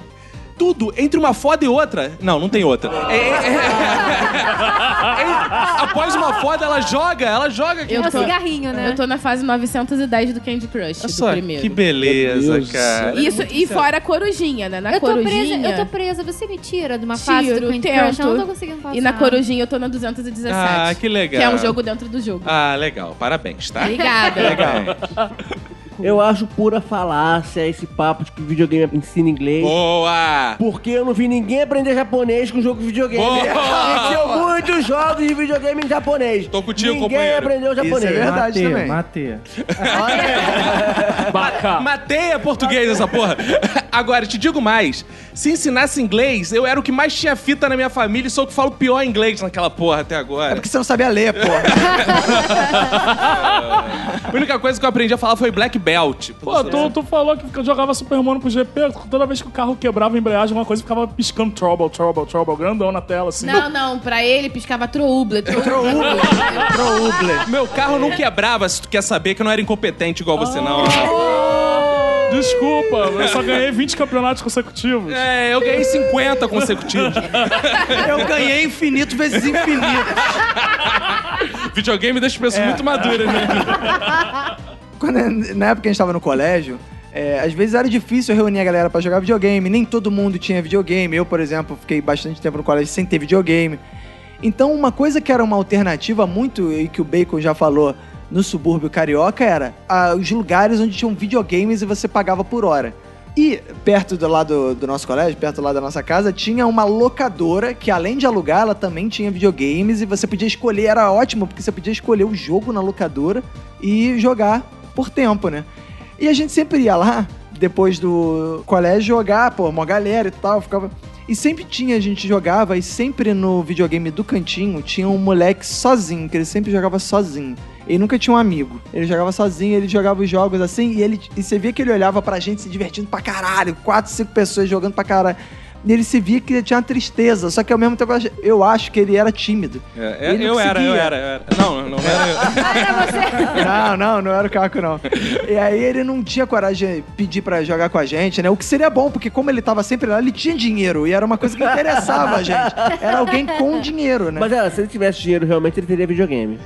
S1: tudo, entre uma foda e outra. Não, não tem outra. É- é- é- é- após uma foda, ela joga, ela joga. aqui.
S6: É
S3: Eu
S6: o
S3: tô-
S6: cigarrinho, né?
S3: Eu tô na fase 910 do Candy Crush,
S1: Olha
S3: do
S1: só,
S3: primeiro.
S1: que é beleza, cara.
S3: Isso, e fora a corujinha, né? Na
S6: Eu tô presa,
S3: corujinha...
S6: eu tô presa. Você me tira de uma
S3: Tiro,
S6: fase do Candy Crush, eu não tô
S3: tento.
S6: conseguindo passar.
S3: E na corujinha eu tô na 217.
S1: Ah, que legal.
S3: Que é um jogo dentro do jogo.
S1: Ah, legal. Parabéns, tá?
S3: Obrigada.
S4: Eu acho pura falácia esse papo de que videogame ensina inglês.
S1: Boa!
S4: Porque eu não vi ninguém aprender japonês com jogo de videogame.
S1: Boa!
S4: Existiam muitos jogos de videogame em japonês.
S1: Tô contigo,
S4: ninguém
S1: companheiro.
S4: aprendeu japonês.
S2: Isso é verdade
S7: Matê,
S2: também.
S7: matê.
S5: Baca.
S1: Matei a português essa porra. Agora, te digo mais. Se ensinasse inglês, eu era o que mais tinha fita na minha família e sou o que falo pior inglês naquela porra até
S2: É
S1: agora.
S2: porque você não sabia ler, pô.
S1: A única coisa que eu aprendi a falar foi black belt.
S5: Pô,
S1: é.
S5: tu, tu falou que jogava Super Mono pro GP, toda vez que o carro quebrava a embreagem, uma coisa ficava piscando trouble, trouble, trouble, grandão na tela, assim.
S3: Não, não, pra ele piscava trouble. Trouble.
S1: Meu carro não quebrava, se tu quer saber que eu não era incompetente igual você, não.
S5: Desculpa, eu só ganhei 20 campeonatos consecutivos.
S1: É, eu ganhei 50 consecutivos.
S2: Eu ganhei infinito vezes infinito. É.
S1: Videogame deixa pessoas muito maduras, né?
S2: Quando, é, na época que a gente tava no colégio, é, às vezes era difícil reunir a galera pra jogar videogame. Nem todo mundo tinha videogame. Eu, por exemplo, fiquei bastante tempo no colégio sem ter videogame. Então, uma coisa que era uma alternativa muito, e que o Bacon já falou no subúrbio carioca era ah, os lugares onde tinham videogames e você pagava por hora. E perto do lado do nosso colégio, perto lá da nossa casa, tinha uma locadora que além de alugar, ela também tinha videogames e você podia escolher, era ótimo, porque você podia escolher o jogo na locadora e jogar por tempo, né? E a gente sempre ia lá, depois do colégio, jogar, pô, uma galera e tal, ficava. E sempre tinha, a gente jogava, e sempre no videogame do cantinho tinha um moleque sozinho, que ele sempre jogava sozinho. Ele nunca tinha um amigo. Ele jogava sozinho, ele jogava os jogos assim, e, ele, e você via que ele olhava pra gente se divertindo pra caralho, quatro, cinco pessoas jogando pra caralho. E ele se via que ele tinha uma tristeza, só que ao mesmo tempo eu ach- eu acho que ele era tímido.
S1: É, é,
S2: Ele não
S1: eu, era, eu
S2: conseguia.
S1: era, eu era. Não, não era eu.
S2: Não, não, não era o Caco, não. E aí ele não tinha coragem de pedir pra jogar com a gente, né? O que seria bom, porque como ele tava sempre lá, ele tinha dinheiro. E era uma coisa que interessava a gente. Era alguém com dinheiro, né?
S4: Mas ah, se ele tivesse dinheiro realmente, ele teria videogame.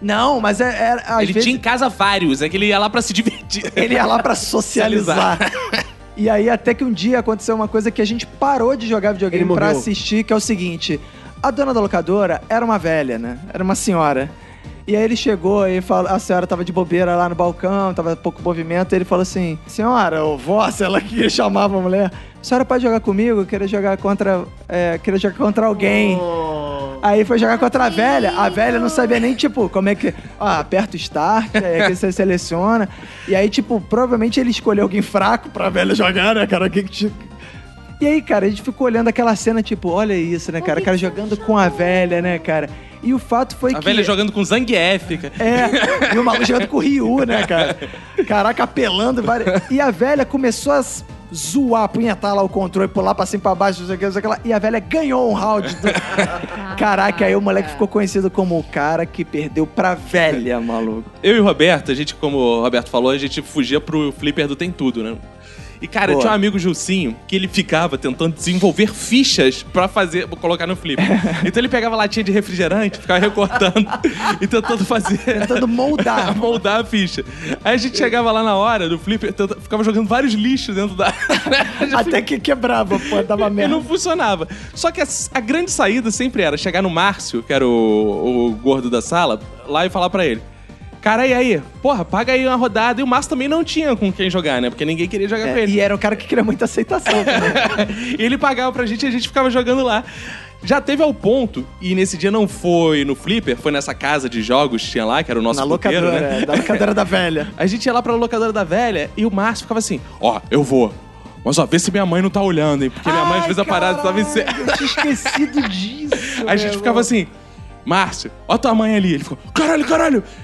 S2: Não, mas é- era, às
S1: Ele
S2: vezes,
S1: tinha em casa vários, é que ele ia lá pra se divertir.
S2: ele ia lá pra socializar. E aí até que um dia aconteceu uma coisa que a gente parou de jogar videogame
S4: Ele
S2: pra
S4: morreu.
S2: assistir, que é o seguinte. A dona da locadora era uma velha, né? Era uma senhora. E aí ele chegou e falou, a senhora tava de bobeira lá no balcão, tava pouco movimento, e ele falou assim, senhora, ou vó, sei lá que chamava a mulher, a senhora pode jogar comigo? Eu queria jogar contra. É, queria jogar contra
S4: Oh.
S2: alguém. Aí foi jogar contra a velha. A velha não sabia nem, tipo, como é que. Ó, aperta o start, aí aqui você seleciona. E aí, tipo, provavelmente ele escolheu alguém fraco pra velha jogar, né, cara? Que, que, e aí, cara, a gente ficou olhando aquela cena, tipo, olha isso, né, cara? O cara jogando com a velha, né, cara? E o fato foi
S1: A
S2: que.
S1: velha jogando com Zangief, cara.
S2: É, e o maluco jogando com o Ryu, né, cara? Caraca, apelando. várias- E a velha começou a s- zoar, apunhetar lá o controle, pular pra cima, pra baixo, não sei o que, não sei o que lá. E a velha ganhou um round. do- Caraca, aí o moleque ficou conhecido como o cara que perdeu pra velha, maluco.
S1: Eu e o Roberto, a gente, como o Roberto falou, a gente fugia pro flipper do Tem Tudo, né? E, cara,
S2: Boa.
S1: tinha um amigo Gilcinho que ele ficava tentando desenvolver fichas pra fazer, pra colocar no flipper. Então ele pegava latinha de refrigerante, ficava recortando e tentando fazer.
S2: Tentando moldar.
S1: moldar a ficha. Aí a gente chegava lá na hora do flipper, tenta- ficava jogando vários lixos dentro da.
S2: Até que quebrava, pô, dava
S1: E
S2: merda.
S1: não funcionava. Só que a, a grande saída sempre era chegar no Márcio, que era o, o gordo da sala, lá e falar pra ele. Cara, e aí? Porra, paga aí uma rodada. E o Márcio também não tinha com quem jogar, né? Porque ninguém queria jogar com
S2: É,
S1: ele.
S2: e era um cara que queria muita aceitação. Cara.
S1: e ele pagava pra gente e a gente ficava jogando lá. Já teve ao ponto, e nesse dia não foi no Flipper, foi nessa casa de jogos que tinha lá, que era o nosso
S2: Na
S1: puteiro,
S2: locadora,
S1: né?
S2: é, da locadora da velha.
S1: A gente ia lá pra locadora da velha e o Márcio ficava assim: Ó, eu vou. Mas ó, vê se minha mãe não tá olhando, hein? Porque minha mãe às vezes a parada tava em
S2: caralho,
S1: cima.
S2: Eu tinha esquecido disso.
S1: A gente
S2: meu
S1: ficava assim, Márcio, ó tua mãe ali. Ele ficou, caralho, caralho.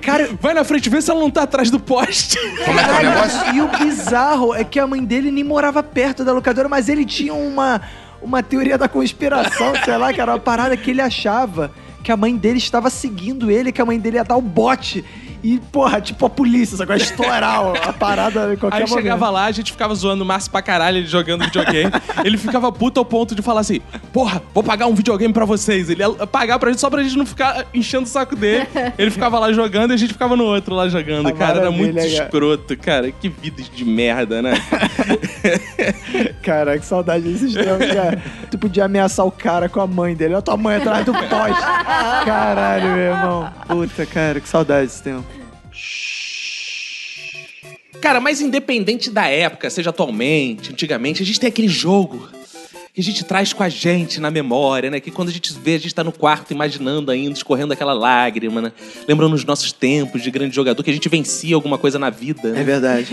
S1: Cara, vai na frente, vê se ela não tá atrás do poste.
S2: Caralho, E o bizarro é que a mãe dele nem morava perto da locadora, mas ele tinha uma, uma teoria da conspiração, sei lá, que era uma parada que ele achava que a mãe dele estava seguindo ele, que a mãe dele ia dar o bote. E, porra, tipo a polícia, só vai estourar a parada em qualquer
S1: Aí
S2: momento.
S1: chegava lá, a gente ficava zoando o Márcio pra caralho, ele jogando videogame. ele ficava puto ao ponto de falar assim, porra, vou pagar um videogame pra vocês. Ele ia pagar pra gente só pra gente não ficar enchendo o saco dele. Ele ficava lá jogando e a gente ficava no outro lá jogando.
S2: Ah,
S1: cara, era muito
S2: maravilha, cara.
S1: escroto, cara. Que vida de merda, né?
S2: Cara, que saudade desses tempos, cara. Tu podia ameaçar o cara com a mãe dele. Olha tua mãe atrás do poste. Caralho, meu irmão. Puta, cara, que saudade desse tempo.
S1: Cara, mas independente da época, seja atualmente, antigamente, a gente tem aquele jogo que a gente traz com a gente na memória, né? Que quando a gente vê, a gente tá no quarto imaginando ainda, escorrendo aquela lágrima, né? Lembrando os nossos tempos de grande jogador, que a gente vencia alguma coisa na vida,
S2: É
S1: né?
S2: verdade.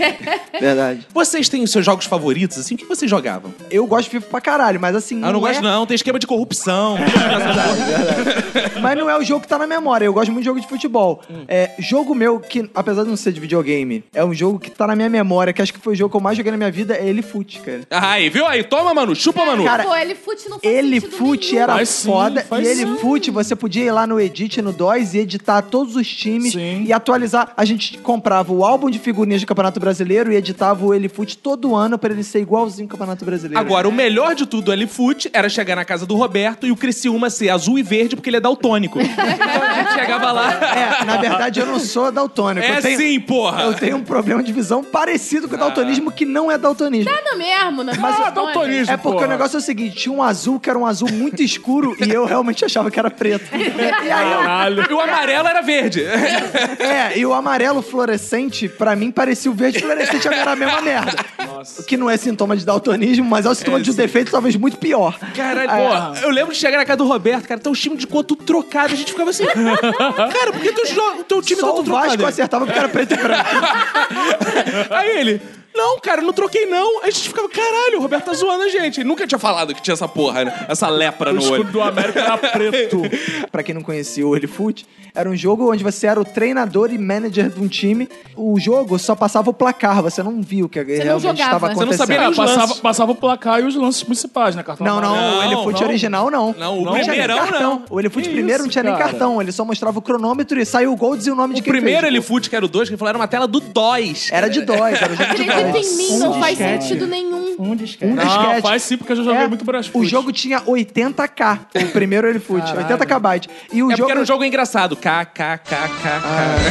S2: Verdade.
S1: Vocês têm os seus jogos favoritos, assim? O que vocês jogavam?
S2: Eu gosto de FIFA pra caralho, mas assim.
S1: Ah, eu não gosto
S2: é-
S1: não, tem esquema de corrupção.
S2: Mas não é o jogo que tá na memória. Eu gosto muito de jogo de futebol. É, jogo meu, que apesar de não ser de videogame, é um jogo que tá na minha memória, que acho que foi o jogo que eu mais joguei na minha vida, é ele fute, cara.
S1: Aí, viu aí? Toma, Manu, chupa, Manu.
S2: Cara,
S3: Pô, ele fute não faz
S2: Ele
S3: sentido
S2: fute
S3: nenhum.
S2: era
S5: Faz sim,
S2: foda.
S5: faz
S2: e ele
S5: sim.
S2: fute, você podia ir lá no Edit, no DOS e editar todos os times
S5: Sim.
S2: e atualizar. A gente comprava o álbum de figurinhas do Campeonato Brasileiro e editava o ele fute todo ano pra ele ser igualzinho ao Campeonato Brasileiro.
S1: Agora, o melhor de tudo do L-Foot era chegar na casa do Roberto e o Criciúma ser azul e verde porque ele é daltônico. Então a gente chegava lá.
S2: É, na verdade eu não sou daltônico.
S1: É
S2: eu tenho,
S1: sim, porra!
S2: Eu tenho um problema de visão parecido com o daltonismo, que não é daltonismo.
S3: Tá no mesmo, né? Mas
S1: um
S5: Ah, daltonismo,
S2: É porque
S5: porra.
S2: o negócio é o seguinte, tinha um azul que era um azul muito escuro e eu realmente achava que era preto. E aí eu
S5: Caralho.
S1: E o amarelo era verde.
S2: É, e o amarelo fluorescente, pra mim, parecia o verde fluorescente, agora era a mesma merda. O Que não é sintoma de daltonismo, mas é um sintoma de um defeito talvez muito pior.
S1: Caralho,
S2: Ah,
S1: porra. Eu lembro de chegar na casa do Roberto, cara, tá o time de cor tudo trocado. A gente ficava assim, cara, por que teu, jo- teu time tá
S2: Só o
S1: tudo
S2: Vasco
S1: trocado?
S2: acertava porque era preto e branco.
S1: Aí ele, não, cara, não troquei não. Aí a gente ficava, caralho, o Roberto tá zoando a gente. Ele nunca tinha falado que tinha essa porra, né? Essa lepra
S5: O
S1: no
S5: escudo
S1: olho.
S5: do América era preto.
S2: Pra quem não conhecia o Olifoot, era um jogo onde você era o treinador e manager de um time. O jogo só passava o placar, você não viu o que realmente
S3: jogava.
S2: estava
S3: Você
S2: acontecendo.
S1: não sabia nem
S5: É,
S1: os
S5: passava,
S1: lances.
S5: passava o placar e os lances principais, né? Cartão
S2: Não, não,
S1: Não,
S2: o Elefute
S1: não.
S2: original não.
S1: Não, o
S2: tinha nem
S1: primeirão,
S2: cartão.
S1: não.
S2: O Elefute
S5: Que
S2: primeiro não
S5: isso,
S2: tinha nem
S5: cara?
S2: cartão, ele só mostrava o cronômetro e saiu o gol e dizia o nome de
S1: O
S2: quem
S1: primeiro
S2: fez.
S1: ele fute, que era o 2, que falaram uma tela do 2.
S2: Era de dois, era o jogo de
S3: Acredita
S2: dois.
S3: em mim, não
S7: Um
S3: faz
S7: disquete.
S3: sentido nenhum.
S7: Um
S2: Um
S7: disquete.
S5: Não,
S2: disquete.
S5: Ah, faz sim, porque eu já joguei
S2: É,
S5: muito Brasfoot.
S2: O jogo tinha 80k, o primeiro Elefute, 80kb. E o
S1: É
S2: jogo
S1: porque era um jogo engraçado. K, K, K, K, K.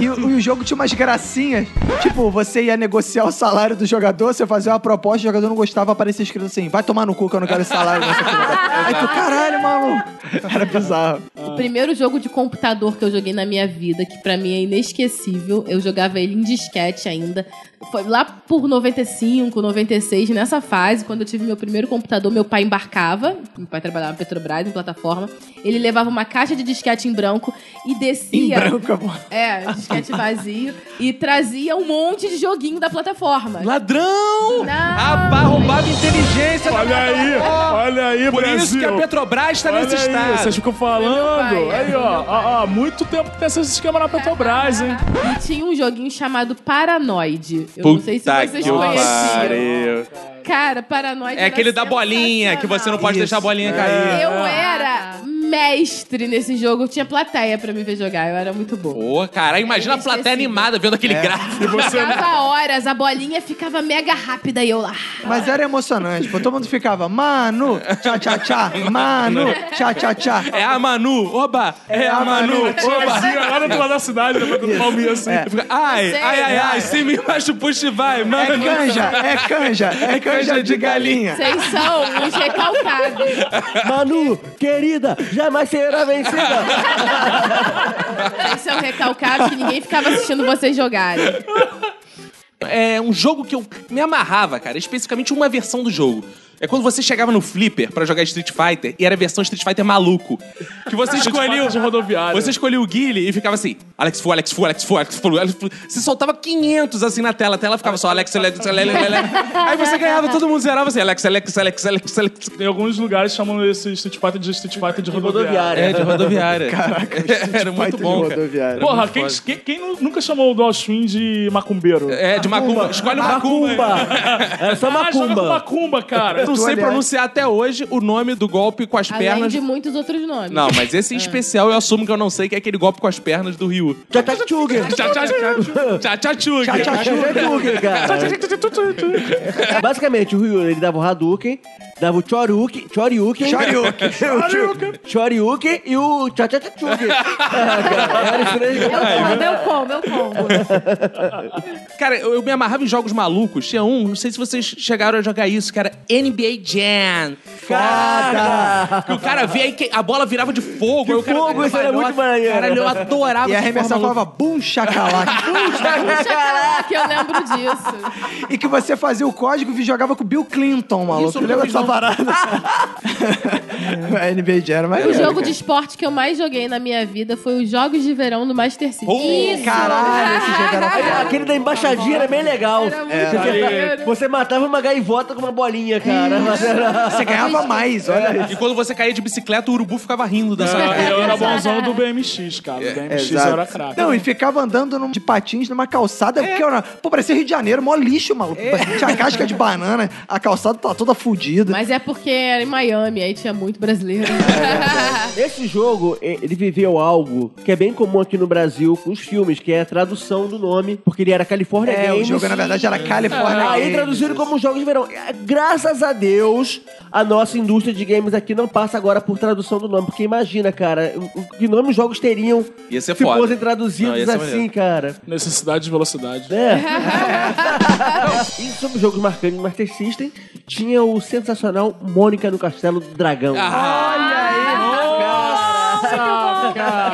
S2: E, o e o jogo tinha umas gracinhas. Tipo, você ia negociar o salário do jogador, você fazia uma proposta, o jogador não gostava, aparecia escrito assim: vai tomar no cu que eu não quero esse salário nessa filha da-". Aí tu, caralho, maluco. Era bizarro.
S3: O primeiro jogo de computador que eu joguei na minha vida, que pra mim é inesquecível, eu jogava ele em disquete ainda. Foi lá por 95, 96, nessa fase, quando eu tive meu primeiro computador, meu pai embarcava, meu pai trabalhava na Petrobras, em plataforma. Ele levava uma caixa de disquete em branco e
S2: Em
S3: descia.
S2: branco, amor.
S3: É, disquete vazio. e trazia um monte de joguinho da plataforma.
S1: Ah, Ladrão!
S3: Não.
S1: Arrombava inteligência.
S5: Olha aí, olha aí,
S1: Por
S5: Brasil.
S1: isso que a Petrobras está
S5: Olha
S1: nesse
S5: aí,
S1: estado.
S5: Vocês ficam
S3: Foi meu
S5: falando.
S3: pai,
S5: aí,
S3: foi
S5: ó,
S3: meu pai.
S5: ó, ó, muito tempo que tem esse esquema na Petrobras, hein?
S3: E tinha um joguinho chamado Paranoide. Eu não sei se
S1: Puta
S3: vocês
S1: que eu
S3: conheciam.
S1: pariu.
S3: Cara, Paranoide
S1: É aquele da
S3: era
S1: bolinha, que você Ah. não pode
S2: Isso.
S1: deixar a bolinha cair.
S3: sensacional. Eu era mestre nesse jogo. Eu tinha plateia pra me ver jogar. Eu era muito bom.
S1: Pô, cara, imagina a plateia animada vendo aquele gráfico.
S3: Ficava horas, a bolinha ficava mega rápida e eu lá.
S2: Mas era emocionante, pô. Todo mundo ficava, mano, tchá, tchá, tchá, mano, tchá, tchá, tchá.
S1: É a Manu, oba! É a Manu, oba!
S5: Tiazinha é lá no outro lado da cidade, levando do Palmeiras assim.
S2: É.
S1: Fica, Ai,
S3: Sei,
S1: ai, ai,
S3: né?
S1: ai, se me macho, puxa e vai,
S2: É
S1: mano.
S2: canja, é canja, é canja de galinha.
S3: Vocês são uns recalcados.
S4: Manu, querida, jamais será vencida.
S3: Vocês são recalcados que ninguém ficava assistindo vocês jogarem.
S1: É um jogo que eu me amarrava, cara, especificamente uma versão do jogo. É quando você chegava no Flipper pra jogar Street Fighter e era a versão Street Fighter maluco. Que você escolhia.
S5: Fighter tipo de rodoviária.
S1: Você escolhia o Guile e ficava assim: Alex Fu, Alex Fu, Alex Fu, Alex Fu, Alex Fu. Você soltava 500 assim na tela. A tela ficava só Alex, Alex, Alex, Alex. Alex. Aí você ganhava, todo mundo zerava assim: Alex, Alex, Alex, Alex, Alex.
S5: Em alguns lugares chamam esse Street Fighter de Street Fighter de rodoviária.
S4: Rodoviária. né?
S1: É, de rodoviária. Caraca, era muito bom. cara.
S2: rodoviária.
S5: Porra, quem, quem, quem nu- nunca chamou o Dual Swing de macumbeiro?
S1: É, de macumba. Escolhe o macumba.
S4: Macumba. É só
S5: Ah, joga com
S4: macumba.
S5: macumba, cara.
S1: Eu não sei
S2: aliás-
S1: pronunciar até hoje o nome do golpe com as
S3: Além
S1: pernas.
S3: de Ah. muitos outros nomes.
S1: Não, mas esse em especial eu assumo que eu não sei que é aquele golpe com as pernas do Ryu.
S4: Tchatchuga.
S1: Tchau,
S4: Tchatchuga, cara. É, Basicamente, o Ryu, ele dava o Hadouken, dava o Choryuken, Choryuken,
S2: Shoryuken.
S4: Choryuken, Choryuken e o Tchatchatchuga. Era os três
S6: Eu
S1: É,
S6: combo, eu combo, eu combo.
S1: Cara, eu, eu me amarrava em jogos malucos. Tinha um, não sei se vocês chegaram a jogar isso, cara. NBA Jam.
S2: Foda.
S1: Que o cara via aí que a bola virava de fogo. aí o cara
S4: fogo, isso era muito maneiro.
S1: Caralho, eu adorava tipo
S2: E a
S1: essa
S2: arremessar
S1: forma maluca.
S2: falava, bum, chacalaca.
S3: Chacalaca, que eu lembro disso.
S2: e que você fazia o código e jogava com o Bill Clinton, maluco.
S1: Isso,
S2: Lembra
S1: Bill
S2: dessa
S1: Clinton.
S2: parada? a NBA já era mais
S3: O jogo de esporte que eu mais joguei na minha vida foi os Jogos de Verão do Master System.
S1: Isso!
S2: Caralho, esse jogo era
S4: Aquele- Aquele da embaixadinha era bem legal.
S3: Era muito
S1: É,
S4: Você-
S3: maneiro.
S4: Você matava uma gaivota com uma bolinha, cara. Mas era-
S2: Você ganhava mais, olha.
S1: E quando você caía de bicicleta, o urubu ficava rindo dessa
S5: Eu, É. eu
S1: parada.
S5: era bonzão do BMX, cara. O BMX eu era craque.
S2: Não, e ficava andando num- de patins numa
S1: É.
S2: calçada. Porque era, pô, parecia Rio de Janeiro, mó lixo, maluco. Tinha casca de banana, a calçada tá toda fodida.
S3: Mas é porque era em Miami, aí tinha muito brasileiro.
S4: Esse jogo, e- ele viveu algo que é bem comum aqui no Brasil com os filmes, que é a tradução do nome, porque ele era California
S2: É, o
S4: Games.
S2: jogo na verdade era
S1: É.
S2: California
S4: Aí
S2: Games.
S4: traduziram como jogos de verão. É, Graças a Deus, a nossa indústria de games aqui não passa agora por tradução do nome. Porque imagina, cara, o- o- que nome os jogos teriam
S10: Ia
S2: É
S10: ser
S4: se
S10: foda.
S4: fossem traduzidos
S10: Não, ia ser
S4: assim,
S10: maneiro.
S4: cara.
S5: Necessidade de velocidade.
S4: É. Não, e sobre jogos marcantes do Master System, tinha o sensacional Mônica no Castelo do Dragão.
S2: Ah.
S6: Muito bom.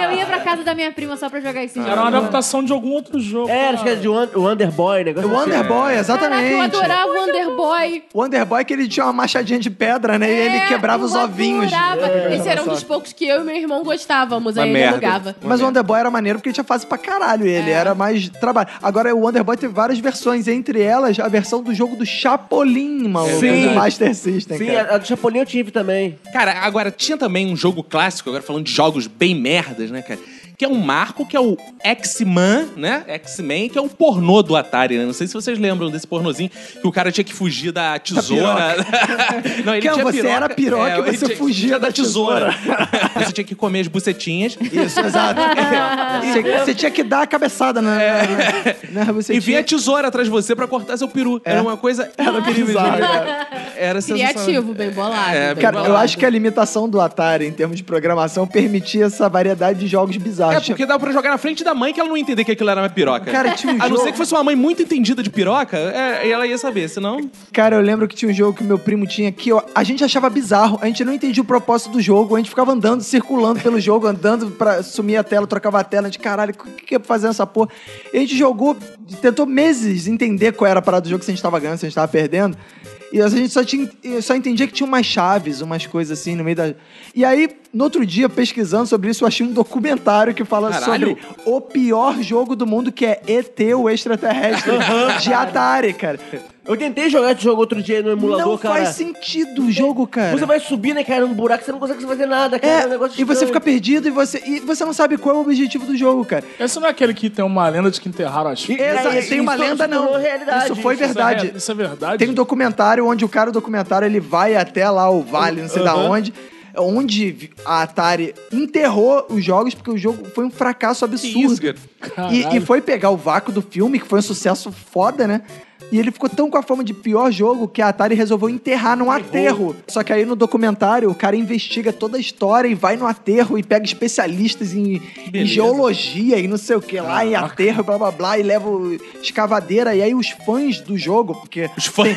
S6: Eu ia pra casa da minha prima só pra jogar esse jogo.
S5: Era uma adaptação de algum outro jogo.
S4: É, acho que era de Won- Wonder Boy, negócio assim.
S2: Wonder Boy,
S3: Caraca, eu
S2: exatamente.
S3: adorava o Underboy.
S2: O Wonder Boy é que ele tinha uma machadinha de pedra, né? e ele
S3: É,
S2: quebrava os
S3: eu
S2: ovinhos. É,
S3: adorava. Esse era um dos poucos que eu e meu irmão gostávamos,
S10: Uma
S3: aí ele
S10: merda.
S3: alugava.
S2: Mas o Underboy era maneiro porque tinha fase pra caralho
S1: É.
S2: ele, era mais trabalho. Agora, o Underboy teve várias versões, entre elas a versão do jogo do Chapolin, maluco,
S4: Sim.
S2: do Master System,
S1: é.
S4: Sim,
S2: cara.
S4: a, a do Chapolin eu tive também.
S1: Cara, agora tinha também um jogo clássico, agora falando de jogos bem merdas, né, cara? Que é um marco, que é o X-Man, né? X-Men, que é o pornô do Atari, né? Não sei se vocês lembram desse pornozinho, que o cara tinha que fugir da tesoura. Não,
S2: Cam, é você era piroca e
S1: É, ele
S2: você fugia da
S1: você tinha que comer as bucetinhas.
S2: Isso, exato.
S1: É.
S2: Você, você tinha que dar a cabeçada, né? né? Você
S1: e vinha tipo, a
S2: tinha... É.
S1: tesoura atrás de você pra cortar seu peru. Era uma coisa
S2: Era
S1: incrível.
S2: bizarro, é.
S1: Era sensacional.
S3: Criativo, bem bolado.
S1: É,
S3: bem
S2: Cara, eu
S1: Embalado.
S2: acho que a limitação do Atari em termos de programação permitia essa variedade de jogos
S1: É,
S2: bizarros.
S1: porque dava pra jogar na frente da mãe que ela não ia entender que aquilo era uma piroca.
S2: Cara, tinha um
S1: A não
S2: jogo-
S1: ser que fosse uma mãe muito entendida de piroca, é, ela ia saber, senão...
S2: Cara, eu lembro que tinha um jogo que meu primo tinha que ó, a gente achava bizarro, a gente não entendia o propósito do jogo, a gente ficava andando, circulando pelo jogo, andando pra sumir a tela, trocava a tela, de caralho, o que que é fazendo essa porra? E a gente jogou, tentou meses entender qual era a parada do jogo, se a gente tava ganhando, se a gente tava perdendo. E a gente só, tinha, só entendia que tinha umas chaves, umas coisas assim no meio da. E aí, no outro dia, pesquisando sobre isso, eu achei um documentário que fala
S1: Caralho.
S2: sobre o pior jogo do mundo, que é ET, o extraterrestre, de Atari, cara.
S4: Eu tentei jogar esse jogo outro dia no emulador,
S2: Não
S4: cara.
S2: faz sentido o jogo, cara.
S4: Você vai subir, né, cara, num buraco, você não consegue fazer nada, cara.
S2: É,
S4: É, um negócio
S2: e você fica
S4: estranho.
S2: perdido e você, e você não sabe qual é o objetivo do jogo, cara.
S5: Esse não é aquele que tem uma lenda de que enterraram as filhas?
S2: Essa,
S4: isso-
S2: tem uma
S4: isso
S2: lenda,
S4: se tornou
S2: não.
S4: realidade,
S2: Isso foi
S4: isso é
S2: verdade.
S5: Isso é verdade?
S2: Tem um documentário onde o cara, o documentário, ele vai até lá o vale, não sei da
S4: Aham.
S2: onde, onde a Atari enterrou os jogos, porque o jogo foi um fracasso absurdo. E, e foi pegar o vácuo do filme, que foi um sucesso foda, né? E ele ficou tão com a fama de pior jogo que a Atari resolveu enterrar num aterro. Só que aí no documentário o cara investiga toda a história e vai no aterro e pega especialistas em, em geologia e não sei o que lá, em aterro, blá blá blá, e leva o- escavadeira. E aí os fãs do jogo, porque.
S1: Os fãs...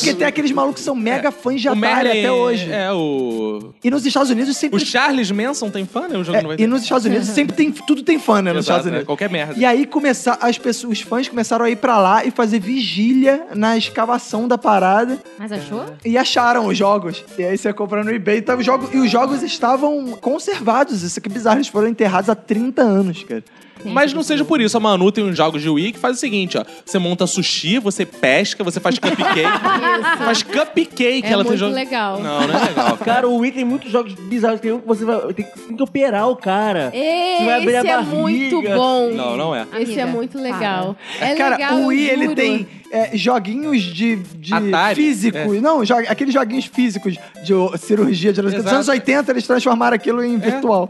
S2: Porque tem aqueles malucos que são mega fãs de
S1: É. o
S2: Atari
S1: Merlin
S2: tá, né, até hoje.
S1: É, o...
S2: E nos Estados Unidos sempre.
S1: O Charles Manson tem fã, né? O jogo
S2: É,
S1: não vai ter.
S2: e nos Estados Unidos sempre tem. Tudo tem fã, né? Nos
S1: Exato,
S2: Estados
S1: né?
S2: Unidos.
S1: Qualquer merda.
S2: E aí começar, as pessoas, os fãs começaram a ir pra lá e fazer vigília na escavação da parada
S6: Mas achou?
S2: e acharam os jogos. E aí você compra no eBay e, tá, o jogo, e os jogos estavam conservados. Isso que é bizarro, eles foram enterrados há 30 anos, cara.
S1: Mas não seja por isso. A Manu tem uns jogos de Wii que faz o seguinte, ó. Você monta sushi, você pesca, você faz cupcake. faz cupcake.
S3: É
S1: ela
S3: muito
S1: tem jogo...
S3: legal.
S1: Não, não é legal. cara.
S4: Cara, o Wii tem muitos jogos bizarros. Tem um que você vai, tem, que- tem que operar o cara. Você vai abrir
S3: Esse
S4: a
S3: é
S4: barriga.
S3: muito bom.
S1: Não, não é.
S3: Esse é
S6: Amiga,
S3: muito
S6: para.
S3: legal. É
S2: cara,
S3: legal,
S2: o Wii,
S3: eu
S2: ele
S3: juro.
S2: tem é, joguinhos de, de
S1: Atari,
S2: físicos. Não, jo- aqueles joguinhos físicos de oh, cirurgia. De... Nos
S1: Exato.
S2: anos 80, eles transformaram aquilo em virtual.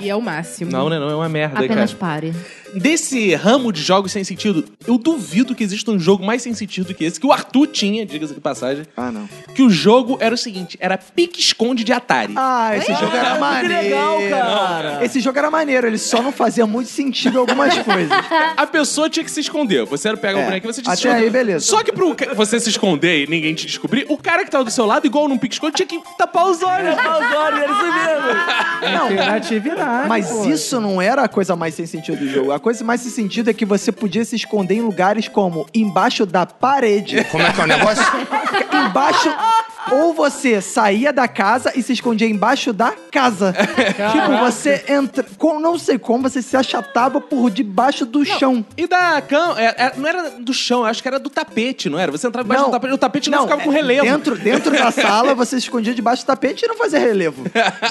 S3: E é o máximo.
S1: Não, né? Não é uma merda, cara.
S6: Apenas pare.
S1: Desse ramo de jogos sem sentido, eu duvido que exista um jogo mais sem sentido que esse, que o Arthur tinha, diga-se de passagem,
S2: Ah, não.
S1: que o jogo era o seguinte, era pique-esconde de Atari.
S2: Ah, esse jogo era
S4: Ah, que
S2: maneiro.
S4: legal, cara.
S2: Esse jogo era maneiro, ele só não fazia muito sentido em algumas coisas.
S1: A pessoa tinha que se esconder. Você era pegar o
S2: É,
S1: boneco e você tinha que
S2: até
S1: se esconder.
S2: aí, beleza.
S1: Só que pro ca- você se esconder e ninguém te descobrir, o cara que tava do seu lado, igual num pique-esconde, tinha que tapar os olhos.
S4: Ah, os olhos, era isso mesmo.
S1: Ah,
S7: Interatividade,
S2: Mas
S7: pô.
S2: isso não era a coisa mais sem sentido do jogo. A coisa mais sem sentido é que você podia se esconder em lugares como embaixo da parede. Como é que é o negócio? embaixo. Ou você saía da casa e se escondia embaixo da casa. Tipo, você entra. com- não sei como, você se achatava por debaixo do chão.
S1: E da cama, é, é, não era do chão, eu acho que era do tapete, não era? Você entrava embaixo
S2: Não.
S1: do tapete, o tapete não, ficava com
S2: é,
S1: relevo.
S2: Dentro, dentro da sala, você se escondia debaixo do tapete e não fazia relevo.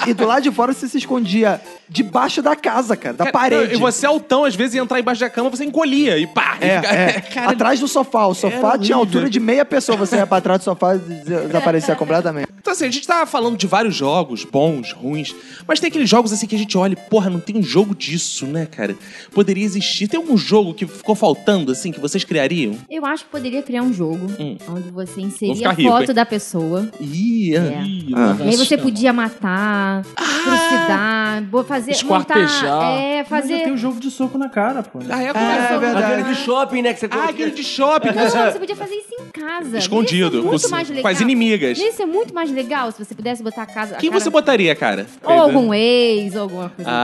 S2: E do lado de fora, você se escondia debaixo da casa, cara, da
S1: Cara,
S2: parede.
S1: E você é altão, às vezes, ia entrar embaixo da cama, você encolhia e pá. e
S2: É,
S1: fica-
S2: é.
S1: Cara,
S2: Atrás do sofá. O sofá tinha altura de meia pessoa. Você ia pra trás do sofá e des- influenciar completamente.
S1: Então, assim, a gente tá falando de vários jogos, bons, ruins, mas tem aqueles jogos assim que a gente olha e, porra, não tem jogo disso, né, cara? Poderia existir. Tem algum jogo que ficou faltando, assim, que vocês criariam?
S6: Eu acho que poderia criar um jogo
S1: Hum.
S6: onde você
S1: Vou
S6: inseria
S1: ficar
S6: a
S1: rico,
S6: foto
S1: hein?
S6: da pessoa.
S1: Ih, ah.
S6: É.
S5: né?
S6: E aí você podia matar, trucidar, bo- fazer,
S5: Esquartejar.
S6: montar, é,
S7: Mas já
S6: fazer.
S7: tem o jogo de soco na cara, pô.
S1: Ah, é, como
S4: Ah,
S1: é?
S4: é verdade.
S6: verdade.
S4: Aquele de shopping, né? Que você
S1: Ah, aquele de shopping.
S6: Não, você podia fazer isso em casa.
S1: Escondido,
S6: Ia ser muito
S1: com-
S6: mais legal.
S1: com as inimigas.
S6: Ia ser muito mais legal se você pudesse botar a casa. a
S1: Quem
S6: cara-
S1: você botaria, cara?
S6: Ou algum ex, ou alguma coisa do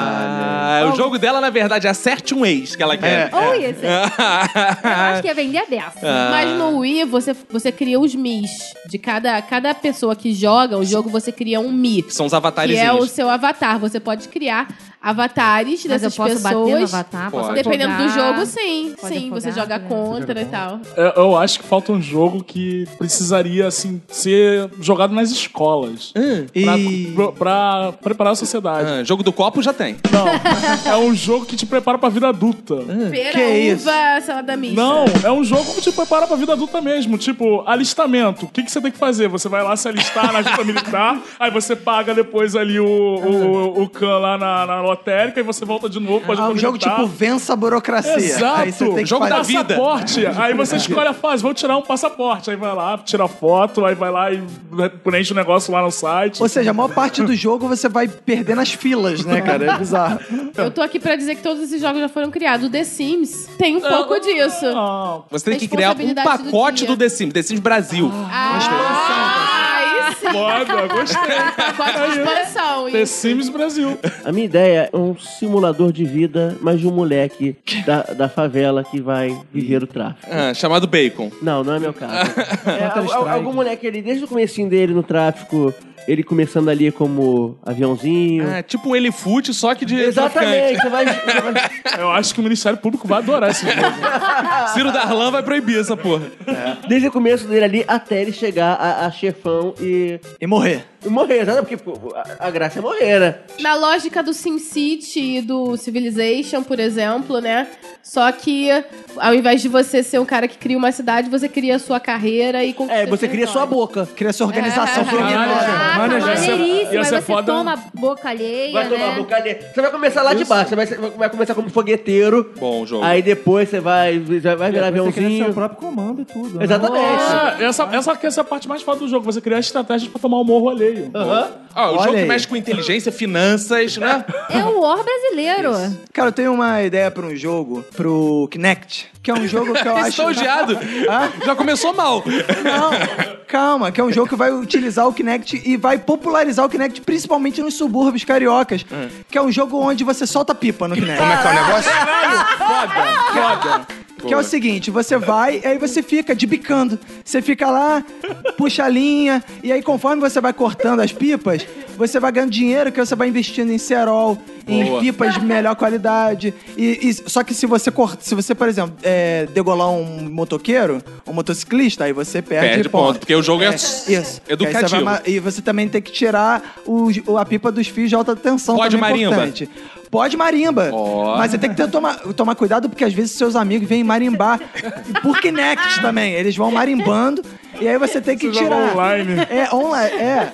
S1: Ah, o jogo dela, na verdade, é acerte um ex que ela quer.
S6: tipo. Ou isso.
S1: Ah.
S6: Eu acho que ia vender a dessa.
S3: Mas no Wii, você, você cria os Mis. De cada, cada pessoa que joga o jogo, você cria um Mi.
S1: Que são os
S3: Que é o
S1: avatarezinhos.
S3: seu avatar. Você pode criar avatares
S6: Mas eu
S3: dessas
S6: posso bater no
S3: pessoas.
S6: avatar, posso
S1: Pode.
S3: Dependendo do
S6: afogar.
S3: jogo, sim.
S6: Pode
S3: sim, você
S6: afogar,
S3: joga
S6: né?
S3: contra e tal.
S5: Eu, eu acho que falta um jogo que precisaria, assim, ser jogado nas escolas. Pra,
S2: E-
S5: pra- pra preparar a sociedade.
S1: Ah, jogo do copo já tem.
S5: Não, é um jogo que te prepara pra vida adulta.
S3: Pera,
S2: Que isso?
S3: uva, salada mista.
S5: Não, é um jogo que te prepara pra vida adulta mesmo. Tipo, alistamento. O que, que você tem que fazer? Você vai lá se alistar na junta militar, aí você paga depois ali o,
S2: É
S5: o, o, o can lá na, na lotérica e você volta de novo pra
S2: Ah,
S5: junta
S2: um jogo
S5: militar.
S2: tipo vença a burocracia. Aí você
S5: Exato.
S2: tem que
S1: Jogo
S2: fazer-
S1: da vida.
S5: passaporte. Aí você escolhe a fase, vou tirar um passaporte. Aí vai lá, tira foto, aí vai lá e preenche o negócio lá no site.
S2: Ou seja, a maior parte do jogo você vai perder nas filas, né, cara? É bizarro.
S3: Eu tô aqui pra dizer que todos esses jogos já foram criados. O The Sims tem um pouco disso.
S5: Ah,
S1: Você tem que criar um
S3: Responsabilidade do
S1: pacote do,
S3: dia.
S1: The Sims, The Sims Brasil.
S3: Ah, isso.
S5: foda, gostei.
S3: Pacote de expansão.
S5: The
S3: isso.
S5: Sims Brasil.
S4: A minha ideia é um simulador de vida, mas de um moleque da, da favela que vai viver o tráfico.
S1: Ah, chamado Bacon.
S4: Não, não é meu caso. É, al- al-
S7: Strike.
S4: algum moleque, ele, desde o comecinho dele no tráfico, ele começando ali como aviãozinho.
S2: É,
S1: Ah, tipo um elefute, só que de
S4: Exatamente, você vai, você vai-
S5: Eu acho que o Ministério Público vai adorar esse jogo.
S1: traficante. Ciro Darlan vai proibir essa porra.
S4: desde o começo dele ali até ele chegar a, a chefão e,
S2: E morrer.
S4: e morrer, sabe? Porque pô, a, a graça é morrer, né?
S3: Na lógica do SimCity e do Civilization, por exemplo, né? Só que ao invés de você ser um cara que cria uma cidade, você cria a sua carreira e conquista.
S4: É, você
S3: o
S4: cria sua
S3: território.
S4: boca.
S2: Cria sua organização
S3: É.
S2: criminosa.
S6: Caraca,
S5: Mano, ia ser-
S6: Ah, tá maneiríssimo.
S5: ia
S6: Aí
S5: ser
S6: você
S5: foda.
S6: toma boca alheia,
S4: Vai tomar
S6: né?
S4: boca ali. Você vai começar lá de baixo, você vai, ser- vai começar como fogueteiro.
S1: Bom jogo.
S4: Aí depois você vai, já vai virar
S7: Você cria seu
S4: aviãozinho.
S7: próprio comando e tudo. né?
S4: Exatamente.
S5: Ah, essa, essa, aqui, essa é a parte mais foda do jogo. Você criar estratégias pra tomar o morro alheio.
S1: Ah, o
S2: Olha
S1: jogo que
S2: aí.
S1: mexe com inteligência, finanças, né?
S6: É o War brasileiro.
S2: Cara, eu tenho uma ideia pra um jogo, pro Kinect, que é um jogo que eu acho... É,
S1: Estou odiado. Já começou mal.
S2: Não, calma, que é um jogo que vai utilizar o Kinect e vai popularizar o Kinect, principalmente nos subúrbios cariocas, que é um jogo onde você solta pipa no Kinect.
S10: Hum. Como é que é o negócio?
S2: Que é o seguinte, você vai e aí você fica dibicando. Você fica lá, puxa a linha, e aí conforme você vai cortando as pipas, você vai ganhando dinheiro que você vai investindo em cerol,
S1: Boa.
S2: em pipas de melhor qualidade. E, e- só que se você corta, se você, por exemplo, é, degolar um motoqueiro, um motociclista, aí você perde,
S1: Perde ponto, porque o jogo é,
S2: Isso.
S1: educativo.
S2: E aí você vai ma- E você também tem que tirar os- o- a pipa dos fios de alta tensão.
S1: Pode
S2: também é
S1: marimba?
S2: importante. Pode marimba.
S1: Ó.
S2: Mas você tem que ter- tomar, tomar cuidado, porque às vezes seus amigos vêm marimbar por Kinect também. Eles vão marimbando e aí você tem que
S5: Você joga
S2: tirar.
S5: online.
S2: É, online. É.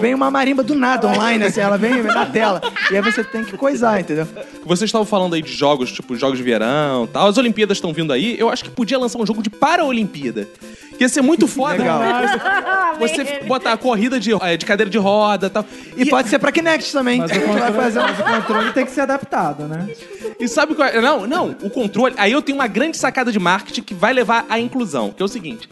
S2: Vem uma marimba do nada online, assim. Ela vem na tela. E aí você tem que coisar, entendeu?
S1: Vocês estavam falando aí de jogos, tipo jogos de verão e tal. As Olimpíadas estão vindo aí. Eu acho que podia lançar um jogo de Paralimpíada. Ia ser muito foda. né?
S2: Legal.
S1: Você f- botar a corrida de, eh, de cadeira de roda e tal.
S2: E, pode ser pra Kinect também.
S7: Mas
S2: A
S7: o,
S2: gente vai
S7: controle,
S2: fazer um-
S7: mas o controle tem que ser adaptado, né?
S1: E sabe qual é? Não, não, o controle. Aí eu tenho uma grande sacada de marketing que vai levar à inclusão, que é o seguinte.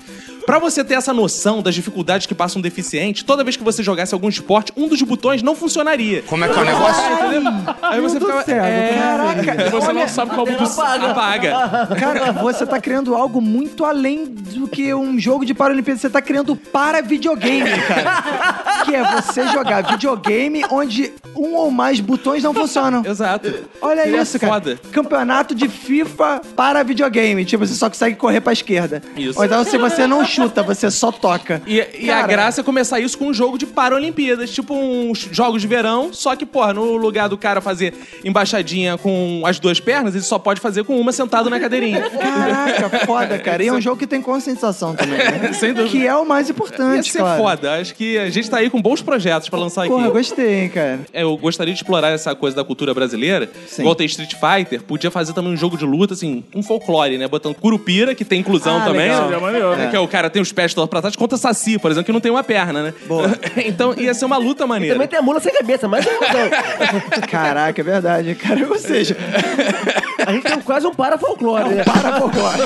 S1: Pra você ter essa noção das dificuldades que passa um deficiente, toda vez que você jogasse algum esporte, um dos botões não funcionaria.
S10: Como é que é o negócio?
S1: Entendeu? Aí você
S7: do
S1: ficava.
S7: céu,
S1: é,
S7: caraca,
S5: E você não sabe qual botão
S1: apaga.
S2: Cara, você tá criando algo muito além do que um jogo de Paralimpíada. Você tá criando para videogame, cara. Que é você jogar videogame onde um ou mais botões não funcionam.
S1: Exato.
S2: Olha
S1: Seria
S2: isso, cara.
S1: foda.
S2: Campeonato de FIFA para videogame. Tipo, você só consegue correr pra esquerda.
S1: Isso.
S2: Ou então, se você não chuta, você só toca.
S1: E, e a
S2: Cara.
S1: graça é começar isso com um jogo de Paralimpíadas, tipo uns jogos de verão, só que, porra, no lugar do cara fazer embaixadinha com as duas pernas, ele só pode fazer com uma sentado na cadeirinha.
S2: Caraca, foda, cara. E é um jogo que tem conscientização também, né?
S1: Sem dúvida.
S2: Que é o mais importante,
S1: Ia ser
S2: claro.
S1: foda. Acho que a gente tá aí com bons projetos pra lançar
S2: Porra,
S1: aqui. É,
S2: gostei, hein, cara.
S1: Eu gostaria de explorar essa coisa da cultura brasileira.
S2: Sim.
S1: Igual tem Street Fighter, podia fazer também um jogo de luta, assim, um folclore, né? Botando curupira, que tem inclusão
S2: Ah,
S1: também.
S2: legal.
S5: Seria maneiro.
S1: É. Que é o cara tem os pés todos pra trás, contra Saci, por exemplo, que não tem uma perna, né?
S2: Boa.
S1: então ia ser uma luta maneira.
S4: Também tem a mula sem cabeça, mas um- não, não.
S2: Caraca, é verdade, cara. Ou seja,
S4: a gente tem quase um para-folclore. né?
S2: para folclore.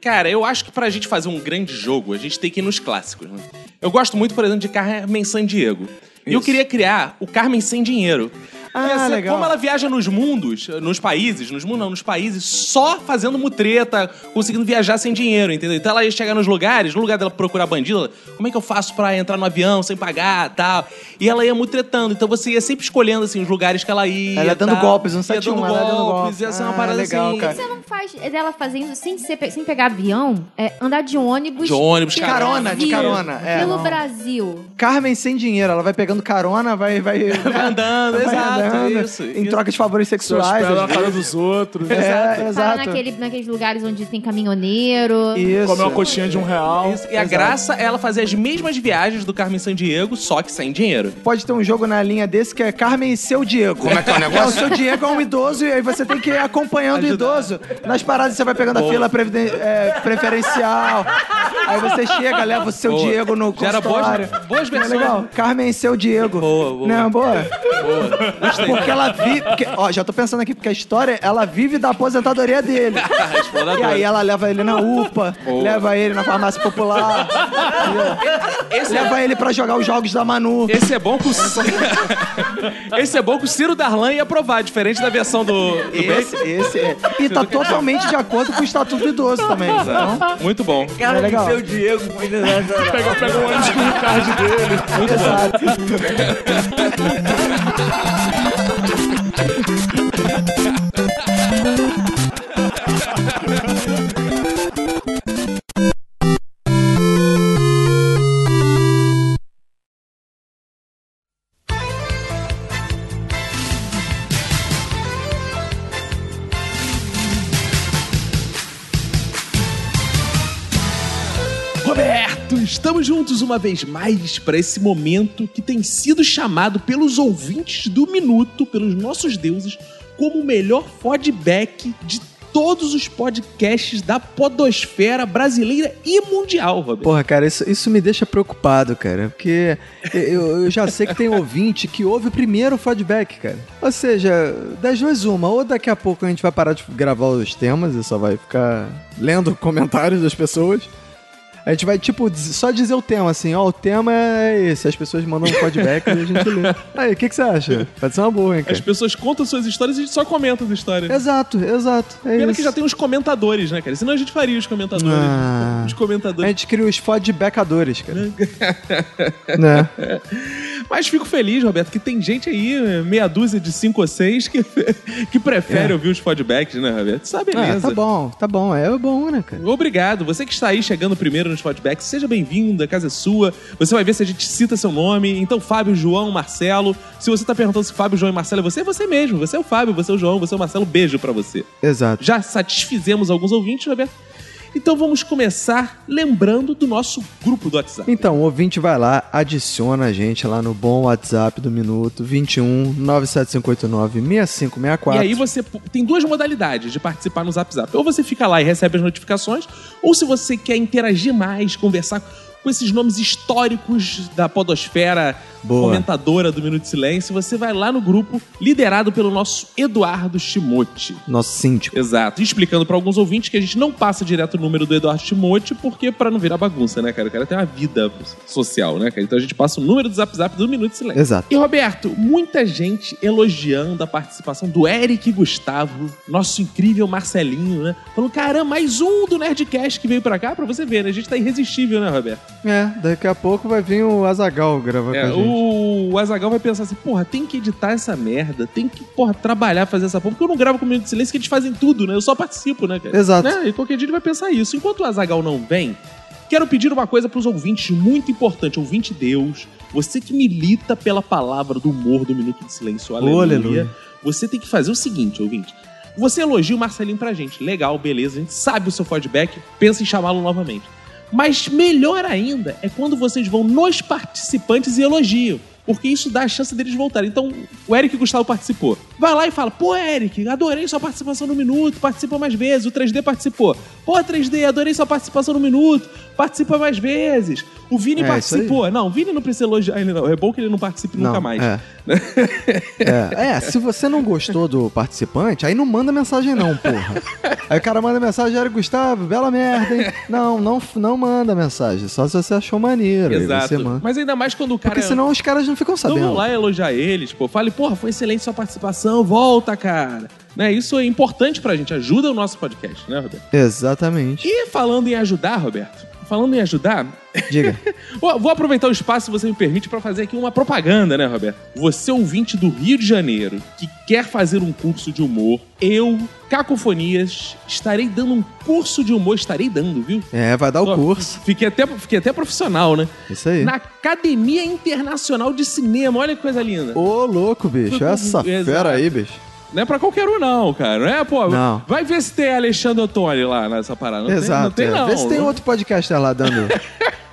S1: Cara, eu acho que pra gente fazer um grande jogo, a gente tem que ir nos clássicos, né? Eu gosto muito, por exemplo, de Carmen Sandiego. E eu queria criar o Carmen Sem Dinheiro.
S2: Ah,
S1: Que ia ser
S2: legal.
S1: Como ela viaja nos mundos, nos países, nos mundos não, nos países, só fazendo mutreta, conseguindo viajar sem dinheiro, entendeu? Então ela ia chegar nos lugares, no lugar dela procurar bandido, ela, como é que eu faço pra entrar no avião sem pagar tal? E ela ia mutretando, então você ia sempre escolhendo assim, os lugares que ela ia.
S2: Ela ia dando
S1: tal.
S2: golpes, um
S1: Ia
S2: 71,
S1: dando
S2: ela ia dando
S1: golpes,
S2: golpes.
S1: ia ser uma
S2: Ah,
S1: parada
S2: legal,
S1: assim.
S6: Por que
S2: cara.
S6: você não faz dela fazendo sem, ser pe- sem pegar avião? É, andar de ônibus.
S1: De ônibus,
S6: pelo
S2: carona, de
S6: Brasil,
S2: carona, é,
S6: pelo
S2: não.
S6: Brasil.
S2: Carmen sem dinheiro, ela vai pegando carona, vai. Vai, né?
S1: Vai andando,
S2: vai
S1: exato,
S2: andando,
S1: isso,
S2: Em
S1: isso.
S2: troca de favores
S5: Se eu
S2: sexuais.
S5: espero na
S2: às vezes.
S5: cara dos outros. né?
S2: É,
S6: Parar
S2: exato.
S6: naquele, naqueles lugares onde tem caminhoneiro.
S2: Isso.
S5: Comer uma coxinha de um real.
S1: Isso, E a graça é ela fazer as mesmas viagens do Carmen Sandiego, só que sem dinheiro.
S2: Pode ter um jogo na linha desse que é Carmen e seu Diego. Como é que é o negócio? o seu Diego é um idoso e aí você tem que ir acompanhando o idoso. Nas paradas você vai pegando a fila previden- é, preferencial. Aí você chega, leva o seu
S1: Boa.
S2: Diego no
S1: Gera boas-
S2: consultório.
S1: boas
S2: Não é
S1: versões.
S2: legal? Carmen e seu Diego.
S1: Boa, boa.
S2: Não, boa. Porque ela vive... porque- ó, já tô pensando aqui, porque a história, ela vive da aposentadoria dele.
S1: É Exploradora.
S2: E aí ela leva ele na UPA, leva ele na farmácia popular,
S1: Esse, é,
S2: leva ele pra jogar os jogos da Manu.
S1: esse é bom com o Ciro. esse é bom com o Ciro Darlan ia aprovar, diferente da versão do, do Bacon.
S2: Esse, esse é. E tá totalmente de acordo com o Estatuto do Idoso também. Então,
S1: Muito bom.
S2: é legal.
S5: Pega, pega o ônibus com um o card dele.
S1: Roberto, estamos juntos uma vez mais para esse momento que tem sido chamado pelos ouvintes do Minuto, pelos nossos deuses, como o melhor feedback de todos os podcasts da podosfera brasileira e mundial, Roberto.
S10: Porra, cara, isso, isso me deixa preocupado, cara. Porque eu, eu já sei que tem um ouvinte que ouve primeiro o feedback, cara. Ou seja, das duas uma. Ou daqui a pouco a gente vai parar de gravar os temas e só vai ficar lendo comentários das pessoas. A gente vai, tipo, diz- só dizer o tema, assim, ó, o tema é esse. As pessoas mandam um feedback e a gente lê. Aí, o que, que você acha? Pode ser uma boa, hein,
S1: As
S10: cara?
S1: pessoas contam suas histórias e a gente só comenta as histórias.
S5: É
S10: Exato, exato. É
S1: Pena
S10: isso.
S1: que já tem os comentadores, né, cara? Senão a gente faria os comentadores.
S10: Ah.
S1: Os
S10: A
S1: comentadores.
S10: gente cria os feedbackadores, cara. né?
S1: Mas fico feliz, Roberto, que tem gente aí, né, meia dúzia de cinco ou seis, que, que
S5: É.
S1: prefere ouvir os feedbacks, né, Roberto? Isso é uma
S10: Ah,
S1: beleza.
S10: tá bom, tá bom. É bom, né, cara?
S1: Obrigado. Você que está aí chegando primeiro nos feedbacks, seja bem-vindo, a casa é sua. Você vai ver se a gente cita seu nome. Então, Fábio, João, Marcelo. Se você tá perguntando se Fábio, João e Marcelo é você, é você mesmo. Você é o Fábio, você é o João, você é o Marcelo. Beijo pra você.
S10: Exato.
S1: Já satisfizemos alguns ouvintes, Roberto. Então vamos começar lembrando do nosso grupo do WhatsApp.
S10: Então, o ouvinte vai lá, adiciona a gente lá no bom WhatsApp do Minuto, 21 97589 6564.
S1: E aí você pu- tem duas modalidades de participar no Zap Zap. Ou você fica lá e recebe as notificações, ou se você quer interagir mais, conversar com esses nomes históricos da podosfera
S10: Boa.
S1: comentadora do Minuto de Silêncio, você vai lá no grupo liderado pelo nosso Eduardo Shimote.
S10: Nosso síndico.
S1: Exato. E Explicando pra alguns ouvintes que a gente não passa direto o número do Eduardo Timote, porque pra não virar bagunça, né, cara? O cara tem uma vida social, né, cara? Então a gente passa o número do Zap Zap do Minuto de Silêncio.
S10: Exato.
S1: E Roberto, muita gente elogiando a participação do Eric Gustavo, nosso incrível Marcelinho, né? Falando, caramba, mais um do Nerdcast que veio pra cá pra você ver, né? A gente tá irresistível, né, Roberto?
S10: É, daqui a pouco vai vir o Azagal gravar
S1: É,
S10: com a gente.
S1: o o Azagal vai pensar assim, porra, tem que editar essa merda, tem que, porra, trabalhar, fazer essa porra, porque eu não gravo com o Minuto de Silêncio que eles fazem tudo, né? Eu só participo, né, cara?
S10: Exato.
S1: Né? E qualquer dia ele vai pensar isso. Enquanto o Azagal não vem, quero pedir uma coisa pros ouvintes muito importante. Ouvinte Deus, você que milita pela palavra do humor do Minuto de Silêncio, aleluia.
S10: aleluia.
S1: Você tem que fazer o seguinte, ouvinte. Você elogia o Marcelinho pra gente. Legal, beleza, a gente sabe o seu feedback, pensa em chamá-lo novamente. Mas melhor ainda é quando vocês vão nos participantes e elogiam. Porque isso dá a chance deles voltarem. Então, o Eric Gustavo participou. Vai lá e fala: Pô, Eric, adorei sua participação no Minuto, participa mais vezes. O 3D participou. Pô, 3D, adorei sua participação no Minuto, participa mais vezes. O Vini
S2: É, isso
S1: participou. Não, o Vini não precisa elogiar ele, não. É bom que ele não participe nunca
S2: Não,
S1: mais.
S2: É. é. É, se você não gostou do participante, aí não manda mensagem não, porra. Aí o cara manda mensagem, Eric Gustavo, bela merda, hein? Não, não, não manda mensagem. Só se você achou maneiro. aí Você
S1: Exato.
S2: manda.
S1: Mas ainda mais quando o cara. é
S2: Porque senão os caras não ficam
S1: Então
S2: sabendo.
S1: vão lá elogiar eles, pô. Fale, porra, foi excelente sua participação, volta, cara. Né? Isso é importante pra gente, ajuda o nosso podcast, né, Roberto?
S2: Exatamente.
S1: E falando em ajudar, Roberto, falando em ajudar,
S2: Diga.
S1: vou vou aproveitar o espaço, se você me permite, pra fazer aqui uma propaganda, né, Roberto? Você, ouvinte do Rio de Janeiro, que quer fazer um curso de humor, eu, Cacofonias, estarei dando um curso de humor, estarei dando, viu?
S2: É, vai dar o curso.
S1: Fiquei até, fiquei até profissional, né?
S2: Isso aí.
S1: Na Academia Internacional de Cinema, olha que coisa linda.
S2: Ô, louco, bicho. Essa
S1: Exato.
S2: fera aí, bicho.
S1: Não é pra qualquer um, não, cara. Não é, pô.
S2: Não.
S1: Vai ver se tem Alexandre Ottoni lá nessa parada. Não
S2: Exato.
S1: Tem,
S2: é.
S1: não tem, não. né?
S2: Vê se tem outro podcaster lá dando,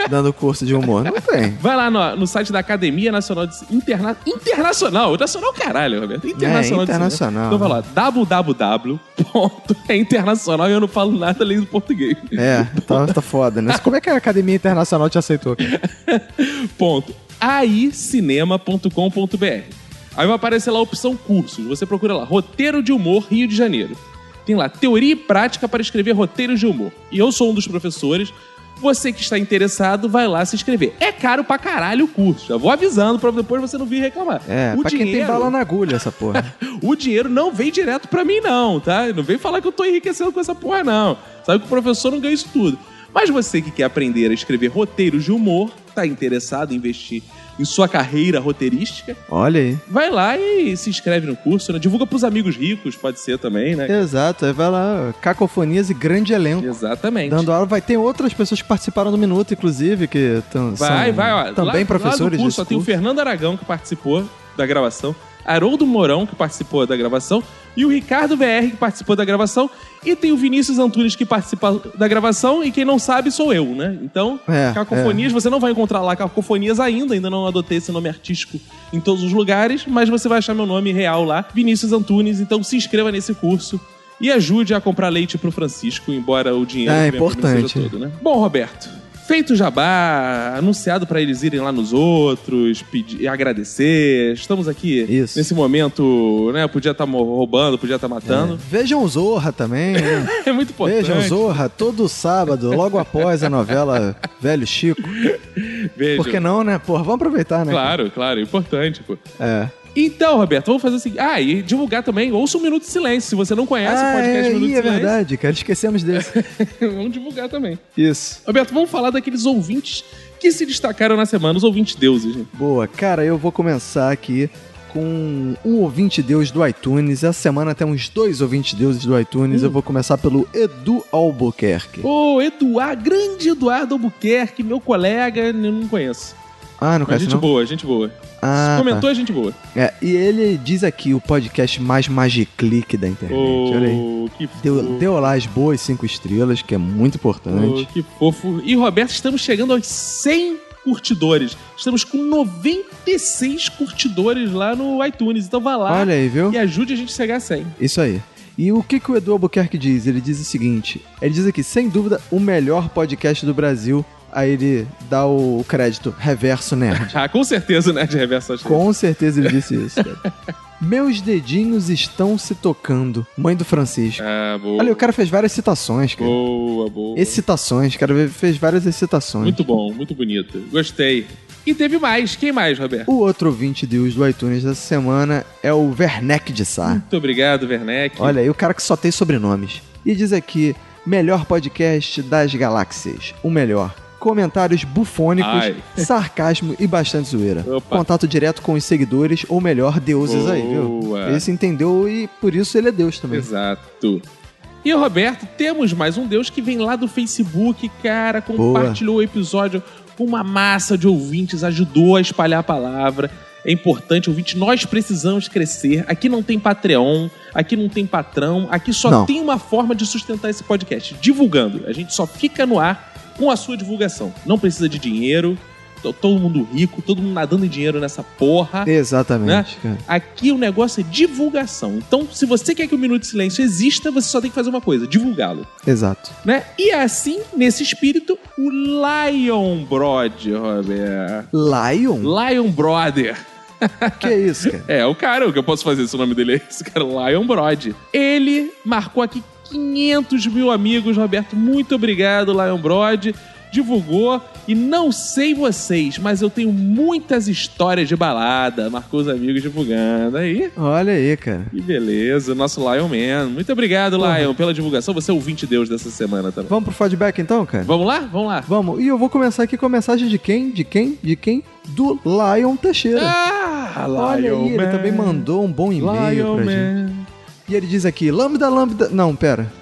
S2: dando curso de humor. Não tem.
S1: Vai lá no, no site da Academia Nacional de Interna... Internacional. Nacional, caralho, Roberto. Internacional. de Cinema.
S2: É, internacional,
S1: Então vai lá, www. ponto, É internacional e eu não falo nada além do português.
S2: É, tá, tá foda, né? Como é que a Academia Internacional te aceitou? cara?
S1: ponto aicinema.com.br. Aí vai aparecer lá a opção cursos. Você procura lá, roteiro de humor Rio de Janeiro. Tem lá, teoria e prática para escrever roteiros de humor. E eu sou um dos professores. Você que está interessado, vai lá se inscrever. É caro pra caralho o curso. Já vou avisando pra depois você não vir reclamar.
S2: É,
S1: o
S2: pra quem tem bala na agulha, essa porra.
S1: o dinheiro não vem direto pra mim, não, tá? Não vem falar que eu tô enriquecendo com essa porra, não. Sabe que o professor não ganha isso tudo. Mas você que quer aprender a escrever roteiros de humor, tá interessado em investir em sua carreira roteirística,
S2: Olha aí.
S1: vai lá e se inscreve no curso, né? Divulga pros amigos ricos, pode ser também, né?
S2: Exato, aí vai lá, cacofonias e grande elenco.
S1: Exatamente.
S2: Dando aula, vai ter outras pessoas que participaram do Minuto, inclusive, que tão,
S1: Vai,
S2: são
S1: vai, ó.
S2: também
S1: lá, lá do
S2: professores
S1: curso,
S2: disso.
S1: só tem o Fernando Aragão que participou da gravação, Haroldo Mourão que participou da gravação e o Ricardo VR que participou da gravação e tem o Vinícius Antunes que participa da gravação e quem não sabe sou eu, né? Então,
S2: É,
S1: Cacofonias, você não vai encontrar lá Cacofonias ainda, ainda não adotei esse nome artístico em todos os lugares, mas você vai achar meu nome real lá, Vinícius Antunes, então se inscreva nesse curso. E ajude a comprar leite pro Francisco, embora o dinheiro
S2: É,
S1: que venha pra mim não
S2: importante.
S1: seja todo, né? Bom, Roberto, feito o jabá, anunciado pra eles irem lá nos outros, pedir, agradecer. Estamos aqui
S2: Isso.
S1: nesse momento, né? Podia estar roubando, podia estar matando.
S2: É. Vejam Zorra também, né?
S1: É, muito importante.
S2: Vejam Zorra todo sábado, logo após a novela Velho Chico.
S1: Vejam.
S2: Por que não, né? Porra, vamos aproveitar, né?
S1: Claro, claro, é importante, pô.
S2: É.
S1: Então, Roberto, vamos fazer o seguinte. Ah, e divulgar também, ouça um Minuto de Silêncio. Se você não conhece o
S2: Ah,
S1: podcast
S2: é,
S1: Minuto de
S2: ih, é
S1: Silêncio,
S2: verdade, cara. Esquecemos desse.
S1: vamos divulgar também.
S2: Isso.
S1: Roberto, vamos falar daqueles ouvintes que se destacaram na semana, os ouvintes deuses. né?
S2: Boa, cara, eu vou começar aqui com um ouvinte deus do iTunes. Essa semana temos dois ouvintes deuses do iTunes. Eu
S1: Hum.
S2: vou começar pelo Edu Albuquerque.
S1: Ô, Eduardo, grande Eduardo Albuquerque, meu colega, eu não conheço.
S2: Ah, não
S1: Mas
S2: conhece
S1: gente
S2: não?
S1: boa, gente boa.
S2: Ah,
S1: Comentou, é gente boa.
S2: tá. É, e ele diz aqui o podcast mais magiclique da internet. Olha aí.
S1: Ô, que
S2: Deu,
S1: fofo.
S2: deu lá as boas cinco estrelas, que é muito
S1: Ô,
S2: importante.
S1: que fofo. E, Roberto, estamos chegando aos 100 curtidores. Estamos com 96 curtidores lá no iTunes. Então vá lá
S2: Olha aí, viu?
S1: e ajude a gente a chegar a 100.
S2: Isso aí. E o que, que o Edu Albuquerque diz? Ele diz o seguinte: ele diz aqui, sem dúvida, o melhor podcast do Brasil. Aí ele dá o crédito, Reverso Nerd.
S1: Ah, com certeza o Nerd Reverso acha
S2: Com certeza ele disse isso. cara. Meus dedinhos estão se tocando. Mãe do
S1: isso.
S2: Francisco.
S1: Ah, boa.
S2: Olha, o cara fez várias citações, cara.
S1: Boa, boa.
S2: Excitações, o cara fez várias excitações.
S1: Muito bom, muito bonito. Gostei. E teve mais. Quem mais, Roberto?
S2: O outro ouvinte deus do iTunes dessa semana é o Werneck de Sá.
S1: Muito obrigado, Werneck.
S2: Olha aí, o cara que só tem sobrenomes. E diz aqui: melhor podcast das galáxias. O melhor. Comentários bufônicos,
S1: Ai.
S2: sarcasmo e bastante zoeira.
S1: Opa.
S2: Contato direto com os seguidores, ou melhor, deuses aí, viu?
S1: Boa.
S2: Ele se entendeu e por isso ele é deus também.
S1: Exato. E Roberto, temos mais um Deus que vem lá do Facebook, cara,
S2: Boa.
S1: compartilhou o episódio com uma massa de ouvintes, ajudou a espalhar a palavra. É importante, ouvinte, nós precisamos crescer. Aqui não tem Patreon, aqui não tem patrão, aqui só
S2: Não.
S1: tem uma forma de sustentar esse podcast: divulgando. A gente só fica no ar com a sua divulgação. Não precisa de dinheiro, to- todo mundo rico, todo mundo nadando em dinheiro nessa porra. Né?
S2: Exatamente, cara.
S1: Aqui o negócio é divulgação. Então, se você quer que o Minuto de Silêncio exista, você só tem que fazer uma coisa: divulgá-lo.
S2: Exato.
S1: Né? E assim, nesse espírito, o Lion Brother, Robert.
S2: Lion?
S1: Lion Brother.
S2: Que é isso, cara?
S1: É, o cara, o que eu posso fazer se o nome dele é esse cara, Lion Brod. Ele marcou aqui 500 mil amigos, Roberto. Muito obrigado, Lion Brod. Divulgou. E não sei vocês, mas eu tenho muitas histórias de balada. Marcou os amigos divulgando. Aí,
S2: Olha aí, cara.
S1: que beleza. Nosso Lion Man. Muito obrigado, Lion, pela divulgação. Você é o 20 Deus dessa semana também.
S2: Vamos pro feedback então, cara?
S1: Vamos lá? Vamos lá.
S2: Vamos. E eu vou começar aqui com a mensagem de quem? De quem? De quem? Do Lion Teixeira.
S1: Ah,
S2: Olha aí, ele também mandou um bom e-mail
S1: Lion
S2: pra gente.
S1: Man.
S2: E ele diz aqui, lambda, lambda... Não, pera.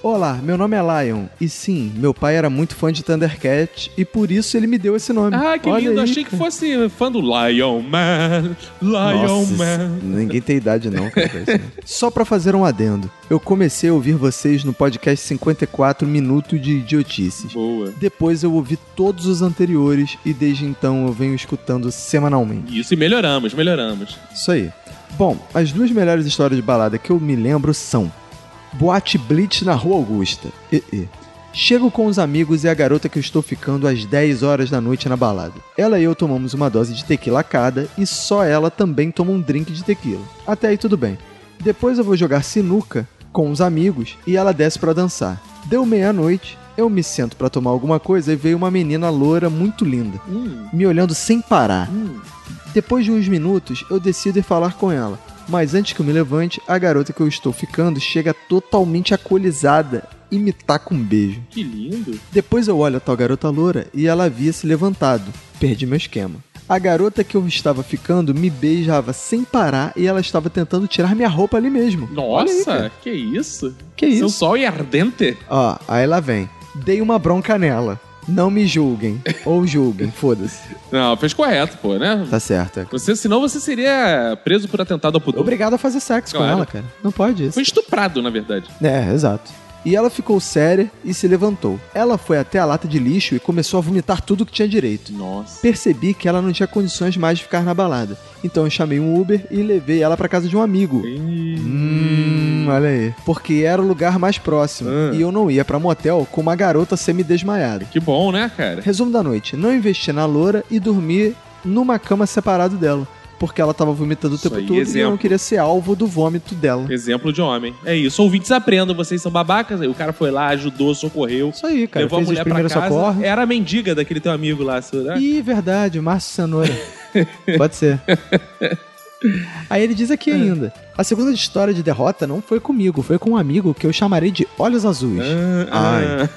S2: Olá, meu nome é Lion. E sim, meu pai era muito fã de Thundercat e por isso ele me deu esse nome.
S1: Ah, que
S2: Olha
S1: lindo.
S2: aí,
S1: Achei que fosse fã do Lion Man. Lion
S2: Nossa,
S1: Man.
S2: isso- Ninguém tem idade não, cara. pra isso, né? Só pra fazer um adendo. Eu comecei a ouvir vocês no podcast 54 Minutos de Idiotices.
S1: Boa.
S2: Depois eu ouvi todos os anteriores e desde então eu venho escutando semanalmente.
S1: Isso, e melhoramos, melhoramos.
S2: Isso aí. Bom, as duas melhores histórias de balada que eu me lembro são Boate Blitz na Rua Augusta. E, e. Chego com os amigos e a garota que eu estou ficando às 10 horas da noite na balada. Ela e eu tomamos uma dose de tequila cada e só ela também toma um drink de tequila. Até aí tudo bem. Depois eu vou jogar sinuca com os amigos e ela desce pra dançar. Deu meia-noite, eu me sento pra tomar alguma coisa e veio uma menina loura muito linda, me olhando sem parar.
S1: Hum.
S2: Depois de uns minutos, eu decido ir falar com ela. Mas antes que eu me levante, a garota que eu estou ficando chega totalmente acolizada e me taca um beijo.
S1: Que lindo.
S2: Depois eu olho a tal garota loura e ela havia se levantado. Perdi meu esquema. A garota que eu estava ficando me beijava sem parar e ela estava tentando tirar minha roupa ali mesmo. Olha aí,
S1: Nossa,
S2: cara.
S1: que isso?
S2: que
S1: São
S2: isso?
S1: sol e ardente?
S2: Ó, aí ela vem. Dei uma bronca nela. Não me julguem. Ou julguem, foda-se.
S1: Não, fez correto, pô, né?
S2: Tá certo.
S1: Você, senão você seria preso por atentado ao pudor.
S2: Obrigado a fazer sexo
S1: Claro.
S2: com ela, cara. Não pode isso.
S1: Foi estuprado, na verdade.
S2: É, exato. E ela ficou séria e se levantou. Ela foi até a lata de lixo e começou a vomitar tudo que tinha direito.
S1: Nossa.
S2: Percebi que ela não tinha condições mais de ficar na balada. Então eu chamei um Uber e levei ela pra casa de um amigo. Hum, olha aí. Porque era o lugar mais próximo.
S1: Ah.
S2: E eu não ia pra motel com uma garota semi-desmaiada.
S1: Que bom, né, cara?
S2: Resumo da noite: não investi na loura e dormi numa cama separado dela. Porque ela tava vomitando o
S1: Isso
S2: tempo
S1: aí,
S2: todo e eu
S1: exemplo.
S2: não queria ser alvo do vômito dela.
S1: Exemplo de homem. É isso. Ouvintes aprendam, vocês são babacas. Aí o cara foi lá, ajudou, socorreu.
S2: Isso aí, cara.
S1: levou a
S2: Fez
S1: mulher
S2: os
S1: pra
S2: primeiros
S1: casa.
S2: socorros.
S1: Era a mendiga daquele teu amigo lá, seu, né?
S2: Ih, verdade, Márcio Cenoura. Pode ser. Aí ele diz
S1: É.
S2: aqui ainda: a segunda história de derrota não foi comigo, foi com um amigo que eu chamarei de Olhos Azuis.
S1: Ah,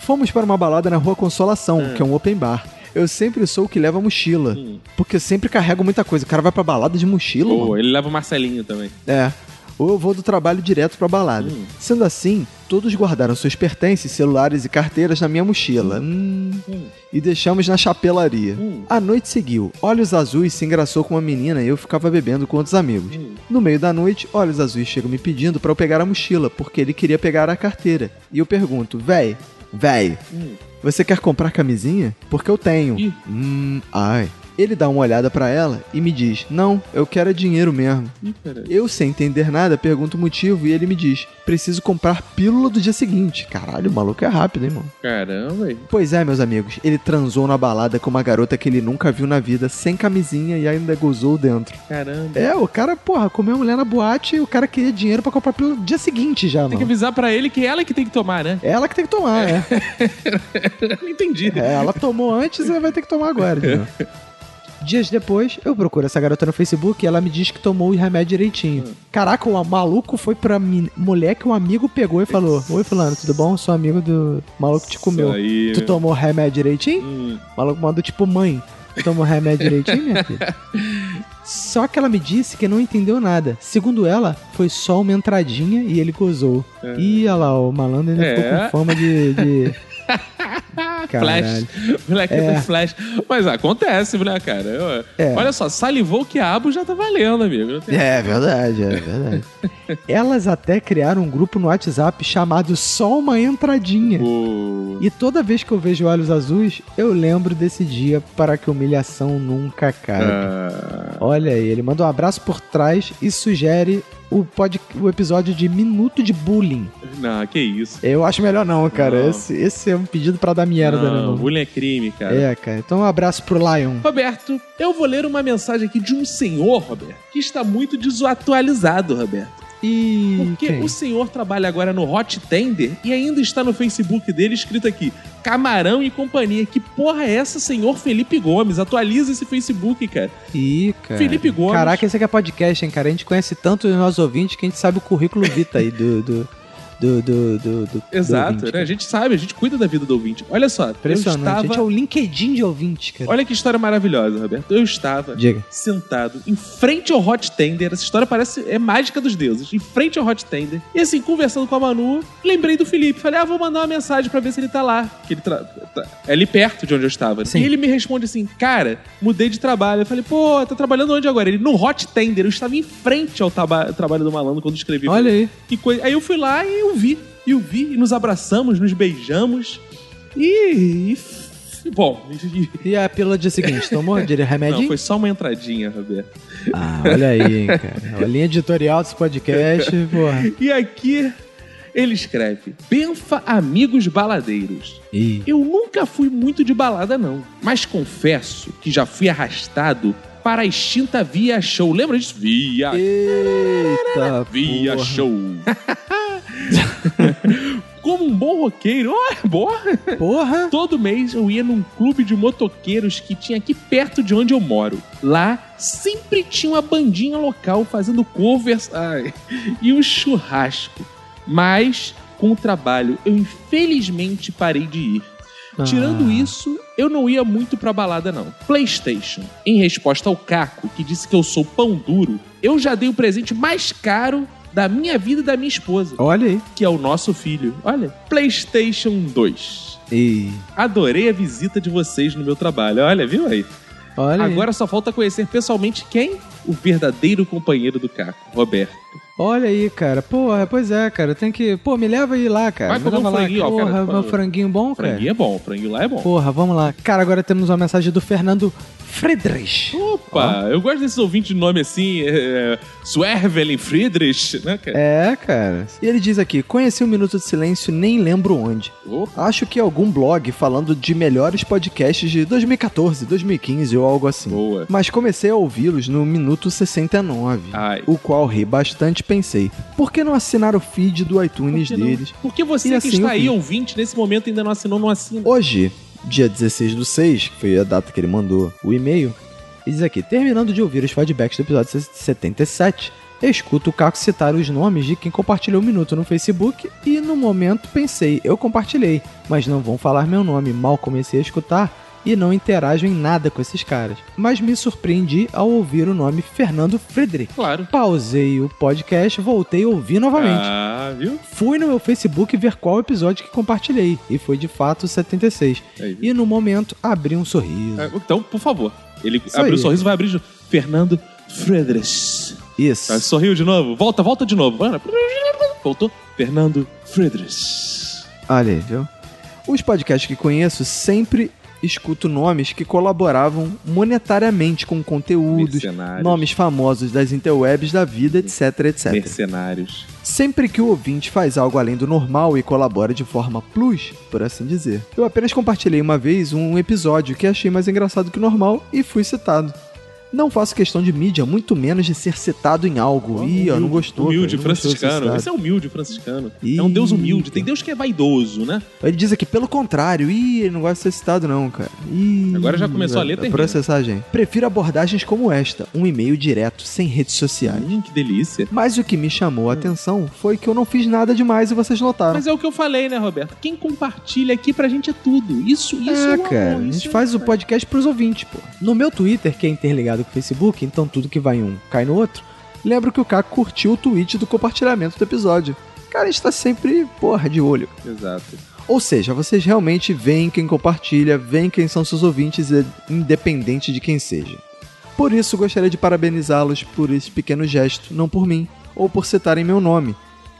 S2: Fomos para uma balada na Rua Consolação, que é um open bar. Eu sempre sou o que leva mochila,
S1: Hum.
S2: porque eu sempre carrego muita coisa. O cara vai pra balada de mochila, mano.
S1: Boa, ele leva o Marcelinho também.
S2: É. Ou eu vou do trabalho direto pra balada.
S1: Hum.
S2: Sendo assim, todos guardaram seus pertences, celulares e carteiras na minha mochila. Hum. E deixamos na chapelaria.
S1: Hum.
S2: A noite seguiu. Olhos Azuis se engraçou com uma menina e eu ficava bebendo com outros amigos.
S1: Hum.
S2: No meio da noite, Olhos Azuis chega me pedindo pra eu pegar a mochila, porque ele queria pegar a carteira. E eu pergunto, véi, véi,
S1: Hum.
S2: você quer comprar camisinha? Porque eu tenho.
S1: Ih.
S2: Hum, ai. Ele dá uma olhada pra ela e me diz, não, eu quero é dinheiro mesmo.
S1: Ih, cara.
S2: Eu, sem entender nada, pergunto o motivo e ele me diz: preciso comprar pílula do dia seguinte. Caralho, o maluco é rápido, hein, mano?
S1: Caramba, aí.
S2: Pois é, meus amigos, ele transou na balada com uma garota que ele nunca viu na vida, sem camisinha e ainda gozou dentro.
S1: caramba.
S2: É, o cara, porra, comeu a mulher na boate e o cara queria dinheiro pra comprar pílula do dia seguinte já,
S1: Tem que
S2: mano.
S1: avisar pra ele que ela que tem que tomar, né?
S2: É Ela que tem que tomar, é.
S1: Não entendi.
S2: É, ela tomou antes e vai ter que tomar agora. entendeu? Dias depois, eu procuro essa garota no Facebook e ela me diz que tomou o remédio direitinho.
S1: Hum.
S2: Caraca, o maluco foi pra mim, mulher que um amigo pegou e falou: Oi, Fulano, tudo bom? Eu sou amigo do maluco que te comeu.
S1: Isso aí.
S2: Tu tomou o remédio direitinho?
S1: Hum,
S2: O maluco mandou tipo: Mãe, tu tomou o remédio direitinho, minha filha? Só que ela me disse que não entendeu nada. Segundo ela, foi só uma entradinha e ele gozou. Ih, olha lá, o malandro ainda
S1: É.
S2: ficou com fama de- de Caralho.
S1: Flash. Moleque é. Flash. Mas acontece, né, cara? Eu-
S2: É.
S1: Olha só, salivou o quiabo já tá valendo, amigo. Não tem-
S2: É verdade, é verdade. Elas até criaram um grupo no WhatsApp chamado Só Uma Entradinha.
S1: O-
S2: E toda vez que eu vejo olhos azuis, eu lembro desse dia para que a humilhação nunca acabe.
S1: Ah,
S2: Olha aí, ele manda um abraço por trás e sugere o, pod... o episódio de Minuto de Bullying.
S1: não, que isso.
S2: Eu acho melhor não, cara.
S1: Não.
S2: Esse, esse é um pedido pra dar merda, né,
S1: Não,
S2: mano?
S1: bullying é crime, cara.
S2: É, cara. Então um abraço pro Lion.
S1: Roberto, eu vou ler uma mensagem aqui de um senhor, Roberto, que está muito desatualizado, Roberto.
S2: E
S1: Porque o senhor trabalha agora no Hot Tender e ainda está no Facebook dele escrito aqui: Camarão e Companhia. Que porra é essa, senhor Felipe Gomes? Atualiza esse Facebook, cara.
S2: Ih, cara.
S1: Felipe Gomes.
S2: Caraca, esse aqui é podcast, hein, cara? A gente conhece tanto os nossos ouvintes que a gente sabe o currículo vita aí do... do... Do, do, do, do- do
S1: Exato,
S2: ouvinte,
S1: né? A gente sabe, a gente cuida da vida do ouvinte. Olha só,
S2: Impressionante.
S1: eu estava...
S2: A gente é o LinkedIn de ouvinte, cara.
S1: Olha que história maravilhosa, Roberto. Eu estava
S2: Diga.
S1: sentado em frente ao Hot Tender. Essa história parece é mágica dos deuses. Em frente ao Hot Tender. E assim, conversando com a Manu, lembrei do Felipe. Falei, ah, vou mandar uma mensagem pra ver se ele tá lá. Que ele tra- tá- é ali perto de onde eu estava.
S2: Sim.
S1: E ele me responde assim, cara, mudei de trabalho. Eu falei, pô, tá trabalhando onde agora? Ele, no Hot Tender. Eu estava em frente ao taba- trabalho do malandro quando escrevi.
S2: Olha aí.
S1: Que coisa. Aí eu fui lá e eu vi. E eu vi, e nos abraçamos, nos beijamos. E. e- bom, e-
S2: E a pílula do dia seguinte, tomou aquele remédio?
S1: não, foi só uma entradinha, Roberto.
S2: Ah, olha aí, hein, cara. A linha editorial desse podcast, porra.
S1: E aqui ele escreve: Benfa amigos baladeiros.
S2: Ih.
S1: Eu nunca fui muito de balada, não. Mas confesso que já fui arrastado para a extinta Via Show. Lembra disso? Via
S2: Eita,
S1: Via
S2: porra.
S1: Show. Como um bom roqueiro, oh, boa.
S2: Porra.
S1: Todo mês eu ia num clube de motoqueiros que tinha aqui perto de onde eu moro. Lá sempre tinha uma bandinha local fazendo covers ai, e um churrasco. Mas com o trabalho eu infelizmente parei de ir. Tirando
S2: Ah.
S1: isso, eu não ia muito pra balada, não. PlayStation. Em resposta ao Caco, que disse que eu sou pão duro, eu já dei o presente mais caro da minha vida e da minha esposa,
S2: Olha aí.
S1: que é o nosso filho. Olha, PlayStation 2.
S2: Ei.
S1: Adorei a visita de vocês no meu trabalho. Olha, viu aí?
S2: Olha aí.
S1: Agora só falta conhecer pessoalmente quem? O verdadeiro companheiro do Caco, Roberto.
S2: Olha aí, cara. Porra, pois é, cara. Tem que. Pô, me leva aí lá,
S1: Vai
S2: cara. Me
S1: comer
S2: leva
S1: um
S2: lá.
S1: franguinho, ó,
S2: Porra,
S1: cara.
S2: um franguinho bom, cara.
S1: Franguinho é bom, franguinho lá é bom.
S2: Porra, vamos lá. Cara, agora temos uma mensagem do Fernando Friedrich.
S1: Opa, eu gosto desses ouvintes de nome assim, é, é, Swervelin Friedrich, né, cara?
S2: É, cara. E ele diz aqui: conheci um minuto de silêncio, nem lembro onde.
S1: Ô,
S2: Acho que algum blog falando de melhores podcasts de 2014, 2015 ou algo assim.
S1: boa.
S2: Mas comecei a ouvi-los no minuto 69,
S1: Ai.
S2: o qual ri bastante e pensei, por que não assinar o feed do iTunes
S1: Por que não?
S2: deles?
S1: Por que você
S2: E
S1: que
S2: assim eu
S1: está aí,
S2: fiz.
S1: ouvinte, nesse momento ainda não assinou, não assina?
S2: Hoje, dia 16 do 6, que foi a data que ele mandou o e-mail, ele diz aqui, terminando de ouvir os feedbacks do episódio 77, eu escuto o Caco citar os nomes de quem compartilhou o minuto no Facebook e no momento pensei, eu compartilhei, mas não vão falar meu nome, mal comecei a escutar e não interajo em nada com esses caras. Mas me surpreendi ao ouvir o nome Fernando Frederic.
S1: Claro.
S2: Pausei o podcast, voltei a ouvir novamente.
S1: Ah, viu?
S2: Fui no meu Facebook ver qual episódio que compartilhei. E foi de fato o 76.
S1: Aí, viu?
S2: E no momento abri um sorriso.
S1: Ah, Então, por favor, ele
S2: Isso
S1: abriu o
S2: aí.
S1: sorriso, vai abrir de Fernando Friedrich.
S2: Isso.
S1: Ah, Sorriu de novo. Volta, volta de novo. Bora. Voltou. Fernando Friedrich.
S2: Olha aí, viu? Os podcasts que conheço sempre escuto nomes que colaboravam monetariamente com conteúdos,
S1: Mercenários.
S2: nomes famosos das interwebs da vida, etc, etc.
S1: Mercenários.
S2: Sempre que o ouvinte faz algo além do normal e colabora de forma plus, por assim dizer. Eu apenas compartilhei uma vez um episódio que achei mais engraçado que o normal e fui citado. Não faço questão de mídia, muito menos de ser citado em algo. Ih, ó, não gostou.
S1: Humilde
S2: cara, não gostou de ser
S1: franciscano.
S2: citado.
S1: Esse é humilde franciscano.
S2: Ih.
S1: É um deus humilde. Tem deus que é vaidoso, né?
S2: Ele diz aqui, pelo contrário, ih, ele não gosta de ser citado, não, cara. Ih,
S1: Agora já começou a
S2: vai-
S1: ler,
S2: vai
S1: termina.
S2: processar, gente. Prefiro abordagens como esta, um e-mail direto, sem redes sociais.
S1: Hum, que delícia.
S2: Mas o que me chamou a atenção foi que eu não fiz nada demais e vocês notaram.
S1: Hum. Mas é o que eu falei, né, Roberto? Quem compartilha aqui pra gente é tudo. Isso, isso
S2: é,
S1: é, um amor,
S2: cara. A
S1: isso
S2: gente
S1: é um
S2: faz o podcast pros ouvintes, pô. No meu Twitter, que é interligado com o Facebook, então tudo que vai em um cai no outro, lembro que o Caco curtiu o tweet do compartilhamento do episódio. Cara, a gente tá sempre, porra, de olho.
S1: Exato.
S2: Ou seja, vocês realmente veem quem compartilha, veem quem são seus ouvintes, e- independente de quem seja. Por isso, gostaria de parabenizá-los por esse pequeno gesto, não por mim, ou por citarem meu nome,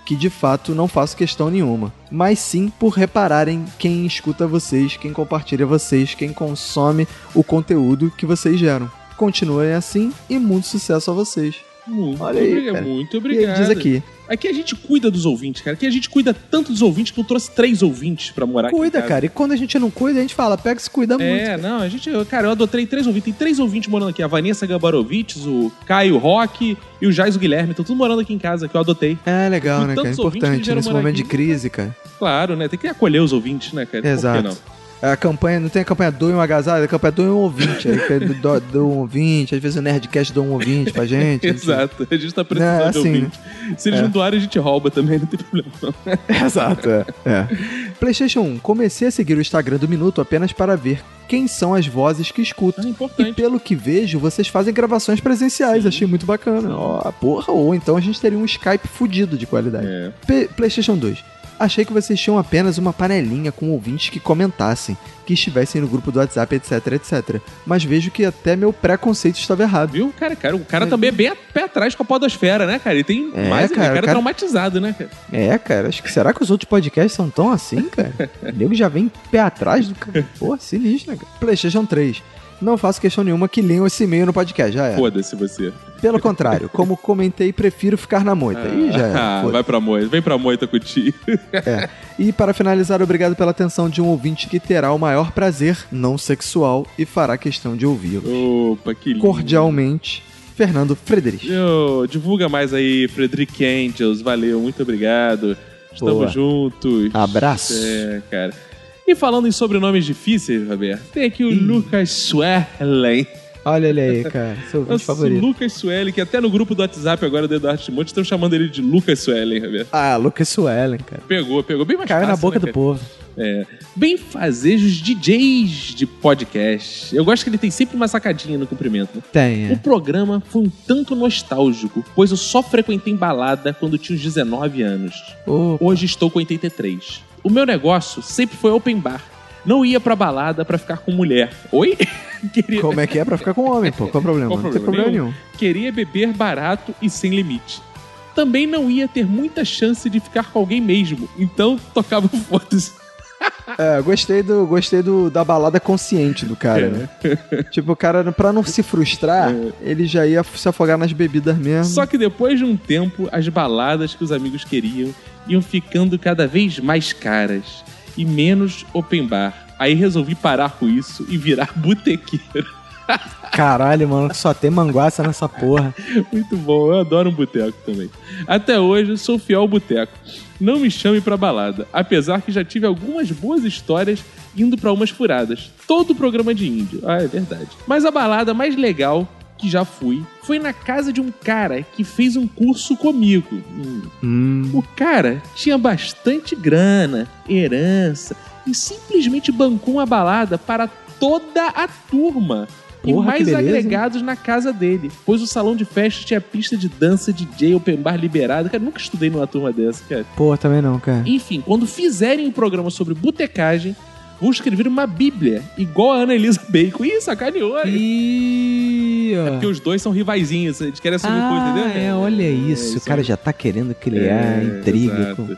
S2: que de fato não faço questão nenhuma, mas sim por repararem quem escuta vocês, quem compartilha vocês, quem consome o conteúdo que vocês geram. Continuem assim e muito sucesso a vocês.
S1: Muito,
S2: Olha aí,
S1: obrigado,
S2: cara.
S1: muito
S2: E ele
S1: obrigado.
S2: diz aqui.
S1: Aqui a gente cuida dos ouvintes, cara. Aqui a gente cuida tanto dos ouvintes que eu trouxe três ouvintes pra morar aqui. em
S2: Cuida,
S1: casa.
S2: cara. E quando a gente não cuida, a gente fala, pega e se cuida muito.
S1: É, não, a gente. eu- Cara, eu adotei três ouvintes. Tem três ouvintes morando aqui: a Vanessa Gabarovitz, o Caio Roque e o Jais Guilherme. Estão todos morando aqui em casa que eu adotei.
S2: É legal, né, cara?
S1: Tantos ouvintes que
S2: Importante
S1: vieram
S2: nesse
S1: morar
S2: momento de
S1: aqui.
S2: crise, cara.
S1: Claro, né? Tem que acolher os ouvintes, né, cara? Por que
S2: Exato.
S1: não?
S2: A campanha, não tem a campanha doe um agasalho, a campanha doe um ouvinte. Aí que do- do- doa um ouvinte, às vezes o Nerdcast doa um ouvinte pra gente.
S1: Exato. A gente tá precisando
S2: Não,
S1: de
S2: assim,
S1: ouvinte. Se eles
S2: É.
S1: não doarem, a gente rouba também, não tem problema. não.
S2: Exato, é. é. PlayStation 1. Comecei a seguir o Instagram do Minuto apenas para ver quem são as vozes que escuto.
S1: É
S2: E
S1: importante.
S2: pelo que vejo, vocês fazem gravações presenciais. Achei muito bacana. Ó, porra, ou então a gente teria um Skype fudido de qualidade.
S1: É.
S2: P- PlayStation 2. Achei que vocês tinham apenas uma panelinha com ouvintes que comentassem, que estivessem no grupo do WhatsApp, etc, etc. Mas vejo que até meu preconceito estava errado.
S1: Viu, cara, cara? O cara também é bem a pé atrás com a podosfera, né, cara? Ele tem
S2: É,
S1: mais.
S2: cara,
S1: o cara
S2: o
S1: é
S2: cara-
S1: traumatizado, né, cara?
S2: É, cara, acho que será que os outros podcasts são tão assim, cara? O nego já vem pé atrás do cara. Pô, sinistro, né, cara? PlayStation 3. Não faço questão nenhuma que leiam esse e-mail no podcast, já é.
S1: Foda-se você.
S2: Pelo contrário, como comentei, prefiro ficar na moita. Ih, já é.
S1: Ah, vai pra moita. Vem pra moita com o tio.
S2: E para finalizar, obrigado pela atenção de um ouvinte que terá o maior prazer não sexual e fará questão de ouvi-lo.
S1: Opa, que lindo.
S2: Cordialmente, Fernando Frederich.
S1: Yo, divulga mais aí, Frederick Angels. Valeu, muito obrigado. Estamos
S2: Boa.
S1: juntos.
S2: Abraço.
S1: É, cara. E falando em sobrenomes difíceis, Roberto, tem aqui o Lucas Swerlen.
S2: Olha ele aí, cara, seu ouvinte
S1: Nossa,
S2: é favorito.
S1: Lucas Suelen, que até no grupo do WhatsApp agora do Eduardo Timote estão chamando ele de Lucas Suelen, Roberto.
S2: Ah, Lucas Suelen, cara.
S1: Pegou, pegou. Bem mais
S2: Caiu na
S1: fácil,
S2: boca
S1: né,
S2: do povo.
S1: bem fazejos DJs de podcast. Eu gosto que ele tem sempre uma sacadinha no cumprimento. né?
S2: Tem, é.
S1: O programa foi um tanto nostálgico, pois eu só frequentei balada quando tinha uns 19 anos.
S2: Ô,
S1: Hoje estou com 83. O meu negócio sempre foi open bar. Não ia pra balada pra ficar com mulher. Oi? Queria,
S2: Como é que é pra ficar com homem, pô? Qual o problema?
S1: Qual o
S2: não tem
S1: problema?
S2: problema nenhum.
S1: queria beber barato e sem limite. Também não ia ter muita chance de ficar com alguém mesmo. Então tocava fotos.
S2: É, eu gostei, do, gostei do, da balada consciente do cara, né? tipo, o cara, pra não se frustrar, ele já ia se afogar nas bebidas mesmo.
S1: Só que depois de um tempo, as baladas que os amigos queriam iam ficando cada vez mais caras e menos open bar. Aí resolvi parar com isso e virar botequeiro.
S2: Caralho, mano, só tem manguaça nessa porra.
S1: Muito bom, eu adoro um boteco também. Até hoje, sou fiel ao boteco. Não me chame pra balada, apesar que já tive algumas boas histórias indo pra umas furadas. Todo o programa de índio. Ah, é verdade. Mas a balada mais legal que já fui foi na casa de um cara que fez um curso comigo. Hum,
S2: Hum,
S1: O cara tinha bastante grana, herança e simplesmente bancou uma balada para toda a turma. e
S2: Porra, que
S1: mais
S2: beleza, hein?
S1: agregados na casa dele, pois o salão de festa tinha pista de dança, DJ, open bar liberado. Cara, nunca estudei numa turma dessa, cara.
S2: porra, também não, cara.
S1: Enfim, quando fizerem um programa sobre botecagem, vou escrever uma bíblia, igual a Ana Elisa Bacon. Ih, sacaneou. hein?
S2: Ih, ó.
S1: É Porque os dois são rivaizinhos, eles querem assumir coisa, entendeu?
S2: Ah,
S1: cara?
S2: é, olha
S1: isso
S2: isso. O cara
S1: aí.
S2: já tá querendo criar
S1: É,
S2: intriga.
S1: exato.
S2: Com...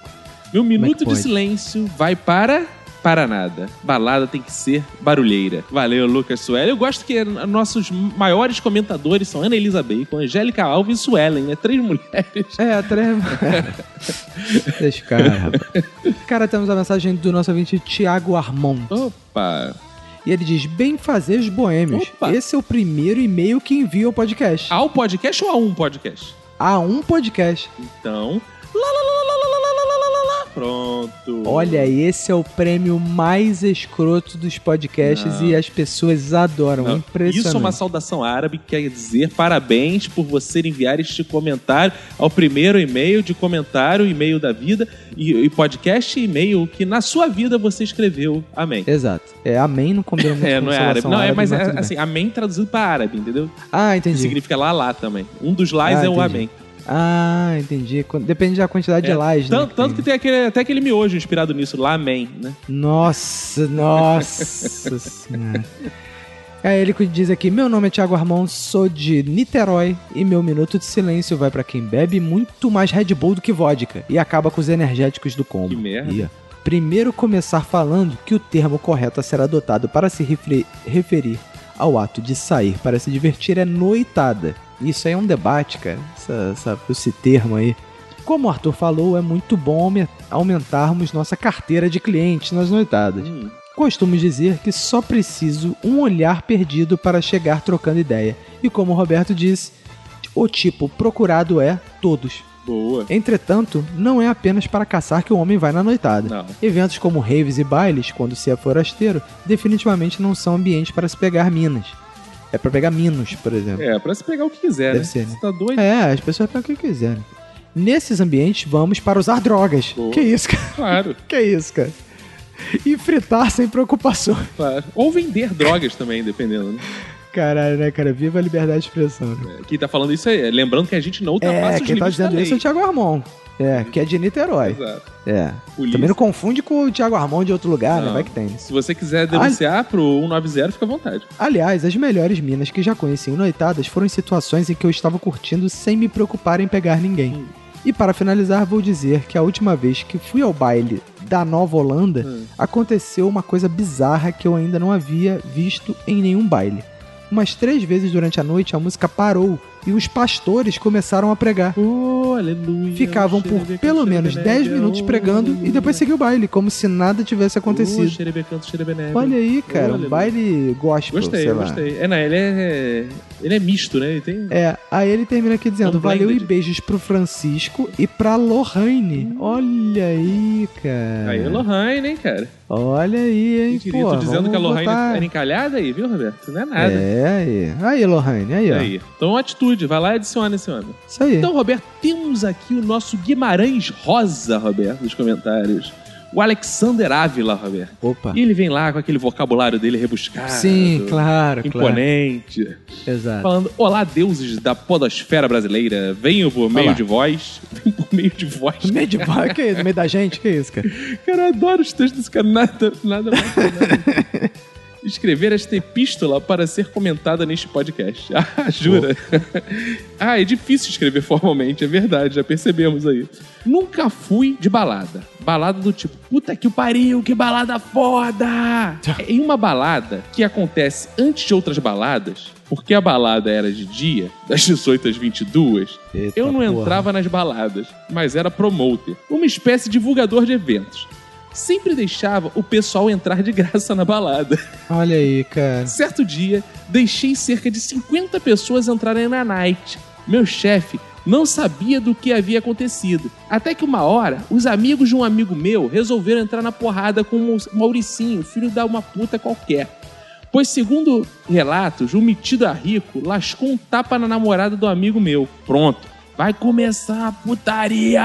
S1: Meu minuto de
S2: pode?
S1: silêncio vai para. Para nada. Balada tem que ser barulheira. Valeu, Lucas Suelen. Eu gosto que n- nossos maiores comentadores são Ana Elisa Bacon, Angélica Alves e Suelen, né? Três mulheres.
S11: É, treva.
S2: Deixa o cara, rapaz.
S11: Cara, temos a mensagem do nosso ouvinte Tiago Armon.
S1: Opa!
S11: E ele diz: Bem fazer os boêmios.
S1: Opa.
S11: Esse é o primeiro e-mail que envia o podcast.
S1: Há um podcast ou há um podcast?
S11: A um podcast.
S1: Então. Lá, lá, lá, lá, lá, lá, lá, lá, lá, lá. Pronto.
S11: Olha, esse é o prêmio mais escroto dos podcasts
S1: Não.
S11: e as pessoas adoram.
S1: Não,
S11: Impressionante.
S1: Isso é uma saudação árabe que quer dizer parabéns por você enviar este comentário ao primeiro e-mail de comentário, e-mail da vida e, e podcast e e-mail que na sua vida você escreveu. Amém.
S11: Exato.
S2: É, amém não combina muito
S1: É,
S2: com
S1: não é árabe.
S2: salação
S1: Não, é, mas é,
S2: tudo bem.
S1: assim, amém traduzido para árabe, entendeu?
S2: Ah,
S1: Que
S2: entendi.
S1: significa lá, lá também. Um dos lás
S2: Ah,
S1: é o
S2: entendi.
S1: amém.
S2: Ah, entendi. Quan- Depende da quantidade de lajes, né?
S1: Tanto, É, tanto que tem aquele, até aquele miojo inspirado nisso, Lamen, né?
S2: Nossa, nossa senhora. Aí ele diz aqui: Meu nome é Thiago Armão, sou de Niterói e meu minuto de silêncio vai pra quem bebe muito mais Red Bull do que vodka e acaba com os energéticos do combo.
S1: Que merda.
S2: Ia. Primeiro começar falando que o termo correto a ser adotado para se refre- referir ao ato de sair para se divertir é noitada. Isso aí é um debate, cara, essa- essa- esse termo aí. Como o Arthur falou, é muito bom aume- aumentarmos nossa carteira de clientes nas noitadas.
S1: Hum,
S2: Costumo dizer que só preciso um olhar perdido para chegar trocando ideia. E como o Roberto disse, o tipo procurado é todos.
S1: Boa.
S2: Entretanto, não é apenas para caçar que o homem vai na noitada. Eventos como raves e bailes, quando se é forasteiro, definitivamente não são ambientes para se pegar minas. É para pegar minos, por exemplo.
S1: É, pra se pegar o que quiser,
S2: Deve
S1: né?
S2: ser, né?
S1: Você tá doido?
S2: É, as pessoas pegam o que quiserem. Nesses ambientes, vamos para usar drogas. Que isso, cara?
S1: Claro.
S2: Que isso, cara? E fritar sem preocupação.
S1: Claro. Ou vender drogas também, dependendo, né?
S2: Caralho, né, cara? Viva a liberdade de expressão. Né?
S1: Quem tá falando isso aí, lembrando que a gente não ultrapassa
S2: É,
S1: os
S2: quem tá
S1: limites da
S2: dizendo
S1: lei.
S2: isso é o Thiago Armon. É, que é de Niterói.
S1: Exato.
S2: É.
S1: Polícia.
S2: Também não confunde com o Thiago Armon de outro lugar, né?
S1: Não.
S2: Vai que tem. né?
S1: Se você quiser denunciar pro 190, fica à vontade.
S2: Aliás, as melhores minas que já conheci em noitadas foram em situações em que eu estava curtindo sem me preocupar em pegar
S1: Hum.
S2: ninguém. E para finalizar, vou dizer que a última vez que fui ao baile da Nova Holanda,
S1: Hum.
S2: aconteceu uma coisa bizarra que eu ainda não havia visto em nenhum baile. Umas três vezes durante a noite a música parou e os pastores começaram a pregar. Ficavam por pelo menos 10
S1: né?
S2: minutos pregando e depois seguiu o baile, como se nada tivesse
S1: Oh,
S2: acontecido.
S1: xerebecanto, xerebenebe.
S2: Olha aí, cara, um
S1: Olha,
S2: baile gospel,
S1: Gostei,
S2: sei lá.
S1: gostei. É, não, ele é. Ele é misto, né? Ele tem.
S2: É, aí ele termina aqui dizendo:
S1: Um
S2: Valeu e
S1: blended.
S2: beijos pro Francisco e pra Lorraine. Olha aí, cara.
S1: Aí é Lohane, hein, cara?
S2: Olha aí, hein,
S1: Quem diria?
S2: pô.
S1: Tô dizendo
S2: vamos
S1: que a Lohane é
S2: botar-
S1: era encalhada aí, viu, Roberto? Não é nada.
S2: É, aí. Aí, Lohane, aí, ó.
S1: Aí. Então, atitude, vai lá e adiciona esse homem.
S2: Isso aí.
S1: Então, Roberto, temos aqui o nosso Guimarães Rosa, Roberto, nos comentários. O Alexander Ávila, Roberto.
S2: Opa.
S1: E ele vem lá com aquele vocabulário dele rebuscado.
S2: Ah, Sim, claro, claro.
S1: Imponente.
S2: Exato.
S1: Falando, olá, deuses da podosfera brasileira. Venho por meio
S2: Olá.
S1: de voz. Venho por meio de voz.
S2: No meio de ba- que é isso? No meio da gente? Que isso, cara?
S1: Cara, eu adoro os textos desse cara. Nada, nada mais. que nada. Escrever esta epístola para ser comentada neste podcast. Ah, jura? ah, é difícil escrever formalmente, é verdade, já percebemos aí. Nunca fui de balada. Balada do tipo, puta que o pariu, que balada foda! É, em uma balada que acontece antes de outras baladas, porque a balada era de dia, das 18 às 22, eu não
S2: porra.
S1: entrava nas baladas, mas era promoter, uma espécie de divulgador de eventos. Sempre deixava o pessoal entrar de graça na balada.
S2: Olha aí, cara.
S1: Certo dia, deixei cerca de 50 pessoas entrarem na night. Meu chefe não sabia do que havia acontecido. Até que uma hora, os amigos de um amigo meu resolveram entrar na porrada com o Mauricinho, filho da uma puta qualquer. Pois, segundo relatos, um metido a rico lascou um tapa na namorada do amigo meu. Pronto. Vai começar a putaria!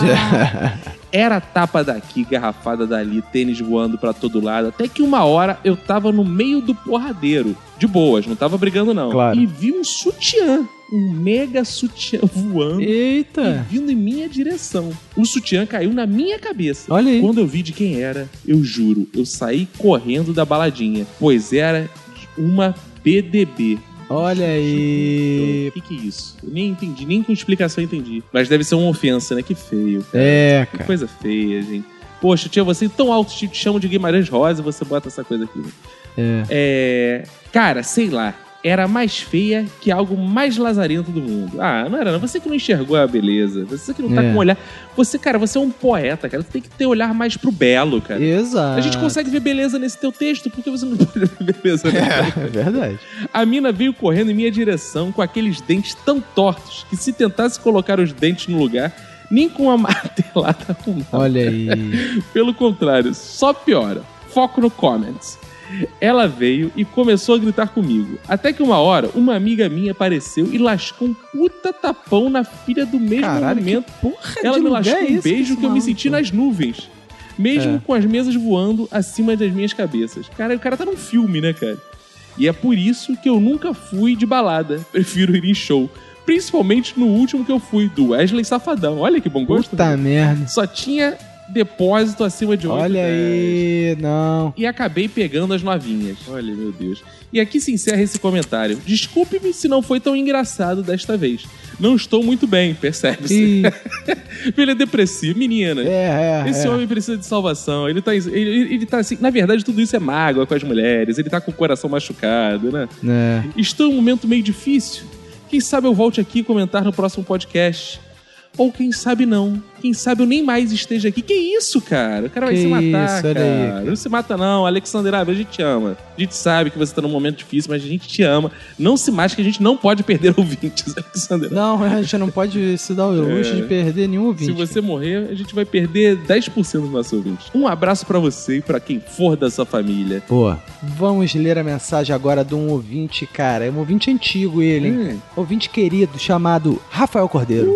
S1: Era tapa daqui, garrafada dali, tênis voando pra todo lado. Até que uma hora eu tava no meio do porradeiro. De boas, não tava brigando não.
S2: Claro.
S1: E vi um sutiã. Um mega sutiã voando.
S2: Eita!
S1: E vindo em minha direção. O sutiã caiu na minha cabeça.
S2: Olha aí.
S1: Quando eu vi de quem era, eu juro, eu saí correndo da baladinha. Pois era uma BDB.
S2: Olha aí.
S1: O que, que é isso? Eu nem entendi, nem com explicação eu entendi. Mas deve ser uma ofensa, né? Que feio. cara.
S2: É,
S1: Que
S2: cara.
S1: coisa feia, gente. Poxa, tia, você é tão alto, te chamo de Guimarães Rosa e você bota essa coisa aqui.
S2: É.
S1: É. Cara, sei lá. Era mais feia que algo mais lazarento do mundo. Ah, não era, não. Você que não enxergou a beleza. Você que não tá
S2: É.
S1: com um olhar. Você, cara, você é um poeta, cara. Você tem que ter olhar mais pro belo, cara.
S2: Exato.
S1: A gente consegue ver beleza nesse teu texto, por que você não pode ver beleza nesse teu
S2: É verdade.
S1: a mina veio correndo em minha direção com aqueles dentes tão tortos que se tentasse colocar os dentes no lugar, nem com uma martelada arrumava.
S2: Olha aí.
S1: Pelo contrário, só piora. Foco no comments. Ela veio e começou a gritar comigo. Até que uma hora, uma amiga minha apareceu e lascou um puta tapão na filha do mesmo
S2: Caralho, que
S1: momento.
S2: de
S1: Ela me
S2: lugar
S1: lascou
S2: é esse
S1: um
S2: que
S1: beijo
S2: esse
S1: que eu me
S2: maluco?
S1: senti nas nuvens. Mesmo
S2: É.
S1: com as mesas voando acima das minhas cabeças. Cara, o cara tá num filme, né, cara? E é por isso que eu nunca fui de balada. Prefiro ir em show. Principalmente no último que eu fui, do Wesley Safadão. Olha que bom gosto. né?
S2: Puta merda.
S1: Só tinha depósito acima de 8
S2: Olha aí, não.
S1: E acabei pegando as novinhas. Olha, meu Deus. E aqui se encerra esse comentário. Desculpe-me se não foi tão engraçado desta vez. Não estou muito bem, percebe-se. Ele é depressivo, menina.
S2: É, é,
S1: Esse
S2: é.
S1: homem precisa de salvação. Ele tá, ele, ele ele tá assim. Na verdade, tudo isso é mágoa com as mulheres. Ele tá com o coração machucado, né?
S2: É.
S1: Estou em um momento meio difícil. Quem sabe eu volte aqui comentar no próximo podcast. Ou quem sabe não. Quem sabe eu nem mais esteja aqui. Que isso, cara? O cara vai
S2: Que
S1: se matar,
S2: isso, olha
S1: cara.
S2: aí, cara.
S1: Não se mata não, Alexander Abe, a gente te ama. A gente sabe que você tá num momento difícil, mas a gente te ama. Não se mate que a gente não pode perder ouvintes, Alexander.
S2: Não, a gente não pode se dar o luxo
S1: É.
S2: de perder nenhum
S1: Se
S2: ouvinte.
S1: você morrer, a gente vai perder 10% dos nossos ouvintes. Um abraço pra você e pra quem for da sua família.
S2: Pô. Vamos ler a mensagem agora de um ouvinte, cara. É um ouvinte antigo ele, é
S1: Hum.
S2: hein? Ouvinte querido, chamado Rafael Cordeiro.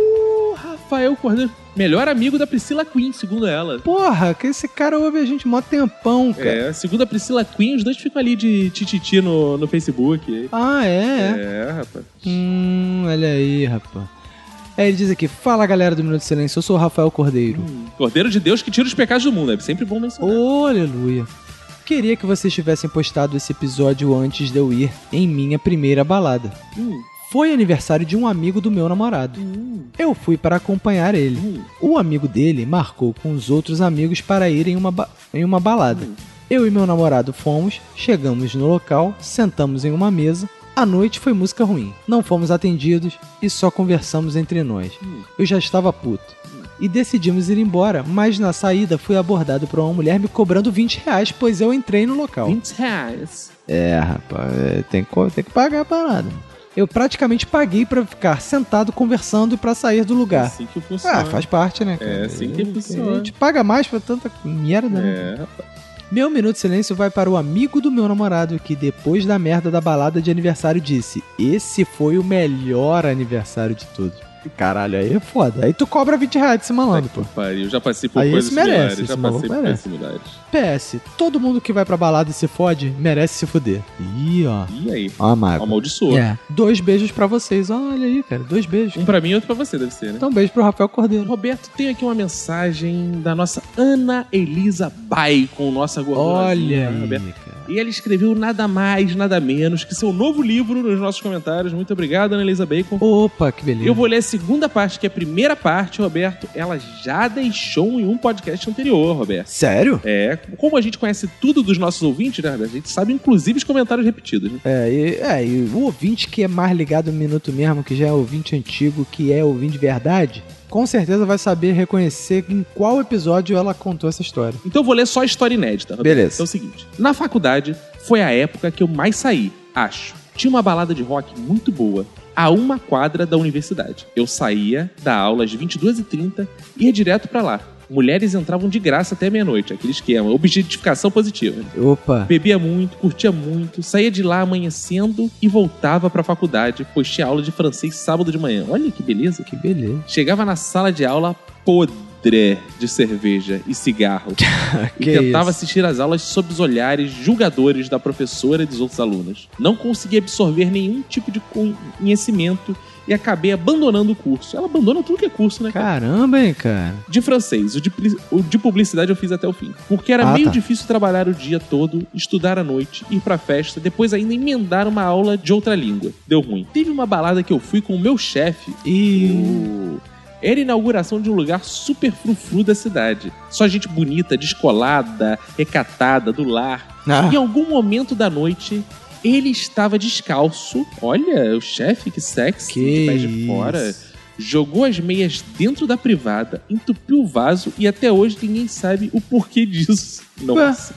S1: Rafael Cordeiro, melhor amigo da Priscila Queen, segundo ela.
S2: Porra, que esse cara ouve a gente mó tempão, cara.
S1: É, segundo a Priscila Queen, os dois ficam ali de tititi no, no Facebook.
S2: Ah, é?
S1: É, rapaz.
S2: Hum, olha aí, rapaz. É, ele diz aqui, fala galera do Minuto de Silêncio, eu sou o Rafael Cordeiro.
S1: Cordeiro de Deus que tira os pecados do mundo, é sempre bom mencionar.
S2: Oh, aleluia. Queria que vocês tivessem postado esse episódio antes de eu ir em minha primeira balada. Foi aniversário de um amigo do meu namorado.
S1: Hum.
S2: Eu fui para acompanhar ele. O amigo dele marcou com os outros amigos para ir em uma, ba- em uma balada. Eu e meu namorado fomos, chegamos no local, sentamos em uma mesa. A noite foi música ruim. Não fomos atendidos e só conversamos entre nós. Eu já estava puto. E decidimos ir embora, mas na saída fui abordado por uma mulher me cobrando 20 reais, pois eu entrei no local.
S1: 20 reais.
S2: É, rapaz, é, tem, co- tem que pagar a parada. Eu praticamente paguei pra ficar sentado conversando e pra sair do lugar.
S1: Assim que funciona.
S2: ah, faz parte, né?
S1: É, assim que
S2: A
S1: funciona.
S2: gente paga mais pra tanta merda, né?
S1: É,
S2: Meu minuto de silêncio vai para o amigo do meu namorado que, depois da merda da balada de aniversário, disse: Esse foi o melhor aniversário de todos. Caralho, aí é foda. Aí tu cobra 20 reais desse malandro, pô.
S1: pariu. Já passei por
S2: Aí
S1: coisas
S2: esse merece,
S1: similares.
S2: esse
S1: Já
S2: maluco
S1: passei por coisas
S2: merece.
S1: similares.
S2: PS, todo mundo que vai pra balada e se fode, merece se foder. Ih, ó.
S1: E aí?
S2: Ó, a mágoa.
S1: Amaldiçoou.
S2: É. Dois beijos pra vocês. Olha aí, cara. Dois beijos.
S1: Um pra mim e outro pra você, deve ser, né?
S2: Então, um beijo pro Rafael Cordeiro.
S1: Roberto, tem aqui uma mensagem da nossa Ana Elisa Bai com nossa
S2: Olha
S1: gordonazinha,
S2: aí,
S1: né, Roberto. E ela escreveu nada mais, nada menos que seu novo livro nos nossos comentários. Muito obrigado, Ana Elisa Bacon.
S2: Opa, que beleza.
S1: Eu vou ler a segunda parte, que é a primeira parte, Roberto. Ela já deixou em um podcast anterior, Roberto.
S2: Sério?
S1: É, como a gente conhece tudo dos nossos ouvintes, né, Roberto? A gente sabe inclusive os comentários repetidos, né?
S2: É e, é, e o ouvinte que é mais ligado no minuto mesmo, que já é ouvinte antigo, que é ouvinte de verdade, com certeza vai saber reconhecer em qual episódio ela contou essa história.
S1: Então eu vou ler só a história inédita. Roberto.
S2: Beleza.
S1: Então é o seguinte: na faculdade foi a época que eu mais saí, acho. Tinha uma balada de rock muito boa, a uma quadra da universidade. Eu saía da aula às 22h30 e ia direto pra lá. Mulheres entravam de graça até meia-noite, aquele esquema. Objetificação positiva. né?
S2: Opa.
S1: Bebia muito, curtia muito, saía de lá amanhecendo e voltava pra faculdade, pois tinha aula de francês sábado de manhã. Olha que beleza.
S2: Que beleza.
S1: Chegava na sala de aula podre de cerveja e cigarro. e
S2: Que
S1: tentava
S2: isso.
S1: assistir às aulas sob os olhares julgadores da professora e dos outros alunos. Não conseguia absorver nenhum tipo de conhecimento e acabei abandonando o curso. Ela abandona tudo que é curso, né, cara?
S2: Caramba, hein, cara.
S1: De francês, o de, pli- o de publicidade eu fiz até o fim. Porque era
S2: Ah,
S1: meio
S2: tá.
S1: difícil trabalhar o dia todo, estudar à noite, ir pra festa, depois ainda emendar uma aula de outra língua. Deu ruim. Teve uma balada que eu fui com o meu chefe. E. Era a inauguração de um lugar super frufru da cidade. Só gente bonita, descolada, recatada, do lar.
S2: Ah.
S1: Em algum momento da noite, ele estava descalço. Olha, o chefe, que sexy, de pés de fora jogou as meias dentro da privada, entupiu o vaso e até hoje ninguém sabe o porquê disso. Nossa.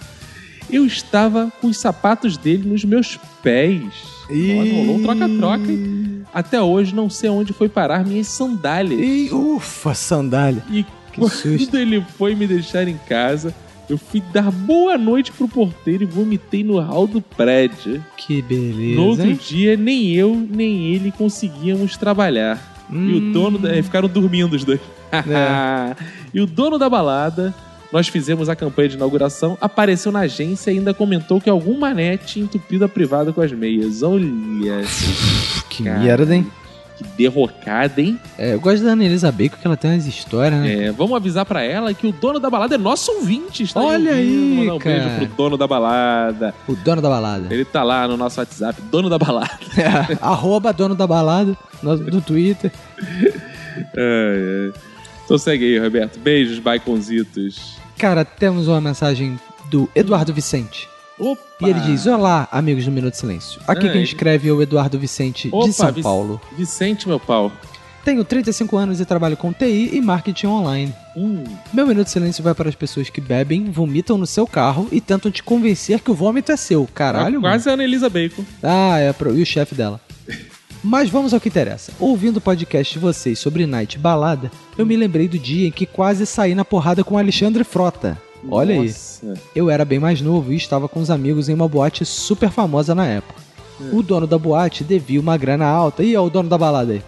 S1: Eu estava com os sapatos dele nos meus pés. Nossa, rolou um troca-troca. hein? Até hoje não sei onde foi parar minhas sandálias.
S2: E ufa, sandália.
S1: E
S2: que
S1: Quando
S2: susto.
S1: ele foi me deixar em casa, eu fui dar boa noite pro porteiro e vomitei no hall do prédio.
S2: Que beleza.
S1: No outro
S2: hein?
S1: dia, nem eu, nem ele conseguíamos trabalhar. E
S2: Hum.
S1: o dono. Da... é, Ficaram dormindo os dois.
S2: É.
S1: E o dono da balada, nós fizemos a campanha de inauguração, apareceu na agência e ainda comentou que algum mané tinha entupido a privada com as meias. Olha.
S2: Que
S1: cara.
S2: merda, hein?
S1: Que derrocada, hein?
S2: É, eu gosto da Anelisa Bacon, que ela tem umas histórias, né?
S1: É, vamos avisar pra ela que o dono da balada é nosso ouvinte. Está
S2: Olha aí,
S1: ouvindo. Mandar um
S2: cara.
S1: beijo pro dono da balada.
S2: O dono da balada.
S1: Ele tá lá no nosso WhatsApp, dono da balada. É.
S2: Arroba dono da balada, no, do Twitter.
S1: Ai, ai. Então segue aí, Roberto. Beijos, baiconzitos.
S2: Cara, temos uma mensagem do Eduardo Vicente.
S1: Opa!
S2: E ele diz: Olá, amigos do Minuto de Silêncio. Aqui
S1: Ah,
S2: quem
S1: ele-
S2: escreve é o Eduardo Vicente,
S1: Opa,
S2: de São
S1: Vic-
S2: Paulo.
S1: Vicente, meu pau.
S2: Tenho 35 anos e trabalho com TI e marketing online.
S1: Hum,
S2: Meu minuto de silêncio vai para as pessoas que bebem, vomitam no seu carro e tentam te convencer que o vômito é seu. Caralho, mano.
S1: Quase a Anelisa Bacon.
S2: Ah, é pro... e o chefe dela. Mas vamos ao que interessa. Ouvindo o podcast de vocês sobre Night Balada, eu me lembrei do dia em que quase saí na porrada com Alexandre Frota. Olha
S1: aí.
S2: Eu era bem mais novo e estava com os amigos em uma boate super famosa na época. O dono da boate devia uma grana alta. E é o dono da balada aí?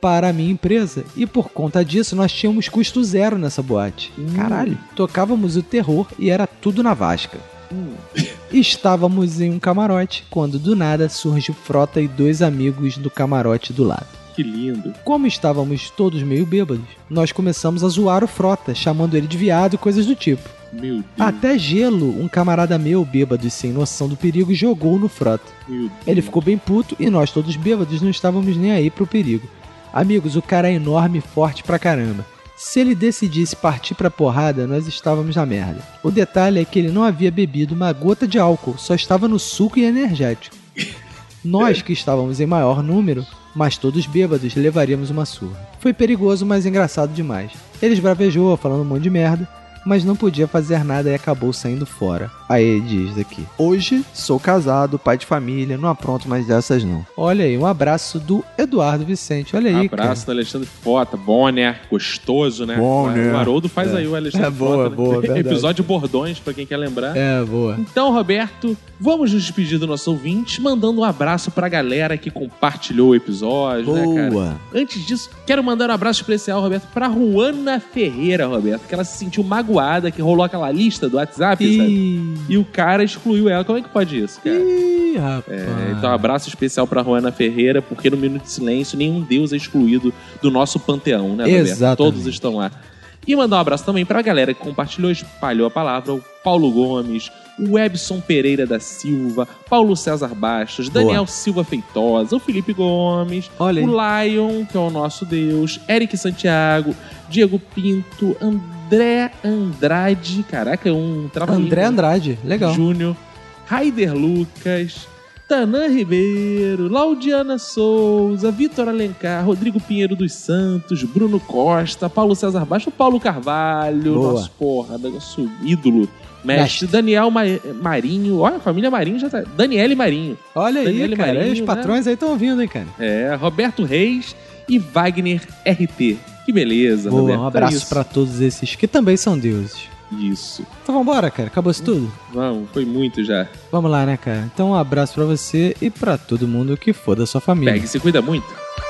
S2: Para a minha empresa. E por conta disso, nós tínhamos custo zero nessa boate. Caralho. Tocávamos o terror e era tudo na vasca. Estávamos em um camarote, quando do nada surge o Frota e dois amigos do camarote do lado.
S1: Que lindo.
S2: Como estávamos todos meio bêbados, nós começamos a zoar o Frota, chamando ele de viado e coisas do tipo.
S1: Meu Deus.
S2: Até gelo, um camarada meu, bêbado e sem noção do perigo, jogou no Frota.
S1: Meu Deus.
S2: Ele ficou bem puto e nós todos bêbados não estávamos nem aí pro perigo. Amigos, o cara é enorme e forte pra caramba. Se ele decidisse partir pra porrada, nós estávamos na merda. O detalhe é que ele não havia bebido uma gota de álcool, só estava no suco e energético. Nós que estávamos em maior número, mas todos bêbados, levaríamos uma surra. Foi perigoso, mas engraçado demais. Ele esbravejou, falando um monte de merda, mas não podia fazer nada e acabou saindo fora. Aí ele diz aqui: Hoje sou casado, pai de família, não apronto mais dessas não. Olha aí, um abraço do Eduardo Vicente. Olha aí,
S1: Abraço do Alexandre Fota. Bom, né? Gostoso, né?
S2: Bom,
S1: O-
S2: né?
S1: O Haroldo faz
S2: É.
S1: aí o Alexandre
S2: É boa,
S1: Frota, né?
S2: boa, verdade.
S1: Episódio Bordões, pra quem quer lembrar.
S2: cara. É, boa.
S1: Então, Roberto, vamos nos despedir do nosso ouvinte, mandando um abraço pra galera que compartilhou o episódio, né, cara?
S2: Boa.
S1: Antes disso, quero mandar um abraço especial, Roberto, pra Ruana Ferreira, Roberto, que ela se sentiu magoada, que rolou aquela lista do WhatsApp,
S2: sabe?
S1: E o cara excluiu ela. Como é que pode isso, cara?
S2: Ih, rapaz.
S1: É, então, um abraço especial pra Ruana Ferreira, porque no Minuto de Silêncio nenhum Deus é excluído do nosso panteão, né, Roberto?
S2: Exatamente.
S1: Todos estão lá. E mandar um abraço também pra galera que compartilhou, espalhou a palavra, o Paulo Gomes, o Webson Pereira da Silva, Paulo César Bastos,
S2: Boa.
S1: Daniel Silva Feitosa, o Felipe Gomes,
S2: Olha
S1: o Lion, que é o nosso Deus, Eric Santiago, Diego Pinto, André Andrade, caraca, é um trabalho.
S2: André Andrade, legal.
S1: Júnior, Raider Lucas, Tanã Ribeiro, Laudiana Souza, Vitor Alencar, Rodrigo Pinheiro dos Santos, Bruno Costa, Paulo César Baixo, Paulo Carvalho,
S2: Boa.
S1: nosso porra, nosso ídolo, mestre, Daniel Ma- Marinho, olha, a família Marinho já tá. Daniele Marinho.
S2: Olha
S1: Daniele
S2: aí, cara.
S1: Marinho,
S2: os
S1: né?
S2: patrões aí estão ouvindo, hein, cara.
S1: É, Roberto Reis e Wagner RT. Que beleza,
S2: Boa,
S1: Roberto.
S2: um
S1: É
S2: abraço
S1: isso.
S2: pra todos esses que também são deuses.
S1: Isso.
S2: Então vambora, cara.
S1: Hum.
S2: Acabou-se tudo?
S1: Vamos, foi muito já.
S2: Vamos lá, né, cara? Então um abraço pra você e pra todo mundo que for da sua família.
S1: Pega e se cuida muito.